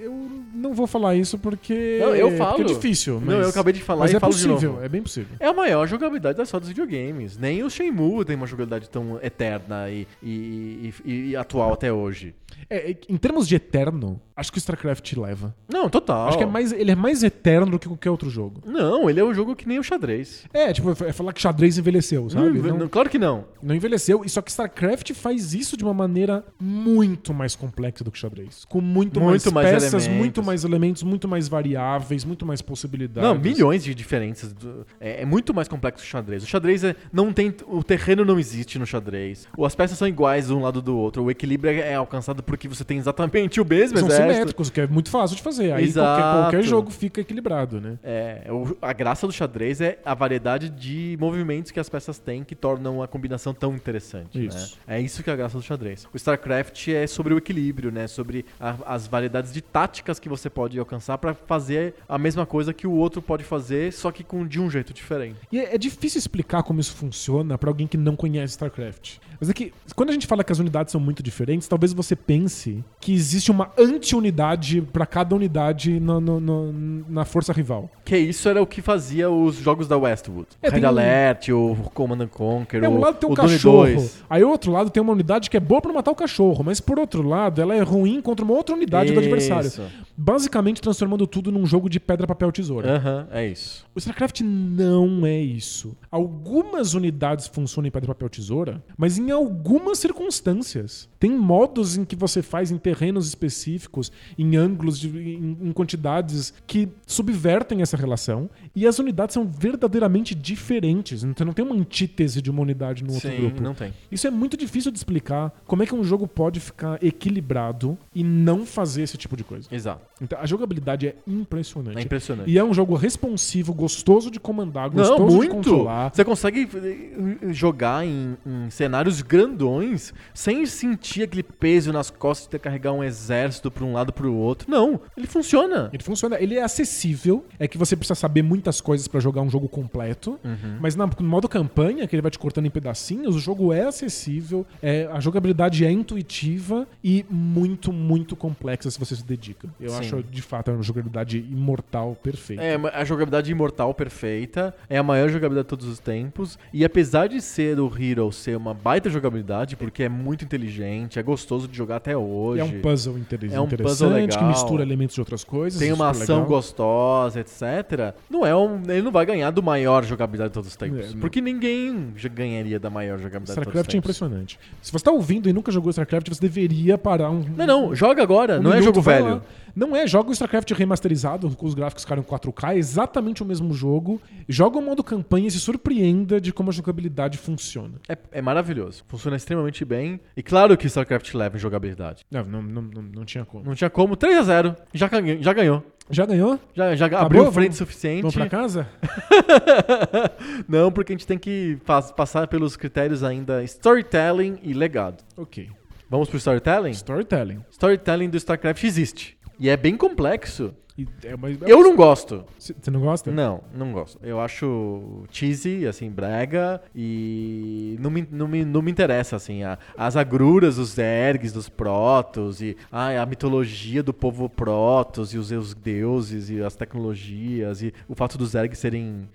Speaker 2: Eu não vou falar isso porque,
Speaker 1: Não, eu falo.
Speaker 2: porque é difícil. Mas,
Speaker 1: Não, eu acabei de falar
Speaker 2: mas
Speaker 1: e
Speaker 2: é
Speaker 1: falo de
Speaker 2: possível,
Speaker 1: novo.
Speaker 2: é bem possível.
Speaker 1: É a maior jogabilidade da história dos videogames. Nem o Shenmue tem uma jogabilidade tão eterna e, e- e- e atual até hoje.
Speaker 2: É, é, em termos de eterno, acho que o StarCraft leva.
Speaker 1: Não, total.
Speaker 2: Acho que é mais, ele é mais eterno do que qualquer outro jogo.
Speaker 1: Não, ele é um jogo que nem o xadrez.
Speaker 2: É, tipo, é falar que xadrez envelheceu, sabe?
Speaker 1: Hum,
Speaker 2: não,
Speaker 1: não- claro que não.
Speaker 2: não envelheceu, e só que StarCraft faz isso de uma maneira muito mais complexa do que xadrez. Com muito,
Speaker 1: Muito
Speaker 2: mais,
Speaker 1: mais
Speaker 2: peças,
Speaker 1: elementos.
Speaker 2: muito mais elementos, muito mais variáveis, muito mais possibilidades.
Speaker 1: Não, milhões de diferenças. do- É, é muito mais complexo que o xadrez. O xadrez é- não tem. O terreno não existe no xadrez. O- As peças são iguais um lado do outro. O equilíbrio é é alcançado porque você tem exatamente o mesmo
Speaker 2: São
Speaker 1: exército.
Speaker 2: simétricos, o que é muito fácil de fazer. Aí
Speaker 1: Exato.
Speaker 2: qualquer, qualquer jogo fica equilibrado, né?
Speaker 1: É, o- a graça do xadrez é a variedade de movimentos que as peças têm que tornam a combinação tão interessante.
Speaker 2: Isso.
Speaker 1: Né? É isso que é a graça do xadrez. O StarCraft é sobre o equilíbrio, né? Sobre a- as variedades de táticas que você pode alcançar pra fazer a mesma coisa que o outro pode fazer, só que com, de um jeito diferente.
Speaker 2: E é é difícil explicar como isso funciona pra alguém que não conhece StarCraft. Mas é que, quando a gente fala que as unidades são muito diferentes, talvez você pense que existe uma anti-unidade pra cada unidade no- no- no- na força rival.
Speaker 1: Que isso era o que fazia os jogos da Westwood.
Speaker 2: É,
Speaker 1: É,
Speaker 2: tem
Speaker 1: Red
Speaker 2: um-
Speaker 1: Alert, o Command and Conquer,
Speaker 2: É,
Speaker 1: o,
Speaker 2: um lado tem um
Speaker 1: o Dune
Speaker 2: cachorro,
Speaker 1: 2.
Speaker 2: aí o outro lado tem uma unidade que é boa pra matar o cachorro, mas por outro lado ela é ruim contra uma outra unidade do adversário.
Speaker 1: Isso.
Speaker 2: Basicamente transformando tudo num jogo de pedra, papel, tesoura.
Speaker 1: Aham, é isso.
Speaker 2: O StarCraft não é isso. Algumas unidades funcionam em pedra, papel, tesoura, mas em algumas circunstâncias. Tem modos em que você faz em terrenos específicos, em ângulos, de- em, em quantidades que subvertem essa relação. E as unidades são verdadeiramente diferentes. Então não tem uma antítese de uma unidade no Um outro
Speaker 1: Sim,
Speaker 2: grupo.
Speaker 1: não tem.
Speaker 2: Isso é muito difícil de explicar como é que um jogo pode ficar equilibrado e não fazer esse tipo de coisa.
Speaker 1: Exato.
Speaker 2: Então, a jogabilidade é impressionante.
Speaker 1: É impressionante.
Speaker 2: E é um jogo responsivo, gostoso de comandar, gostoso de controlar.
Speaker 1: Você consegue eh, jogar em, em cenários grandões sem sentir aquele peso nas costas de ter que carregar um exército pra um lado pro outro. Não, ele funciona.
Speaker 2: Ele funciona, ele é acessível, é que você precisa saber muitas coisas pra jogar um jogo completo,
Speaker 1: Uhum.
Speaker 2: mas na- no modo campanha, que ele vai te cortando em pedacinhos, o jogo é acessível, é, a jogabilidade é intuitiva e muito, muito complexa se você se dedica. Eu
Speaker 1: Sim.
Speaker 2: acho, de fato, é uma jogabilidade imortal perfeita.
Speaker 1: É a jogabilidade imortal perfeita, é a maior jogabilidade de todos os tempos. E apesar de ser o Hero ser uma baita jogabilidade, porque é muito inteligente, é gostoso de jogar até hoje.
Speaker 2: É um puzzle inter-
Speaker 1: É um
Speaker 2: interessante,
Speaker 1: puzzle
Speaker 2: que
Speaker 1: legal.
Speaker 2: mistura elementos de outras coisas.
Speaker 1: tem
Speaker 2: isso
Speaker 1: uma
Speaker 2: é
Speaker 1: ação
Speaker 2: legal.
Speaker 1: gostosa, etc. Não é um, ele não vai ganhar do maior jogabilidade de todos os tempos.
Speaker 2: É, não.
Speaker 1: porque ninguém já ganharia da maior jogabilidade de todos os
Speaker 2: StarCraft é
Speaker 1: tempos.
Speaker 2: impressionante. Se você tá ouvindo e nunca jogou StarCraft, você deveria parar um.
Speaker 1: Não, não, joga agora,
Speaker 2: um
Speaker 1: não é
Speaker 2: minuto,
Speaker 1: jogo
Speaker 2: vai
Speaker 1: velho.
Speaker 2: lá. Não é, joga o StarCraft remasterizado, com os gráficos ficaram em 4K, é exatamente o mesmo jogo. Joga o modo campanha e se surpreenda de como a jogabilidade funciona.
Speaker 1: É, é maravilhoso, funciona extremamente bem. E claro que StarCraft leva em jogabilidade.
Speaker 2: Não, não, não, não, não tinha como.
Speaker 1: Não tinha como, 3 a 0 já, ganhou- já ganhou.
Speaker 2: Já ganhou?
Speaker 1: Já, já abriu
Speaker 2: Vamos-
Speaker 1: frente suficiente.
Speaker 2: Vamos pra casa?
Speaker 1: Não, porque a gente tem que faz- passar pelos critérios ainda storytelling e legado.
Speaker 2: ok.
Speaker 1: Vamos pro storytelling?
Speaker 2: Storytelling.
Speaker 1: Storytelling do StarCraft existe. E é bem complexo.
Speaker 2: E é uma-
Speaker 1: Eu não gosto.
Speaker 2: Você você não gosta?
Speaker 1: Não, não gosto. Eu acho cheesy, assim, brega e não me, não me, não me interessa, assim, a- as agruras dos ergs, dos protos e ai, a mitologia do povo protos e os, os deuses e as tecnologias e o fato dos ergs serem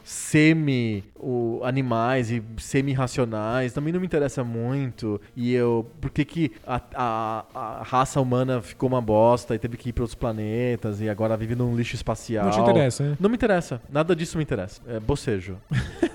Speaker 1: semi-animais e semi-racionais também não me interessa muito e eu... Por que que a, a- a raça humana ficou uma bosta e teve que ir para outros planetas e agora vive num lixo espacial?
Speaker 2: Não te interessa, né?
Speaker 1: Não me interessa. Nada disso me interessa. É bocejo.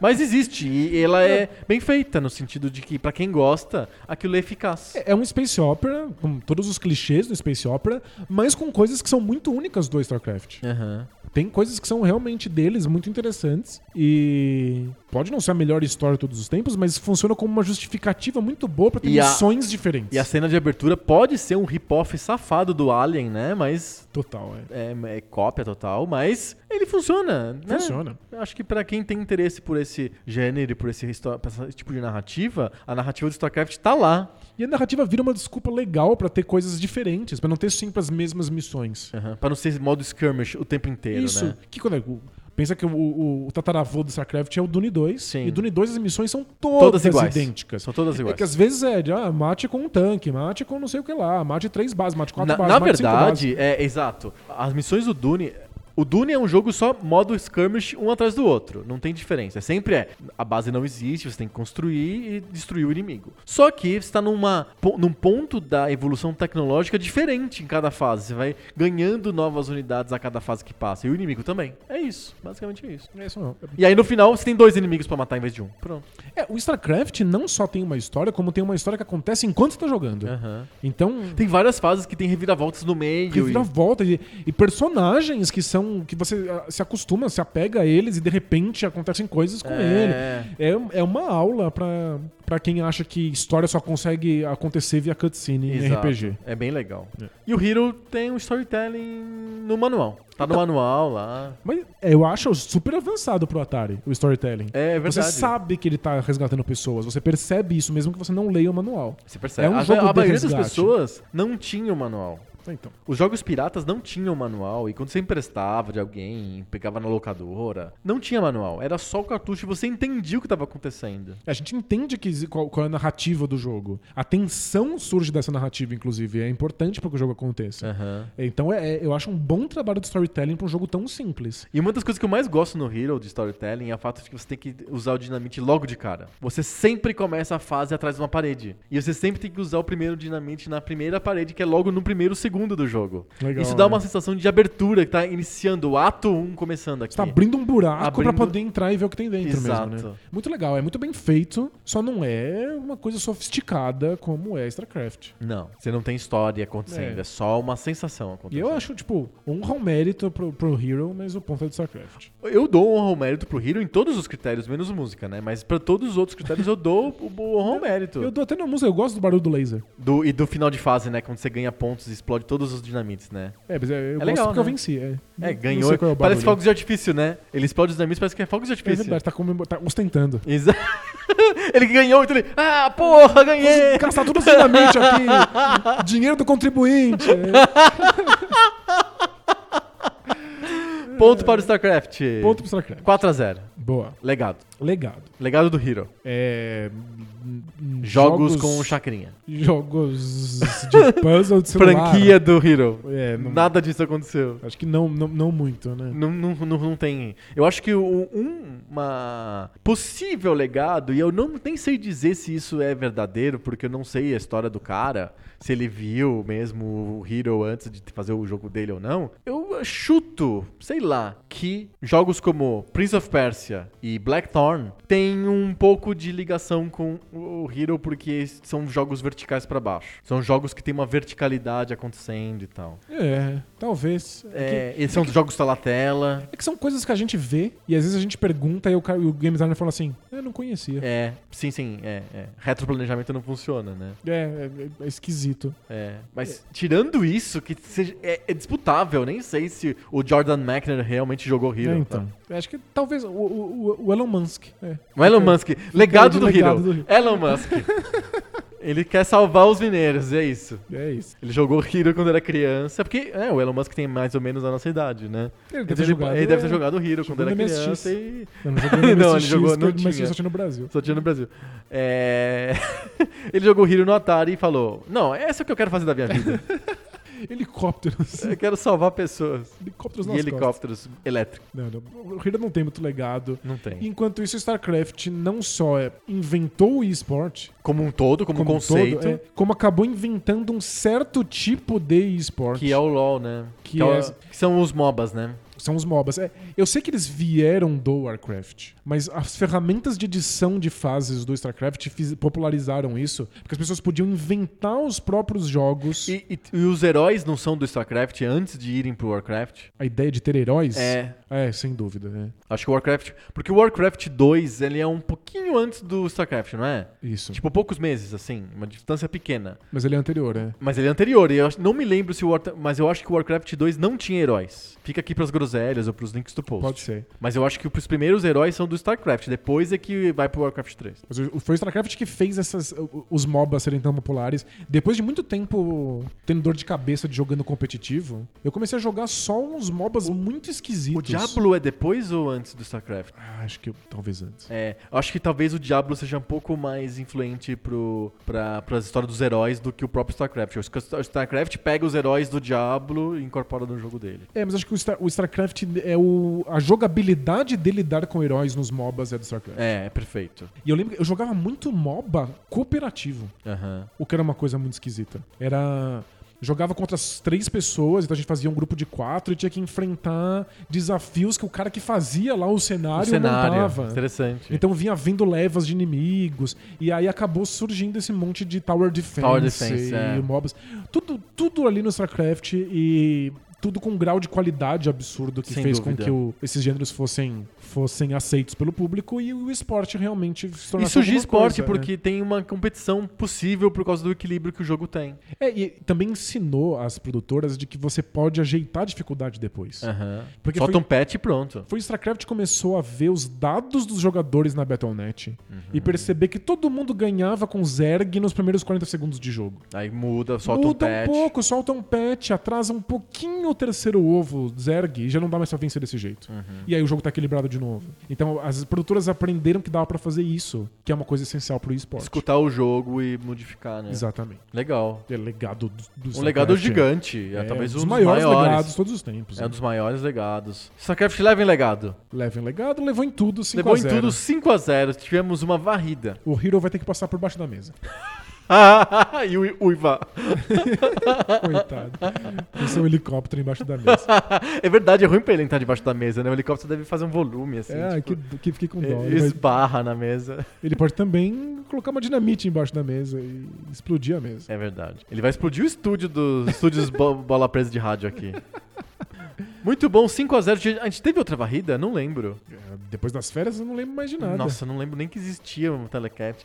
Speaker 1: Mas existe. E ela é bem feita, no sentido de que, pra quem gosta, aquilo é eficaz.
Speaker 2: É um space opera, com todos os clichês do space opera, mas com coisas que são muito únicas do StarCraft.
Speaker 1: Aham.
Speaker 2: Tem coisas que são realmente deles, muito interessantes, e pode não ser a melhor história de todos os tempos, mas funciona como uma justificativa muito boa pra ter
Speaker 1: E a-
Speaker 2: missões diferentes.
Speaker 1: E a cena de abertura pode ser um rip-off safado do Alien, né? Mas.
Speaker 2: Total, é.
Speaker 1: É, é cópia total, mas ele funciona, né?
Speaker 2: Funciona.
Speaker 1: Eu Acho que pra quem tem interesse por esse gênero e por esse, histó- por esse tipo de narrativa, a narrativa do StarCraft tá lá.
Speaker 2: E a narrativa vira uma desculpa legal pra ter coisas diferentes, pra não ter sempre as mesmas missões.
Speaker 1: Uhum. Pra não ser modo skirmish o tempo inteiro,
Speaker 2: Isso.
Speaker 1: né?
Speaker 2: Que quando é- o- Pensa que o, o- o tataravô do StarCraft é o Dune 2.
Speaker 1: Sim.
Speaker 2: E Dune 2 as missões são todas,
Speaker 1: Todas iguais.
Speaker 2: idênticas.
Speaker 1: São todas
Speaker 2: É
Speaker 1: iguais.
Speaker 2: que às vezes é de, ah, mate com um tanque, mate com não sei o que lá, mate três bases, mate quatro
Speaker 1: Na,
Speaker 2: bases,
Speaker 1: na
Speaker 2: mate cinco bases.
Speaker 1: verdade, é exato. As missões do Dune. O Dune é um jogo só modo skirmish um atrás do outro. Não tem diferença. É sempre é. A base não existe, você tem que construir e destruir o inimigo. Só que você está numa, po- num ponto da evolução tecnológica diferente em cada fase. Você vai ganhando novas unidades a cada fase que passa. E o inimigo também. É isso. Basicamente é isso.
Speaker 2: É isso não.
Speaker 1: E aí no final você tem dois inimigos pra matar em vez de um. Pronto.
Speaker 2: É, o StarCraft não só tem uma história, como tem uma história que acontece enquanto você tá jogando.
Speaker 1: Aham.
Speaker 2: Então,
Speaker 1: Tem várias fases que tem reviravoltas no meio. e-
Speaker 2: reviravolta e, e personagens que são que você ah, se acostuma, se apega a eles e de repente acontecem coisas com
Speaker 1: É.
Speaker 2: ele. É, um- é uma aula pra para quem acha que história só consegue acontecer via cutscene em
Speaker 1: Exato.
Speaker 2: RPG.
Speaker 1: É bem legal.
Speaker 2: É.
Speaker 1: E o Hero tem um storytelling no manual. Tá
Speaker 2: Então-
Speaker 1: no manual lá.
Speaker 2: Mas é, eu acho super avançado pro Atari, o storytelling.
Speaker 1: É
Speaker 2: Você
Speaker 1: verdade.
Speaker 2: sabe que ele tá resgatando pessoas, você percebe isso mesmo que você não leia o manual.
Speaker 1: Você percebe.
Speaker 2: É um
Speaker 1: a,
Speaker 2: jogo
Speaker 1: a
Speaker 2: de
Speaker 1: maioria das
Speaker 2: resgate.
Speaker 1: pessoas não tinha o manual.
Speaker 2: Então,
Speaker 1: Os jogos piratas não tinham manual. E quando você emprestava de alguém, pegava na locadora, não tinha manual. Era só o cartucho e você entendia o que estava acontecendo.
Speaker 2: a gente entende que, exi- qual, qual é a narrativa do jogo. A tensão surge dessa narrativa, inclusive. É importante para que o jogo aconteça.
Speaker 1: Aham.
Speaker 2: Então é- é- eu acho um bom trabalho de storytelling pra um jogo tão simples.
Speaker 1: E uma das coisas que eu mais gosto no Hero de storytelling é o fato de que você tem que usar o dinamite logo de cara. Você sempre começa a fase atrás de uma parede. E você sempre tem que usar o primeiro dinamite na primeira parede, que é logo no primeiro segundo do jogo.
Speaker 2: Legal,
Speaker 1: Isso dá
Speaker 2: né?
Speaker 1: uma sensação de abertura, que tá iniciando o ato 1 começando aqui.
Speaker 2: Você tá abrindo um buraco pra
Speaker 1: Abrindo-
Speaker 2: poder entrar e ver o que tem dentro
Speaker 1: Exato.
Speaker 2: mesmo, né? Muito legal, é muito bem feito, só não é uma coisa sofisticada como é StarCraft.
Speaker 1: Não, você não tem história acontecendo,
Speaker 2: É.
Speaker 1: é, só uma sensação
Speaker 2: E
Speaker 1: acontecendo.
Speaker 2: eu acho, tipo, honra o mérito pro, pro Hero, mas o ponto é do StarCraft.
Speaker 1: Eu dou honra ao mérito pro Hero em todos os critérios, menos música, né? Mas pra todos os outros critérios eu dou o o honra ao mérito.
Speaker 2: Eu dou até na música, eu gosto do barulho do laser.
Speaker 1: Do, e do final de fase, né? Quando você ganha pontos e explode todos os dinamites, né?
Speaker 2: É, mas é- eu gosto
Speaker 1: legal,
Speaker 2: porque eu
Speaker 1: né?
Speaker 2: venci. É, Não-
Speaker 1: É,
Speaker 2: não
Speaker 1: ganhou.
Speaker 2: sei qual é o
Speaker 1: parece
Speaker 2: barulho.
Speaker 1: fogos de artifício, né? Ele explode os dinamites, parece que é fogos de
Speaker 2: É
Speaker 1: artifício.
Speaker 2: verdade, tá, comemor- tá ostentando.
Speaker 1: Exa- ele ganhou, então ele. Ah, porra, ganhei!
Speaker 2: Gastar tudo finalmente aqui. Dinheiro do contribuinte. é.
Speaker 1: Ponto para o StarCraft.
Speaker 2: Ponto pro StarCraft.
Speaker 1: 4x0.
Speaker 2: Boa.
Speaker 1: Legado.
Speaker 2: Legado.
Speaker 1: Legado do Hero.
Speaker 2: É, n- n-
Speaker 1: Jogos, com chacrinha.
Speaker 2: Jogos de puzzle de celular.
Speaker 1: Franquia do Hero.
Speaker 2: É, não-
Speaker 1: Nada disso aconteceu.
Speaker 2: Acho que não, não, não muito, né?
Speaker 1: Não, não, não, não tem. Eu acho que o- um- uma possível legado, e eu não nem sei dizer se isso é verdadeiro, porque eu não sei a história do cara, se ele viu mesmo o Hero antes de fazer o jogo dele ou não. Eu chuto, sei lá, que jogos como Prince of Persia e Blackthorn têm um pouco de ligação com o Hero, porque são jogos verticais pra baixo. São jogos que tem uma verticalidade acontecendo e tal.
Speaker 2: É, talvez.
Speaker 1: É, eles são jogos tela-tela.
Speaker 2: É que são coisas que a gente vê e às vezes a gente pergunta e o, cara- o game designer fala assim: Eu não conhecia. É,
Speaker 1: É, sim, sim, é, é. Retroplanejamento não funciona, né?
Speaker 2: é- é esquisito.
Speaker 1: É. Mas tirando isso, que seja- é, é disputável, nem sei se o Jordan Mackner realmente jogou Hero.
Speaker 2: É,
Speaker 1: tá?
Speaker 2: então. Eu Acho que talvez o, o- o- o Elon Musk. é.
Speaker 1: O Elon Musk, legado,
Speaker 2: de
Speaker 1: do,
Speaker 2: legado
Speaker 1: Hero.
Speaker 2: do Hero.
Speaker 1: Elon Musk. Ele quer salvar os mineiros, é isso.
Speaker 2: É isso.
Speaker 1: Ele jogou Hero quando era criança, porque é, o Elon Musk tem mais ou menos a nossa idade, né?
Speaker 2: Ele
Speaker 1: Então
Speaker 2: deve ter jogado,
Speaker 1: ele deve ter
Speaker 2: é,
Speaker 1: jogado Hero
Speaker 2: jogou
Speaker 1: quando era
Speaker 2: no MSX.
Speaker 1: criança e
Speaker 2: Não, não jogou no
Speaker 1: Não, ele
Speaker 2: MSX,
Speaker 1: jogou- não
Speaker 2: que o MSX
Speaker 1: tinha.
Speaker 2: só tinha no Brasil.
Speaker 1: só tinha no Brasil. É, ele jogou Hero no Atari e falou: Não, essa é o que eu quero fazer da minha vida.
Speaker 2: Helicópteros.
Speaker 1: Eu quero salvar pessoas.
Speaker 2: Helicópteros
Speaker 1: É. E
Speaker 2: nas costas.
Speaker 1: helicópteros elétricos.
Speaker 2: Não, não. O Hero não tem muito legado.
Speaker 1: Não tem.
Speaker 2: Enquanto isso, o StarCraft não só é, inventou o esporte,
Speaker 1: Como um todo, como, um
Speaker 2: um
Speaker 1: conceito.
Speaker 2: todo, é, como acabou inventando um certo tipo de esporte.
Speaker 1: Que é o LoL, né?
Speaker 2: Que
Speaker 1: é o-
Speaker 2: é-
Speaker 1: que são os MOBAs, né?
Speaker 2: São os MOBAs. É, eu sei que eles vieram do Warcraft, mas as ferramentas de edição de fases do StarCraft fiz- popularizaram isso, porque as pessoas podiam inventar os próprios jogos.
Speaker 1: E, e- e os heróis não são do StarCraft antes de irem pro Warcraft?
Speaker 2: A ideia de ter heróis?
Speaker 1: É.
Speaker 2: É, sem dúvida, né?
Speaker 1: Acho que o Warcraft. Porque o Warcraft 2 ele é um pouquinho antes do StarCraft, não é?
Speaker 2: Isso.
Speaker 1: Tipo, poucos meses, assim, uma distância pequena.
Speaker 2: Mas ele é anterior, né?
Speaker 1: Mas ele é anterior, e eu acho- não me lembro se o War... Mas eu acho que o Warcraft 2 não tinha heróis. Fica aqui pras groselhas ou pros links do post.
Speaker 2: Pode ser.
Speaker 1: Mas eu acho que os primeiros heróis são do StarCraft, depois é que vai pro Warcraft 3.
Speaker 2: Mas o- foi o StarCraft que fez essas, o- os MOBAs serem tão populares. Depois de muito tempo tendo dor de cabeça de jogando competitivo, eu comecei a jogar só uns MOBAs muito esquisitos.
Speaker 1: O Diablo é depois ou antes do StarCraft?
Speaker 2: Ah, acho que eu- talvez antes.
Speaker 1: É, eu acho que talvez o Diablo seja um pouco mais influente pro, pra, pras histórias dos heróis do que o próprio StarCraft. O Star- o StarCraft pega os heróis do Diablo e incorpora no jogo dele.
Speaker 2: É, mas acho que o, Star- o StarCraft é o. A jogabilidade de lidar com heróis nos MOBAs é do StarCraft.
Speaker 1: É, é perfeito.
Speaker 2: E eu lembro que eu jogava muito MOBA cooperativo.
Speaker 1: Aham.
Speaker 2: O que era uma coisa muito esquisita. Era. Jogava contra as três pessoas, então a gente fazia um grupo de quatro e tinha que enfrentar desafios que o cara que fazia lá o
Speaker 1: O
Speaker 2: cenário,
Speaker 1: cenário,
Speaker 2: montava.
Speaker 1: interessante.
Speaker 2: Então vinha vindo levas de inimigos, e aí acabou surgindo esse monte de Tower Defense,
Speaker 1: Tower Defense,
Speaker 2: e
Speaker 1: é.
Speaker 2: mobs. Tudo, tudo ali no StarCraft e tudo com um grau de qualidade absurdo que
Speaker 1: Sem
Speaker 2: fez
Speaker 1: dúvida.
Speaker 2: com que o- esses gêneros fossem, fossem aceitos pelo público e o esporte realmente se
Speaker 1: e
Speaker 2: tornasse
Speaker 1: surgiu
Speaker 2: alguma
Speaker 1: esporte
Speaker 2: coisa, né?
Speaker 1: porque tem uma competição possível por causa do equilíbrio que o jogo tem.
Speaker 2: né? É, e também ensinou as produtoras de que você pode ajeitar a dificuldade depois.
Speaker 1: Aham.
Speaker 2: Porque
Speaker 1: Solta
Speaker 2: foi-
Speaker 1: É. um patch e pronto.
Speaker 2: Foi o StarCraft que começou a ver os dados dos jogadores na Battle.net
Speaker 1: Uhum.
Speaker 2: e perceber que todo mundo ganhava com Zerg nos primeiros 40 segundos de jogo.
Speaker 1: Aí muda, solta
Speaker 2: Muda
Speaker 1: um patch.
Speaker 2: pouco, solta um patch, atrasa um pouquinho o terceiro ovo, Zerg, e já não dá mais pra vencer desse jeito.
Speaker 1: Uhum.
Speaker 2: E aí o jogo tá equilibrado de novo. Então as produtoras aprenderam que dava pra fazer isso, que é uma coisa essencial pro esporte.
Speaker 1: Escutar o jogo e modificar, né?
Speaker 2: Exatamente.
Speaker 1: Legal.
Speaker 2: É legado do, do
Speaker 1: Um
Speaker 2: StarCraft,
Speaker 1: legado
Speaker 2: é.
Speaker 1: gigante. É,
Speaker 2: É,
Speaker 1: talvez um
Speaker 2: um dos
Speaker 1: dos
Speaker 2: maiores,
Speaker 1: maiores.
Speaker 2: legados todos os tempos.
Speaker 1: É
Speaker 2: né?
Speaker 1: um dos maiores legados. StarCraft leva em legado.
Speaker 2: Levem legado, levou em tudo, 5
Speaker 1: Levou
Speaker 2: a
Speaker 1: em
Speaker 2: 0.
Speaker 1: tudo 5x0. Tivemos uma varrida.
Speaker 2: O Hero vai ter que passar por baixo da mesa.
Speaker 1: e o Uiva.
Speaker 2: Coitado. Esse é um helicóptero embaixo da mesa.
Speaker 1: é verdade, é ruim pra ele entrar debaixo da mesa, né? O helicóptero deve fazer um volume, assim.
Speaker 2: é,
Speaker 1: tipo,
Speaker 2: que, que fiquei com dó.
Speaker 1: ele
Speaker 2: Ele, vai-
Speaker 1: esbarra na mesa.
Speaker 2: ele pode também colocar uma dinamite embaixo da mesa e explodir a mesa.
Speaker 1: É verdade. Ele vai explodir o estúdio dos estúdios bo- bola presa de rádio aqui. Muito bom, 5x0. A gente teve outra varrida? Não lembro.
Speaker 2: É, Depois das férias eu não lembro mais de nada.
Speaker 1: Nossa, não lembro nem que existia um telecat.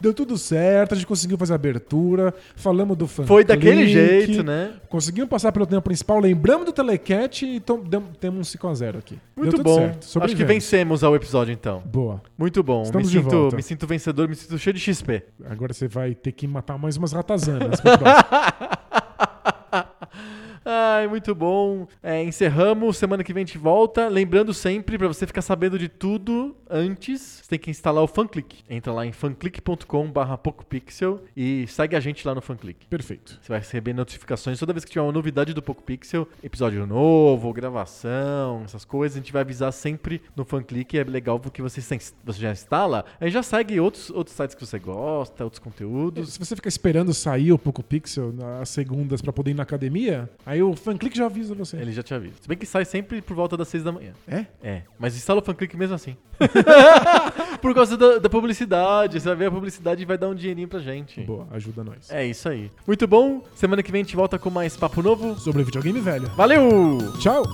Speaker 2: Deu tudo certo, a gente conseguiu fazer a abertura, falamos do fã.
Speaker 1: Foi daquele
Speaker 2: click,
Speaker 1: jeito, né?
Speaker 2: Conseguimos passar pelo tema principal, lembramos do telecat e tom- dem- temos um 5x0 aqui. Deu
Speaker 1: Muito
Speaker 2: tudo
Speaker 1: bom.
Speaker 2: certo,
Speaker 1: Acho que
Speaker 2: sobrevivemos.
Speaker 1: vencemos ao episódio, então.
Speaker 2: Boa.
Speaker 1: Muito bom. Me
Speaker 2: Estamos de
Speaker 1: sinto,
Speaker 2: volta.
Speaker 1: me sinto vencedor, me sinto cheio de XP.
Speaker 2: Agora você vai ter que matar mais umas ratazanas pro próximo.
Speaker 1: Ai, muito bom. É, encerramos. Semana que vem a gente volta. Lembrando sempre, pra você ficar sabendo de tudo antes, você tem que instalar o FanClick. Entra lá em fanclick.com/barra PocoPixel e segue a gente lá no FanClick.
Speaker 2: Perfeito.
Speaker 1: Você vai receber notificações toda vez que tiver uma novidade do PocoPixel, episódio novo, gravação, essas coisas. A gente vai avisar sempre no FanClick. É legal porque você, se ins- você já instala, aí já segue outros, outros sites que você gosta, outros conteúdos.
Speaker 2: Se você ficar esperando sair o Poco Pixel nas segundas pra poder ir na academia, aí o fanclick já avisa você.
Speaker 1: Ele já te avisa. Se bem que sai sempre por volta das seis da manhã.
Speaker 2: É?
Speaker 1: É, mas instala o fanclick mesmo assim. Por causa da, da publicidade. Você vai ver a publicidade e vai dar um dinheirinho pra gente.
Speaker 2: Boa, ajuda nós.
Speaker 1: É isso aí. Muito bom. Semana que vem a gente volta com mais papo novo.
Speaker 2: Sobre videogame velho.
Speaker 1: Valeu!
Speaker 2: Tchau!